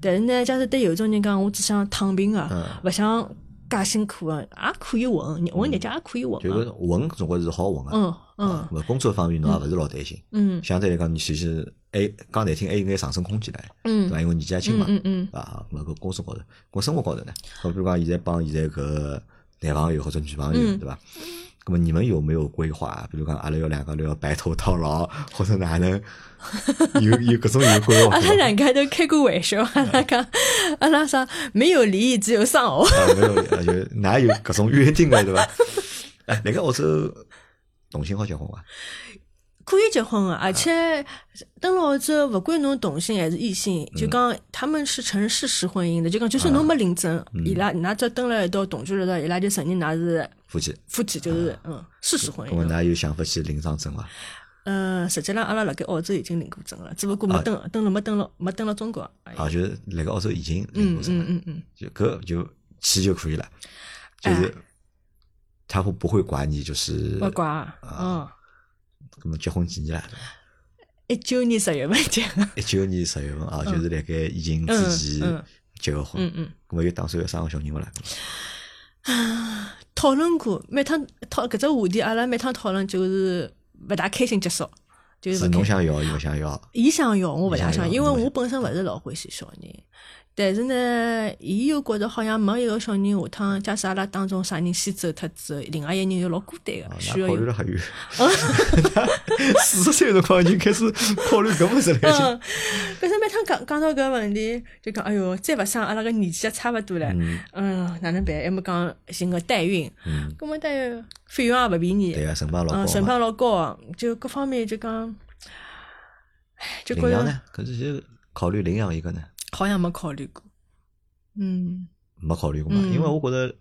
Speaker 2: 但是呢，假使对有种人讲，我只想躺平个、勿想介辛苦个，也可以混，混日脚也可以混
Speaker 1: 就
Speaker 2: 个。
Speaker 1: 搿混总归是好混个。
Speaker 2: 嗯嗯
Speaker 1: 勿工作方面侬也勿是老担心，
Speaker 2: 嗯
Speaker 1: 相对来讲，你其实还讲难听还有眼上升空间唻，对
Speaker 2: 嗯
Speaker 1: 伐？因为年纪也轻嘛，
Speaker 2: 嗯嗯
Speaker 1: 啊，那个工作高头，工生活高头呢，好比讲现在帮现在搿男朋友或者女朋友，
Speaker 2: 嗯
Speaker 1: 对吧？那么你们有没有规划？比如讲，阿拉要两个人要白头到老， <laughs> 或者哪能有有各种有规划
Speaker 2: 阿 <laughs>
Speaker 1: 吗？
Speaker 2: 拉两家头开过玩笑，阿拉讲，阿拉啥没有离异，只有丧偶。
Speaker 1: 啊，没有，啊就哪有各种约定的，啊
Speaker 2: <laughs>
Speaker 1: 对吧？哎，那个澳洲同性好结婚伐？
Speaker 2: 可以结婚
Speaker 1: 啊
Speaker 2: 个，而且登了澳洲，勿管侬同性还是异性，
Speaker 1: 嗯
Speaker 2: 就讲他们是承认事实婚姻的，就讲
Speaker 1: 啊
Speaker 2: 就算侬没领证，
Speaker 1: 嗯
Speaker 2: 伊拉㑚只登了一道同居了的，伊拉就承认㑚是
Speaker 1: 夫妻，
Speaker 2: 夫妻，
Speaker 1: 啊
Speaker 2: 就是嗯事实婚
Speaker 1: 那么
Speaker 2: 姻。
Speaker 1: 哪有想法去领张证伐？
Speaker 2: 嗯，实际上阿拉辣盖澳洲已经领过证了，只不过没登，登了没登了没登了中国而已。
Speaker 1: 啊，就是那个澳洲已经领
Speaker 2: 嗯
Speaker 1: 过证
Speaker 2: 嗯
Speaker 1: 了，
Speaker 2: 嗯嗯，
Speaker 1: 就搿就去就可以了，
Speaker 2: 哎
Speaker 1: 就是他会不会管你，就是
Speaker 2: 没怪，
Speaker 1: 啊
Speaker 2: 嗯，
Speaker 1: 那么结婚几年了？
Speaker 2: 一九年十月份结的，
Speaker 1: 一九年十月份啊，就是辣盖疫情
Speaker 2: 嗯
Speaker 1: 之前
Speaker 2: 嗯
Speaker 1: 结个
Speaker 2: <laughs> 嗯
Speaker 1: 婚，
Speaker 2: 嗯。
Speaker 1: 咁么有打算要生个小人勿啦？
Speaker 2: 讨论过，每趟讨搿只话题，阿拉每趟讨论就是勿大开心结束，就是
Speaker 1: 是
Speaker 2: 勿开
Speaker 1: 侬想要，伊勿想要，啊
Speaker 2: 伊想要，我勿大想，
Speaker 1: 伊想要嗯
Speaker 2: 因为我本身勿是老欢喜小人，但是呢，伊又觉着好像没一个小人，下趟假使阿拉当中啥人先走脱之后，另外一个人又老孤单
Speaker 1: 啊
Speaker 2: 个，
Speaker 1: 那
Speaker 2: 需要
Speaker 1: 考
Speaker 2: 有
Speaker 1: 虑了还
Speaker 2: <laughs>
Speaker 1: 有，四十岁的辰光已经开始考虑搿么子了，已经
Speaker 2: <laughs> 嗯，反正每趟讲讲到搿问题，就讲哎哟，再勿生阿拉个年纪也差勿多了，嗯，哪能办？还没讲寻个代孕，
Speaker 1: 嗯，
Speaker 2: 搿么代孕费用也勿便宜，
Speaker 1: 对个，成本老高
Speaker 2: 嗯，成
Speaker 1: 嘛。
Speaker 2: 本老高啊，就各方面就讲，唉，就觉
Speaker 1: 领养
Speaker 2: 着
Speaker 1: 呢？可是就考虑领养一个呢，
Speaker 2: 好像没考虑过。嗯
Speaker 1: 没考虑过嘛？
Speaker 2: 嗯
Speaker 1: 因为我觉得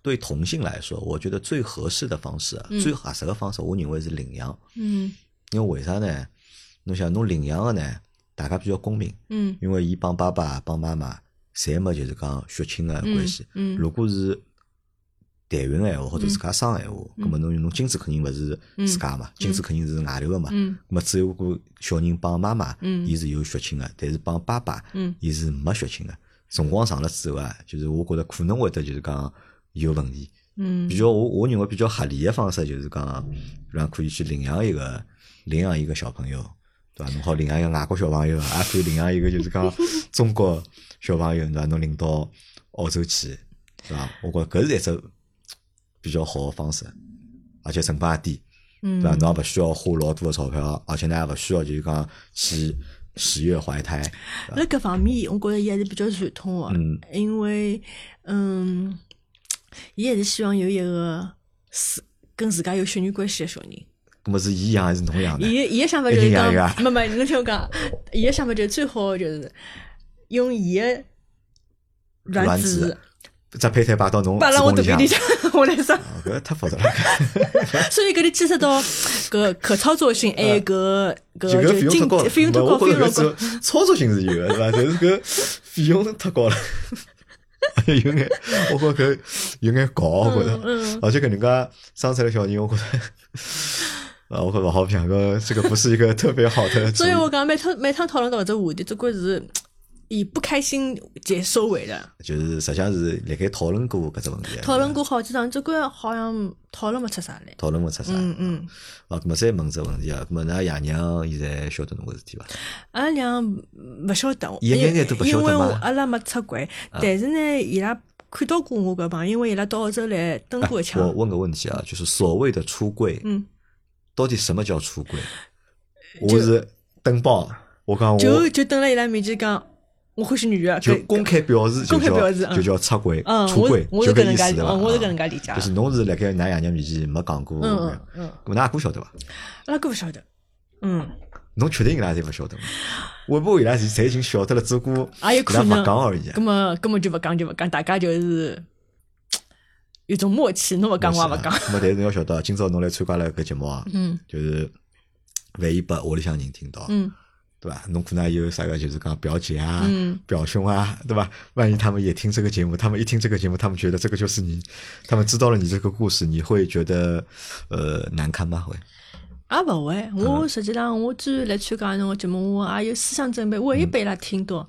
Speaker 1: 对同性来说，我觉得最合适的方式啊，
Speaker 2: 嗯
Speaker 1: 最合适的方式，我认为是领养。
Speaker 2: 嗯
Speaker 1: 因为为啥呢？侬想侬领养个呢，大家比较公平。
Speaker 2: 嗯
Speaker 1: 因为伊帮爸爸帮妈妈，侪没就是讲血亲个关系。
Speaker 2: 嗯嗯嗯
Speaker 1: 如果是代孕个闲话，或者自家生个闲话，那么侬侬精子肯定勿是自家嘛，精子肯定是外头个嘛。
Speaker 2: 嗯
Speaker 1: 那么只有个小人帮妈妈，
Speaker 2: 嗯
Speaker 1: 伊是有血亲个，但是帮爸爸，
Speaker 2: 嗯
Speaker 1: 伊是没血亲个。辰光长了之后啊，就是我觉得可能会得就是讲有问题。
Speaker 2: 嗯
Speaker 1: 比较我我认为比较合理的方式就是讲，让可以去领养一个领养一个小朋友，对伐？侬好领养一个外国小朋友，也可以领养一个就是讲中国小朋友，对伐？侬领到澳洲去，对伐？我觉着搿是一只比较好的方式，而且成本也低，对伐？
Speaker 2: 嗯，
Speaker 1: 侬也勿需要花老多的钞票，而且呢也勿需要就是讲去十月怀胎，
Speaker 2: 辣搿方面，我觉着伊还是比较传统
Speaker 1: 嗯
Speaker 2: 个，因为嗯，伊还是希望有一个自跟自家有血缘关系个小人。
Speaker 1: 搿么是伊养还是侬养呢？
Speaker 2: 伊伊个想法就是
Speaker 1: 一定要有
Speaker 2: 讲，没没，侬听我讲，伊个想法就是最好就是用伊个
Speaker 1: 卵
Speaker 2: 卵子
Speaker 1: 子只啊胚胎摆到侬
Speaker 2: 摆辣我
Speaker 1: 子
Speaker 2: 肚
Speaker 1: 宫里
Speaker 2: 皮里
Speaker 1: 向，
Speaker 2: 向， <laughs> 我来生。
Speaker 1: 哦搿太复杂
Speaker 2: <laughs>
Speaker 1: 了。
Speaker 2: 所以搿里牵涉到搿可操作性，还有搿搿
Speaker 1: 就
Speaker 2: 就
Speaker 1: 嗯搿费用太
Speaker 2: 经
Speaker 1: 高了，
Speaker 2: 费用太
Speaker 1: 勿
Speaker 2: 高，费
Speaker 1: 我
Speaker 2: 用老
Speaker 1: 觉
Speaker 2: 高
Speaker 1: 着。搿操作性是有的，是吧？但是搿费用太高了， <laughs> 而且有眼，我觉着搿有眼搞，我觉着
Speaker 2: 嗯，
Speaker 1: 而且搿能介生出来小人，我觉着。 <laughs> 啊，我觉着勿好评，搿这个不是一个特别好的主
Speaker 2: <laughs> 所
Speaker 1: 意。
Speaker 2: 以我讲每趟每趟讨论到搿只话题，总归是以不开心结收尾的。
Speaker 1: 就是实际上是辣盖讨论过搿只问题，啊
Speaker 2: 讨论过好几场，总归好像讨论勿出啥来。
Speaker 1: 讨论勿出啥。
Speaker 2: 嗯嗯，
Speaker 1: 啊，咾么再问只问题啊，咾么㑚爷娘现在晓得侬个事体伐？
Speaker 2: 阿拉娘勿晓得，
Speaker 1: 一
Speaker 2: 因
Speaker 1: 眼眼都不晓得啊
Speaker 2: 因为我
Speaker 1: 吗
Speaker 2: 阿拉没出轨，但是呢，伊拉看到过我搿帮，因为伊拉到澳洲来登过
Speaker 1: 我
Speaker 2: 一枪。
Speaker 1: 问个问题啊，就是所谓的出柜，
Speaker 2: 嗯，
Speaker 1: 到底什么叫出轨？我是登报，我讲我
Speaker 2: 就就蹲辣伊拉面前讲，我欢喜女的，
Speaker 1: 就
Speaker 2: 搿
Speaker 1: 公开表示，就
Speaker 2: 公开
Speaker 1: 叫
Speaker 2: 表示嗯
Speaker 1: 就叫出轨
Speaker 2: 嗯，，
Speaker 1: 出
Speaker 2: 我
Speaker 1: 轨
Speaker 2: 是，我
Speaker 1: 就是
Speaker 2: 搿
Speaker 1: 搿
Speaker 2: 能
Speaker 1: 意
Speaker 2: 介
Speaker 1: 思
Speaker 2: 理，
Speaker 1: 对伐？
Speaker 2: 嗯，我是搿
Speaker 1: 啊
Speaker 2: 能介理解。
Speaker 1: 就是侬是辣盖㑚爷娘面前没讲过，
Speaker 2: 嗯嗯嗯，
Speaker 1: 咾㑚阿哥晓得伐？
Speaker 2: 阿拉哥勿晓得，嗯，
Speaker 1: 侬确定伊拉侪勿晓得吗？会不会伊拉侪侪已经晓得了，只不过
Speaker 2: 也
Speaker 1: 伊拉
Speaker 2: 有可能
Speaker 1: 勿讲而已啊
Speaker 2: 葛。么葛么就勿讲就勿讲，大家就是有种默契，啊侬勿讲我也勿讲。
Speaker 1: 咾么但是侬要晓得，今朝侬来参加了搿节目啊，
Speaker 2: 嗯
Speaker 1: 就是万一拨屋里向人听到，
Speaker 2: 嗯
Speaker 1: 对伐？侬可能也有啥个，就是讲表姐啊、表兄啊，对伐？万一他们也听这个节目，他们一听这个节目，他们觉得这个就是你，他们知道了你这个故事，你会觉得呃难堪吗？会？
Speaker 2: 也勿啊会，我实际上我之前来参加侬个节目，我也有思想准备，我也被伊拉听到，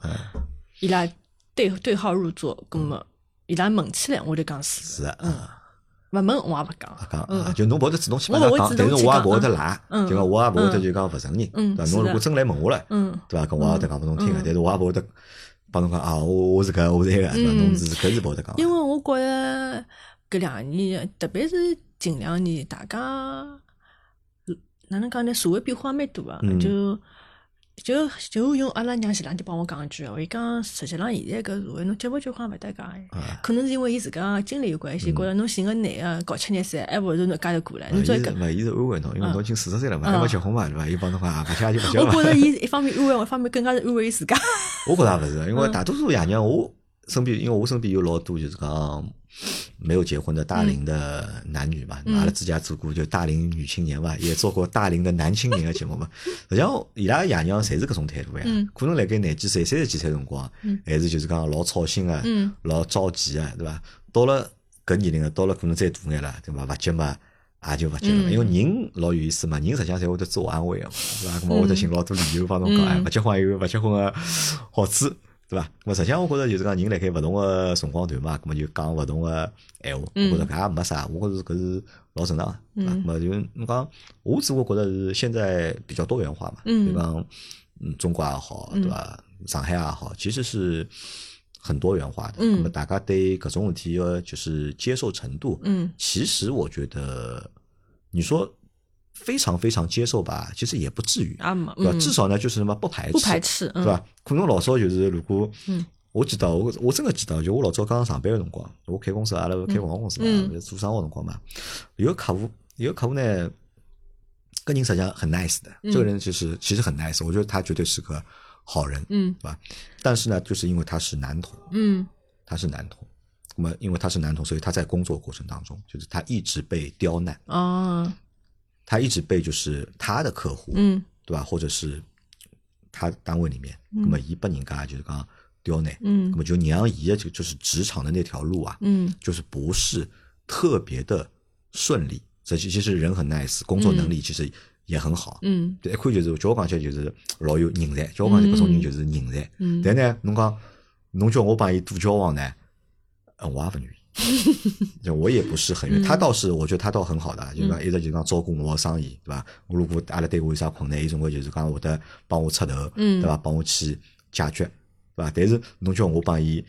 Speaker 2: 伊拉对对号入座，葛么伊拉问起来，我就讲是，
Speaker 1: 是啊，
Speaker 2: 勿问我也勿讲。
Speaker 1: 讲啊，就侬勿会得主动去帮
Speaker 2: 嗯我
Speaker 1: 他
Speaker 2: 会
Speaker 1: 讲，
Speaker 2: 主
Speaker 1: 但是
Speaker 2: 动
Speaker 1: 我
Speaker 2: 去
Speaker 1: 也
Speaker 2: 讲
Speaker 1: 勿会得
Speaker 2: 嗯
Speaker 1: 赖，
Speaker 2: 嗯
Speaker 1: 对伐？我也勿会得就讲勿承认，对
Speaker 2: 嗯
Speaker 1: 伐？
Speaker 2: 是
Speaker 1: 侬如
Speaker 2: 的
Speaker 1: 果真来问我了，
Speaker 2: 嗯
Speaker 1: 对伐？搿我也会得讲拨侬听个，但是我也勿会得帮侬讲啊，我我是搿，我是埃个，对伐？侬是搿是勿会得讲的。
Speaker 2: 嗯因为我觉着搿两年，特别是近两年，大家呃哪能讲呢？社会变化蛮大个，
Speaker 1: 嗯
Speaker 2: 就就就用阿拉娘前两天帮我讲一句闲话，伊讲实际上现在搿社会，侬结勿结婚也勿搭界，
Speaker 1: 啊
Speaker 2: 可能是因为伊自家经历有关
Speaker 1: 嗯
Speaker 2: 系，觉着侬寻个男个搞七廿三，还勿如侬一家头过来，
Speaker 1: 啊
Speaker 2: 侬
Speaker 1: 伊
Speaker 2: 只要
Speaker 1: 是
Speaker 2: 一个。
Speaker 1: 勿，伊是安慰侬，因为侬已经四十岁了嘛，还没结婚嘛，对伐？伊帮侬讲啊，勿结也就勿结
Speaker 2: 嗯我
Speaker 1: 了嘛。
Speaker 2: 觉着伊一方面安慰我，一方面更加是安慰伊自家。
Speaker 1: 我觉着也勿是，因为大多数爷娘，我身边，因为我身边有老多就是讲没有结婚的大龄的男女嘛，阿拉之前也做过就大龄女青年嘛，也做过大龄的男青年的节目嘛。实际上，伊拉爷娘侪是搿种态度呀
Speaker 2: 嗯，
Speaker 1: 可能辣盖廿几岁、三十几岁辰光，还是就是讲老操心啊，
Speaker 2: 嗯
Speaker 1: 老着急啊，对伐？到了搿年龄了，到了可能再大眼了，对伐？勿结嘛。也就勿结了嘛，
Speaker 2: 嗯
Speaker 1: 因为人老有意思嘛，人实际上侪会得自我安慰啊个嘛，对
Speaker 2: <laughs>
Speaker 1: 伐？咾么会得寻老多理由帮侬讲，
Speaker 2: 嗯
Speaker 1: 哎，勿结婚也有勿结婚个好处，对伐？咾么实际上我觉着就是讲人辣盖勿同个辰光段嘛，咾么就讲勿同个闲话，
Speaker 2: 嗯
Speaker 1: 我觉着搿也没啥，我觉着搿是老正常个，对伐？咾么就侬讲，我只不过觉着是现在比较多元化嘛，
Speaker 2: 嗯
Speaker 1: 比方嗯中国也好，对伐？上海也好，其实是。很多元化的，
Speaker 2: 嗯
Speaker 1: 那么大家对各种问题个就是接受程度，
Speaker 2: 嗯
Speaker 1: 其实我觉得，你说非常非常接受吧，其实也不至于，
Speaker 2: 啊没
Speaker 1: 对吧？
Speaker 2: 嗯
Speaker 1: 至少呢，就是什么不排斥，
Speaker 2: 不排斥，
Speaker 1: 对
Speaker 2: 嗯
Speaker 1: 吧？可能老早就是如果，
Speaker 2: 嗯
Speaker 1: 我记得我我真的记得，就我老早刚刚上班的辰光，我开公司，阿拉开广告公司嘛，
Speaker 2: 嗯
Speaker 1: 做生活辰光嘛，有个客户，有个客户呢，跟人实际上很 nice 的，
Speaker 2: 嗯
Speaker 1: 这个人其实其实很 nice，我觉得他绝对是个好人，
Speaker 2: 嗯
Speaker 1: 对吧？但是呢，就是因为他是男同，
Speaker 2: 嗯
Speaker 1: 他是男同，那么因为他是男同，所以他在工作过程当中，就是他一直被刁难，
Speaker 2: 哦
Speaker 1: 他一直被就是他的客户，
Speaker 2: 嗯
Speaker 1: 对吧？或者是他单位里面，那么伊拨人家就是讲刁难，
Speaker 2: 嗯
Speaker 1: 那么就让伊的就就是职场的那条路啊，
Speaker 2: 嗯
Speaker 1: 就是不是特别的顺利。这其其实人很 nice，工作能力其实也很好，
Speaker 2: 嗯
Speaker 1: 对，一看就是，叫我讲起来就是老有人才，叫我讲起来搿种人就是人才。
Speaker 2: 嗯
Speaker 1: 但呢，侬讲侬叫我帮伊多交往呢，呃我也勿愿意。
Speaker 2: <laughs>
Speaker 1: 就我也不是很愿
Speaker 2: 嗯
Speaker 1: 意，他倒是，我觉得他倒很好的，啊就是讲一直就是讲照顾我的生意，对伐？我如果阿拉对我有啥困难，伊总归就是讲会得帮我出头，
Speaker 2: 嗯
Speaker 1: 对伐？帮我去解决，对伐？但是侬叫我帮伊，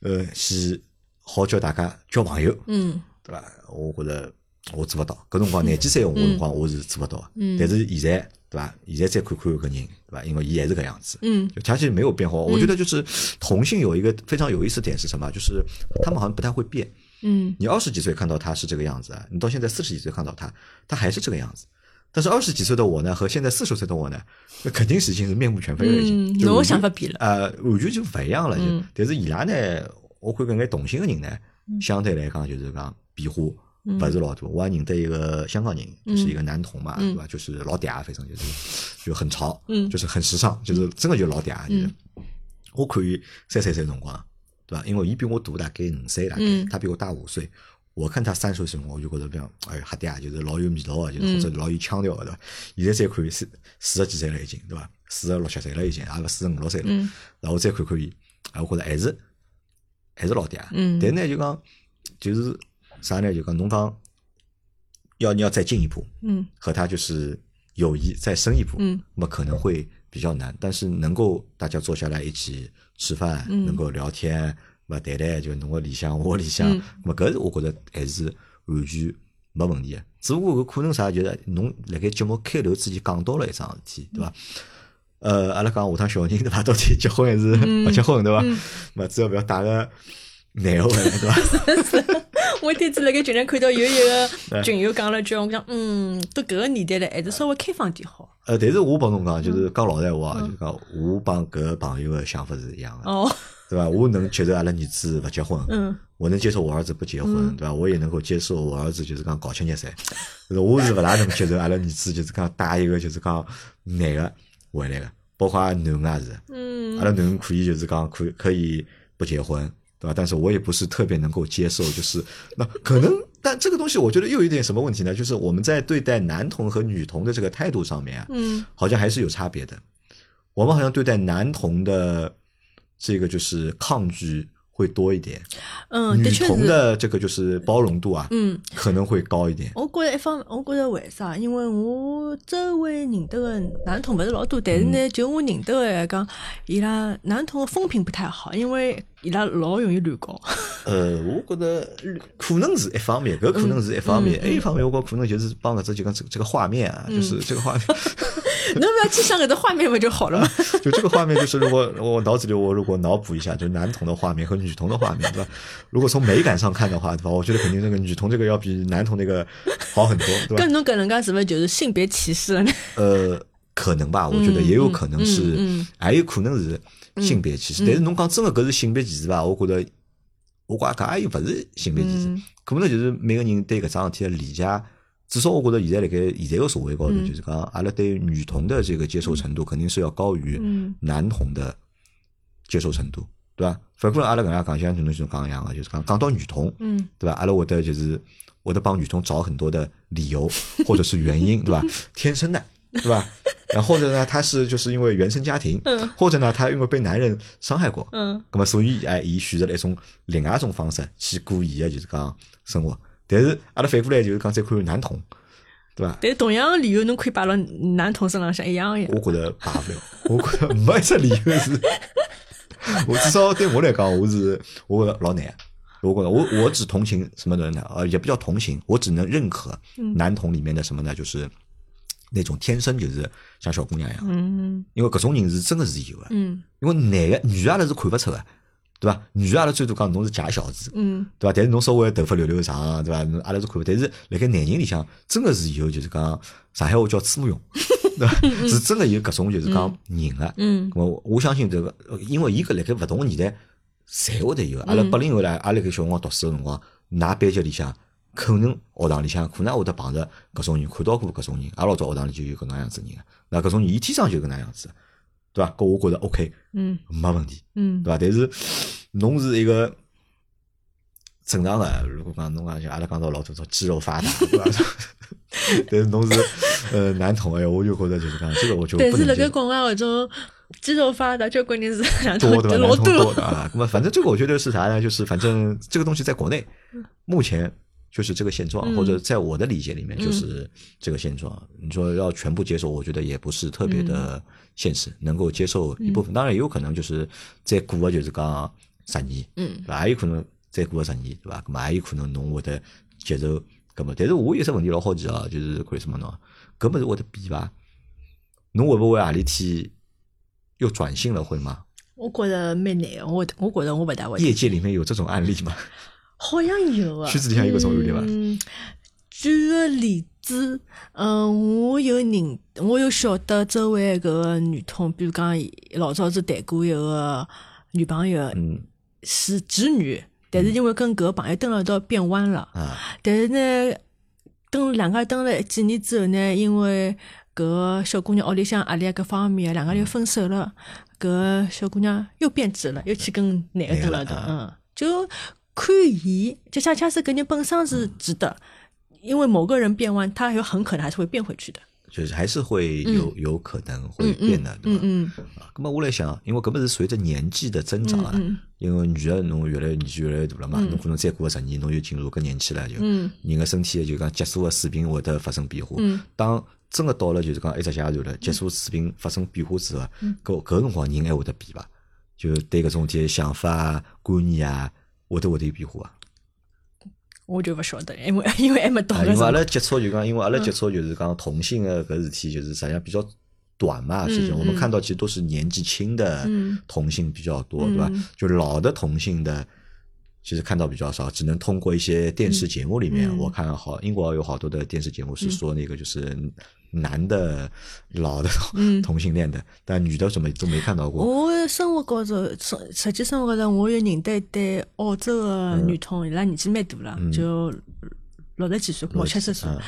Speaker 1: 呃，去好叫大家交朋友，
Speaker 2: 嗯
Speaker 1: 对伐？我觉着我做勿到，搿辰光廿几岁我辰
Speaker 2: 嗯
Speaker 1: 光我是做勿到的，但是现在对伐？现在再看看搿人对伐？因为伊还是搿样子，
Speaker 2: 嗯
Speaker 1: 就他其实没有变化。我觉得就是同性有一个非常有意思的点是什么？就是他们好像不太会变。
Speaker 2: 嗯
Speaker 1: 你二十几岁看到他是这个样子啊，你到现在四十几岁看到他，他还是这个样子。但是二十几岁的我呢，和现在四十岁的我呢，那肯定是已经是面目全非了，已经。
Speaker 2: 嗯
Speaker 1: 就
Speaker 2: 侬
Speaker 1: 完
Speaker 2: 想
Speaker 1: 全
Speaker 2: 法变了
Speaker 1: 呃，完全就勿一样了。就
Speaker 2: 嗯
Speaker 1: 但是伊拉呢，我看搿眼同性个人呢，相对来讲就是讲变化
Speaker 2: 嗯
Speaker 1: 勿是老大。我还认得一个香港人，就是一个男同嘛，对伐？就是老嗲，反正就是就很潮，
Speaker 2: 嗯
Speaker 1: 就是很时尚，就是真个就老嗲。就是我看伊三十岁辰光，对伐？因为伊比我大大概五岁，大概
Speaker 2: 嗯
Speaker 1: 他比我大五岁。我看他三十岁辰光，我就觉得这样，哎呦，瞎嗲，就是老有味道啊，
Speaker 2: 嗯
Speaker 1: 就是或者老有腔调的，对伐？现在再看伊四四十几岁了已经，对伐？四十六七岁了已经，也勿四十五六岁了。
Speaker 2: 嗯
Speaker 1: 然后再看看伊，啊，我觉着还是还是老嗲。
Speaker 2: 嗯
Speaker 1: 但呢，就讲就是啥呢？就讲侬讲要你要再进一步，
Speaker 2: 嗯
Speaker 1: 和他就是友谊再深一步，
Speaker 2: 嗯，
Speaker 1: 那么可能会比较难，但是能够大家坐下来一起吃饭，
Speaker 2: 嗯
Speaker 1: 能够聊天，那么谈谈就侬个理想，我的理想，
Speaker 2: 嗯
Speaker 1: 那么搿是我觉着还是完全没问题个。只不过搿可能啥，就是侬辣盖节目开头之前讲到了一桩事体，对伐？呃，阿拉讲下趟小人 <laughs> 对伐？到底结婚还是
Speaker 2: 嗯
Speaker 1: 勿结婚对伐？那么只要勿要带个男个回来对伐？
Speaker 2: 我天子辣盖群里看到有一个群友讲了句，我讲嗯，到搿个年代了，还是稍微开放点好。
Speaker 1: <laughs> 呃，但是我帮侬讲，
Speaker 2: 嗯
Speaker 1: 就是讲老实闲话啊，就是讲我帮搿个朋友个想法是一样个，
Speaker 2: 哦，
Speaker 1: 对伐？我能接受阿拉儿子勿结婚，
Speaker 2: 嗯
Speaker 1: 我能接受我儿子不结婚，对伐？我也能够接受我儿子就是讲搞七廿三，就是我是勿大能接受阿拉儿子就是讲带一个就是讲男个回来个，包括阿拉囡恩也是，
Speaker 2: 嗯
Speaker 1: 阿拉囡恩可以就是讲可以可以不结婚，对吧？但是我也不是特别能够接受，就是那可能，但这个东西我觉得又有一点什么问题呢？就是我们在对待男童和女童的这个态度上面啊，
Speaker 2: 嗯
Speaker 1: 好像还是有差别的。我们好像对待男童的这个就是抗拒会多一点，
Speaker 2: 嗯，
Speaker 1: 女
Speaker 2: 的确
Speaker 1: 童
Speaker 2: 是，
Speaker 1: 的这个就是包容度啊，
Speaker 2: 嗯。
Speaker 1: 可能会高一点。
Speaker 2: 我觉着一方面，我觉着为啥？因为我周围认得个男童勿是老多，但是呢，就我认得个来讲，伊拉男童个风评不太好，因为伊拉老容易乱搞。
Speaker 1: 呃，我觉得可能是一方面，搿可能是一方面，还有一方面我觉得可能就是帮搿只就讲这个这个画面啊，就是这个画面，
Speaker 2: 侬勿要去想搿只画面勿就好了嘛？
Speaker 1: 就这个画面就是如果我脑子里我如果脑补一下，就是男童的画面和女童的画面，对吧？ <laughs> 如果从美感上看的话，对吧？我觉得肯定那个女童这个要比男童那个好很多，对吧
Speaker 2: 搿？侬搿能介是勿是就是性别歧视了呢？
Speaker 1: 呃，可能吧，我觉得也有可能是，
Speaker 2: 嗯嗯嗯
Speaker 1: 还有可能是性别歧视。但是侬讲真的，搿是性别歧视伐？我觉得，我觉搿也勿是性别歧视
Speaker 2: 嗯，
Speaker 1: 可能就是每个人对搿桩事体的理解。至少我觉得现在辣盖现在个社会高头，
Speaker 2: 嗯
Speaker 1: 就是讲阿拉对女童的这个接受程度肯定是要高于
Speaker 2: 嗯
Speaker 1: 男童的接受程度，对伐？反过来阿拉搿能介讲，像侬侬讲一样个，就是讲讲到女童，
Speaker 2: 嗯，
Speaker 1: 对吧？阿拉会得就是会得帮女童找很多的理由或者是原因，对吧？天生的，对吧？然后呢，她是就是因为原生家庭，或者呢，她因为被男人伤害过，
Speaker 2: 嗯，
Speaker 1: 那么所以哎，伊选择了一种另外一种方式去过伊的就是讲生活。但是阿拉反过来就是讲再看男童，对吧？
Speaker 2: 但同样个理由侬可以摆辣男童身浪向一样个呀。
Speaker 1: 我觉得罢不了，我觉得没一只理由是，我至少对我来讲，我是我觉得老难。我觉得我我只同情什么人呢？呃，也不叫同情，我只能认可
Speaker 2: 嗯
Speaker 1: 男童里面的什么呢？就是那种天生就是像小姑娘一样，
Speaker 2: 嗯
Speaker 1: 因为搿种人是真的是有的。
Speaker 2: 嗯
Speaker 1: 因为男的女的阿拉是看不出的，对吧？女的阿拉最多讲侬是假小子，
Speaker 2: 嗯
Speaker 1: 对伐？但是侬稍微头发留留长，对伐？侬阿拉是看勿，但是辣盖南京里向，真个是有，就是讲上海话叫猪母庸，对伐？是真个有搿种就是讲人个。
Speaker 2: 嗯
Speaker 1: 我我相信这个，呃因为伊搿辣盖勿同个年代，侪会得有。阿拉八零后来，阿拉搿小辰光读书个辰光，㑚班级里向可能学堂里向可能会得碰着搿种人，看到过搿种人。阿拉老早学堂里就有搿能样子人，那搿种人伊天生就搿能样子，对伐？搿我觉着 OK，
Speaker 2: 嗯
Speaker 1: 没问题。
Speaker 2: 嗯
Speaker 1: 对伐？但是侬是一个正常的，如果讲侬讲像阿拉讲到老早说肌肉发达，对伐？ <laughs> 但是侬是呃男同哎，我就觉得就是讲这个我就
Speaker 2: 但
Speaker 1: 不
Speaker 2: 是
Speaker 1: 能
Speaker 2: 辣
Speaker 1: 接
Speaker 2: 盖
Speaker 1: 受。
Speaker 2: 广外搿种肌肉发达交关人是男童
Speaker 1: 多对吧？
Speaker 2: 老
Speaker 1: 男同
Speaker 2: 多
Speaker 1: 多的啊，那么反正这个我觉得是啥呢？就是反正这个东西在国内目前就是这个现状，
Speaker 2: 嗯
Speaker 1: 或者在我的理解里面就是这个现状。你说要全部接受，我觉得也不是特别的现实，能够接受一部分，当然也有可能就是再过个就是讲十年，
Speaker 2: 嗯
Speaker 1: 对伐？也有可能再过个十年，对伐？咁么也有可能侬会得接受搿么？但是我有只问题老好奇啊，就是为什么呢？搿物事会得变伐？侬会不会何里天又转性了会吗？
Speaker 2: 我觉着蛮难的，我我觉着我勿大会。
Speaker 1: 业界里面有这种案例吗？
Speaker 2: 好像有啊，
Speaker 1: 圈子里向有搿种案例伐
Speaker 2: 嗯，举个例子，嗯，我有认，我有晓得周围搿个女童，比如讲老早子谈过一个女朋友，
Speaker 1: 嗯
Speaker 2: 是直女，但是因为跟搿个朋友蹲了一道变弯了，
Speaker 1: 啊，
Speaker 2: 但是呢，蹲两家蹲了几年之后呢，因为搿个小姑娘屋里向压力啊各方面，两家就分手了。搿个小姑娘又变质了，又去跟男的蹲了一道，
Speaker 1: 男的
Speaker 2: 嗯，就看伊，就恰恰是搿人本身是值得，因为某个人变弯，他有很可能还是会变回去的。
Speaker 1: 就是还是会有、有可能会变的，对
Speaker 2: 嗯
Speaker 1: 吧？
Speaker 2: 嗯
Speaker 1: 啊那么我来想，因为搿么是随着年纪的增长啊，
Speaker 2: 嗯
Speaker 1: 因为女的侬越来年纪越来越大了嘛，侬可能再过个十年，侬又进入搿年纪了，就
Speaker 2: 嗯
Speaker 1: 人个身体就讲激素个水平会得发生变化
Speaker 2: 嗯。
Speaker 1: 当真个到了就是讲一只阶段了，激素水平发生变化之后，
Speaker 2: 嗯
Speaker 1: 搿搿辰光人还会得变伐？就对搿种体想法啊、观念啊，会得会得有变化啊。
Speaker 2: 我就勿晓得，因为因为还没到
Speaker 1: 啊，
Speaker 2: 搿
Speaker 1: 因为阿
Speaker 2: 辰
Speaker 1: 拉接触就讲，因为阿拉接触就是讲同性的搿事体，就是实际上比较短嘛。实际上我们看到其实都是年纪轻的
Speaker 2: 嗯
Speaker 1: 同性比较多，对吧
Speaker 2: 嗯？
Speaker 1: 就老的同性的。其实看到比较少，只能通过一些电视节目里面，
Speaker 2: 嗯嗯
Speaker 1: 我看好英国有好多的电视节目是说那个就是男的、老的
Speaker 2: 嗯哦
Speaker 1: 同性恋的，但女的怎么都没看到过。
Speaker 2: 我生活高头，实实际生活高头，我有认得一对澳洲个女童，伊拉年纪蛮大了，就嗯六十几岁，嗯
Speaker 1: 六
Speaker 2: 六
Speaker 1: 十几
Speaker 2: 七
Speaker 1: 岁
Speaker 2: 十岁
Speaker 1: 嗯。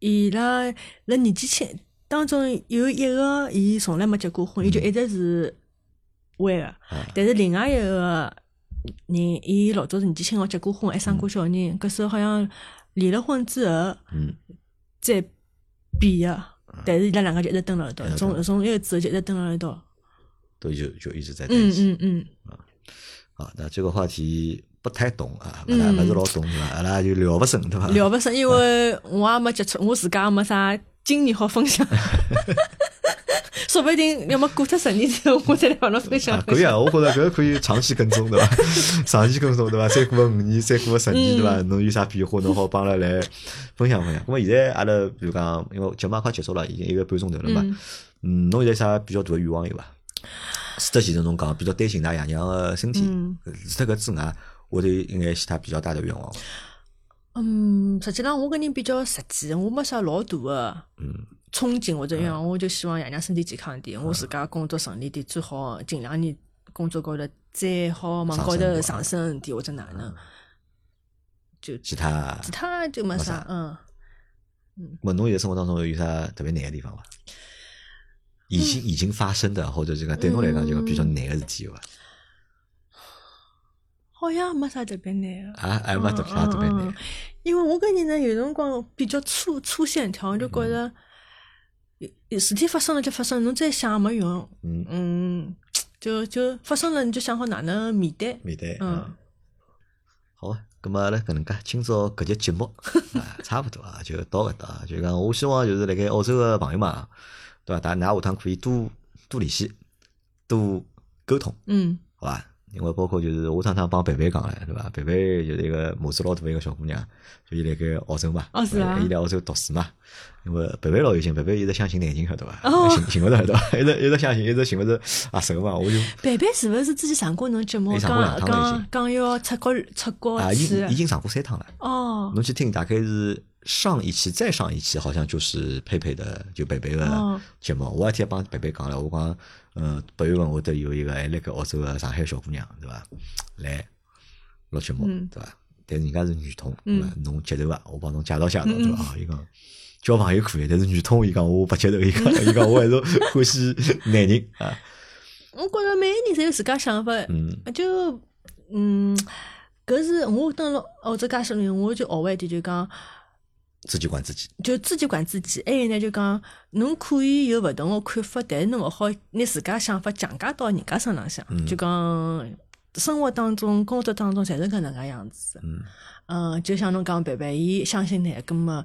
Speaker 2: 伊拉辣年纪轻，当中有一个伊从来没结过婚，伊就一直是弯个。但是另外一个人，伊老早年纪轻个结过婚，还生过小人，搿时候好像离了婚之后，
Speaker 1: 嗯，
Speaker 2: 再变个。但是伊拉两个就一直蹲辣一道
Speaker 1: 一，直
Speaker 2: 从从那个之后就一直蹲辣一道。
Speaker 1: 都就就一直在在一
Speaker 2: 嗯
Speaker 1: 起。
Speaker 2: 嗯嗯，
Speaker 1: 啊，那这个话题不太懂啊，不大不是老懂对伐？阿拉就聊不深对伐？
Speaker 2: 嗯聊勿深，因为我也没接触，我自家也没啥经验好分 <laughs> 享。说不定要么过脱十年之 <laughs> 后，我再来帮侬分享
Speaker 1: 啊，
Speaker 2: 分
Speaker 1: 可以
Speaker 2: 享。
Speaker 1: 啊，我觉着搿个可以长期跟踪对伐？长期跟踪对伐？再过个五年，再过个十年对伐？侬有啥变化，侬好帮阿拉来分享分享。咁么现在阿拉比如讲，因为节目也快结束了，已经一个半钟头了嘛。嗯，侬现在有啥比较大的愿望有伐？除脱前头侬讲比较担心㑚爷娘个身体，
Speaker 2: 嗯
Speaker 1: 除脱搿之外，会得有眼其他比较大的愿望。
Speaker 2: 嗯，实际上我个人比较实际，我没啥老大个憧憬或者愿望，我就希望爷娘身体健康一点，我自家工作顺利点，最好尽量呢工作高头再好往高头上升一点啊或者哪能，就
Speaker 1: 其他，
Speaker 2: 其他就没
Speaker 1: 没
Speaker 2: 啥
Speaker 1: 啥，
Speaker 2: 嗯。
Speaker 1: 咾么侬现在生活当中有啥特别难个地方伐？已经已经发生的，或者这个对侬来讲就讲比较难个事体有伐？
Speaker 2: 好像没啥特别难个，
Speaker 1: 啊，还没特别啥特别
Speaker 2: 嗯嗯
Speaker 1: 难
Speaker 2: 嗯。因为我个人呢，有辰光比较粗粗线条，就觉
Speaker 1: 嗯
Speaker 2: 着有有事体发生了就发生，侬再想也没用。
Speaker 1: 嗯
Speaker 2: 嗯，就就发生了，你就想好哪能面对。
Speaker 1: 面对，
Speaker 2: 嗯
Speaker 1: 嗯，好啊，咁么阿拉搿能介，今朝搿节节
Speaker 2: <laughs>
Speaker 1: 目啊，差不多啊，就到搿搭啊，就讲我希望就是辣盖澳洲个朋友们啊，对伐？大家㑚下趟可以多多联系，多沟通，
Speaker 2: 嗯
Speaker 1: 好伐？因为包括就是我上趟帮贝贝讲了，对伐？贝贝就是一个模子老大一个小姑娘，就伊辣盖澳洲嘛，
Speaker 2: 哦是
Speaker 1: 对
Speaker 2: 啊
Speaker 1: 伊辣澳洲读书嘛。因为贝贝老有心，贝贝一直想寻南京，晓得伐？
Speaker 2: 哦
Speaker 1: 寻寻勿着，对伐？ <laughs> 一直一直想寻，一直寻勿着合适个嘛，我就
Speaker 2: 贝贝是勿是之前上过侬节目，
Speaker 1: 哎上过两
Speaker 2: 讲
Speaker 1: 趟了已经
Speaker 2: 讲讲要出国出
Speaker 1: 啊，
Speaker 2: 国
Speaker 1: 已
Speaker 2: 去
Speaker 1: 经已？经上过三趟了。
Speaker 2: 哦
Speaker 1: 侬去听，大概是上一期再上一期，好像就是佩佩的就贝贝的
Speaker 2: 哦
Speaker 1: 节目。我那天帮贝贝讲了，我讲，呃，八月份会得有一个还辣盖澳洲的上海小姑娘，对伐？来录节目，
Speaker 2: 嗯
Speaker 1: 对伐？但是人家是女童，
Speaker 2: 嗯
Speaker 1: 对伐侬接头伐？我帮侬介绍介绍，对伐？啊伊讲。交朋友可以，但是女童伊讲我不接受，伊讲伊讲我还是 <laughs> 欢喜男人啊。
Speaker 2: 我觉着每个人侪有自家想法，
Speaker 1: 嗯
Speaker 2: 就嗯，搿是我等了澳洲介许多年，我就学会一点，就讲。
Speaker 1: 自己管自己，
Speaker 2: 就自己管自己。还有呢，就讲侬可以有勿同个看法，但是侬勿好拿自家想法强加到人家身浪向。就讲生活当中、工作当中，侪是搿能介样子。
Speaker 1: 嗯
Speaker 2: 嗯，就像侬讲，贝贝，伊相信你，葛么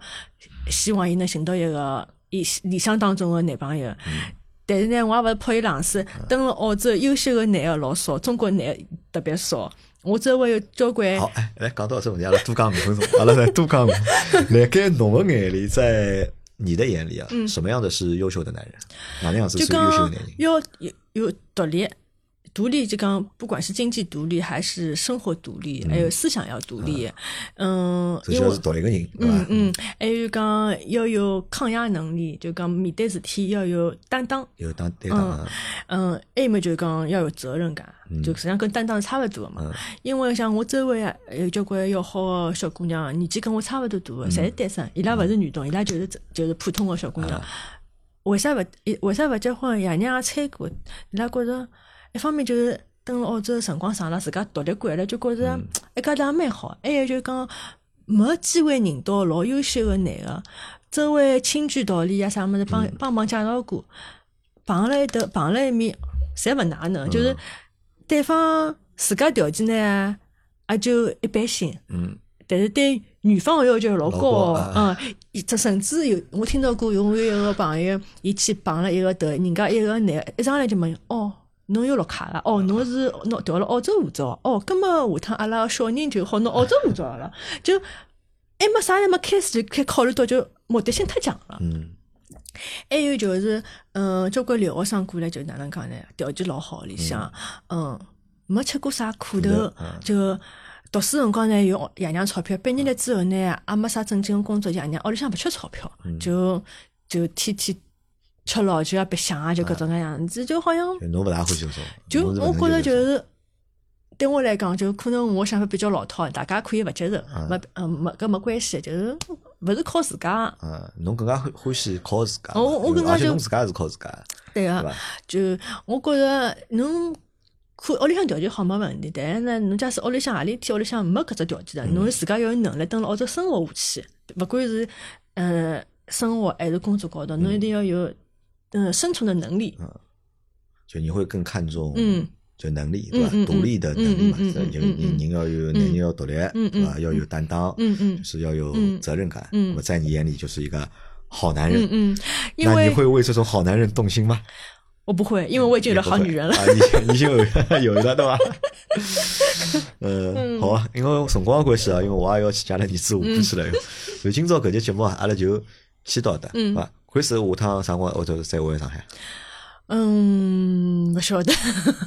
Speaker 2: 希望伊能寻到一个伊理想当中个男朋友。但是呢，我也勿是泼伊冷水，登了澳洲优秀个男个老少，中国男的特别少。我周围有交关
Speaker 1: 好，哎，来讲到这问题，阿拉多讲五分钟，阿拉再多讲五。辣盖侬的眼里，在你的眼里啊，什么样的是优秀的男人？哪能样子
Speaker 2: 就是
Speaker 1: 优秀的
Speaker 2: 讲
Speaker 1: 男人？
Speaker 2: 要有有独立，独立就讲不管是经济独立还是生活独立，还有思想要独立，嗯，
Speaker 1: 首
Speaker 2: 因
Speaker 1: 先
Speaker 2: 为
Speaker 1: 要是独立个人，对
Speaker 2: 嗯
Speaker 1: 伐？
Speaker 2: 嗯，还有讲要有抗压能力，就讲面对事体要有担当，
Speaker 1: 有当担当啊，
Speaker 2: 嗯，还有么就是讲要有责任感，就实际上跟担当是差勿多的嘛。因为像我周围啊，有交关要好个小姑娘，年纪跟我差勿多大个，侪是单身，伊拉勿是女同，伊拉就是就是普通个小姑娘。为啥勿伊为啥勿结婚？爷娘也催过，伊拉觉着一方面就是等了澳洲辰光长了，自家独立惯了，就觉着一家头也蛮好。还有就是讲没机会认到老优秀个男个，周围亲眷道理啊啥物事帮帮忙介绍过。碰了一头，碰了一面，侪勿哪能，啊就是对方自家条件呢，也就一般性，
Speaker 1: 嗯，
Speaker 2: 但是对女方的要求
Speaker 1: 老
Speaker 2: 老
Speaker 1: 高
Speaker 2: 高
Speaker 1: 啊
Speaker 2: 的，嗯，伊这甚至有我听到过，有我有一个朋友，伊去碰了一个头，人家一个男的，一上来就问，哦。侬有绿卡了哦，侬是侬调了澳洲护照哦，葛么下趟阿拉小人就好拿澳洲护照了，就还没啥还没开始就开考虑到就目的性太强了，
Speaker 1: 嗯
Speaker 2: 还有就是，嗯，交关留学生过来就哪能讲呢？条件老好，里向，嗯，没吃过啥苦头
Speaker 1: 苦头嗯，
Speaker 2: 就读书辰光呢有爷娘钞票，毕业了之后呢也没啥正经工作，爷娘屋里向勿缺钞票，就就天天吃老酒啊、白相啊，就搿种介样子，就好像
Speaker 1: 就侬勿大欢喜搿种，
Speaker 2: 就
Speaker 1: 侬是
Speaker 2: 我
Speaker 1: 勿
Speaker 2: 觉
Speaker 1: 能
Speaker 2: 着
Speaker 1: 接
Speaker 2: 就
Speaker 1: 受
Speaker 2: 是。对我啊呃来讲，就可能我想法比较老套，大家可以勿接受，没嗯没搿没关系，就是勿是靠自家。
Speaker 1: 嗯，侬更加欢欢喜靠自家嘛，
Speaker 2: 我我
Speaker 1: 因为
Speaker 2: 更加
Speaker 1: 而且
Speaker 2: 就
Speaker 1: 侬自家是靠自家，
Speaker 2: 对
Speaker 1: 对
Speaker 2: 个
Speaker 1: 伐？，
Speaker 2: 就我觉着侬看屋里向条件好没问题，但是呢，侬假使屋里向何里天屋里向没搿只条件的，
Speaker 1: 嗯
Speaker 2: 侬自家要有能力蹲辣澳洲生活下去，勿管是呃生活还是工作高头，侬一定要有嗯生存的能力。
Speaker 1: 就你会更看重
Speaker 2: 嗯
Speaker 1: 就能力对吧
Speaker 2: 嗯嗯嗯？
Speaker 1: 独立的能力嘛，
Speaker 2: 嗯嗯嗯
Speaker 1: 这就
Speaker 2: 嗯嗯
Speaker 1: 人人要有能力要独立
Speaker 2: 嗯
Speaker 1: 对吧？要有担当，
Speaker 2: 嗯嗯
Speaker 1: 就是要有
Speaker 2: 嗯
Speaker 1: 责任感。
Speaker 2: 嗯
Speaker 1: 那么在你眼里就是一个好男
Speaker 2: 嗯
Speaker 1: 人。
Speaker 2: 嗯，因
Speaker 1: 那你
Speaker 2: 为
Speaker 1: 会为这种好男人动心吗？
Speaker 2: 我不会，因为我已经有了
Speaker 1: 也不
Speaker 2: 好
Speaker 1: 会
Speaker 2: 女人了。
Speaker 1: 啊，已经已经有有 <laughs> 了
Speaker 2: <laughs>
Speaker 1: 对吧？
Speaker 2: 嗯
Speaker 1: 呃，好啊，因为辰光关系啊，因为我也要去加拿大子下班去了，所以今朝搿节节目啊，阿拉就先到的，对
Speaker 2: 嗯
Speaker 1: 吧？Chris 下趟啥辰光澳洲再回上海？啊
Speaker 2: 嗯，勿晓得。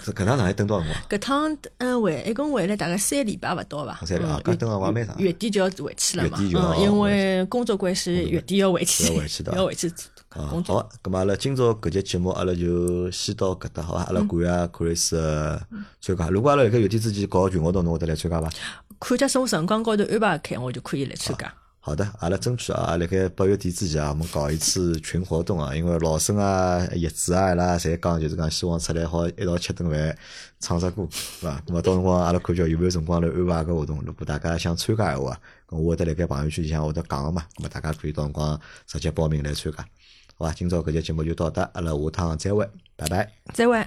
Speaker 1: 这搿趟上海等多少辰光？
Speaker 2: 搿趟嗯回一共回来大概三个礼拜勿到伐？
Speaker 1: 三个礼拜
Speaker 2: 嗯
Speaker 1: 啊搿等了我也蛮长
Speaker 2: 月月底就要回去了嘛，
Speaker 1: 月底就要
Speaker 2: 嗯，因为工作关系月底要回去，
Speaker 1: 要回去的
Speaker 2: <laughs> 要回去
Speaker 1: 啊，
Speaker 2: 工
Speaker 1: 好
Speaker 2: 作。
Speaker 1: 啊，咁嘛阿拉今朝搿节节目阿拉就先到搿搭好伐？阿
Speaker 2: 嗯
Speaker 1: 拉感谢 Chris 呃参加。如果阿拉辣盖月底之前搞群活动，侬会得来参加伐？
Speaker 2: 看假使我辰光高头安排开，我就可以来参加。
Speaker 1: 好的，阿拉争取啊，辣盖八月底之前啊，我们搞一次群活动啊，因为老沈啊、叶子啊，伊拉侪讲就是讲希望出来好一道吃顿饭，唱只歌，对伐？咁么到辰光阿拉看叫有没有辰光来安排搿活动。如果大家想参加个话，咁我会得辣盖朋友圈里向会得讲个嘛，咁么大家可以到辰光直接报名来参加，好伐？今朝搿节节目就到这，阿拉下趟再会，拜拜。
Speaker 2: 再会。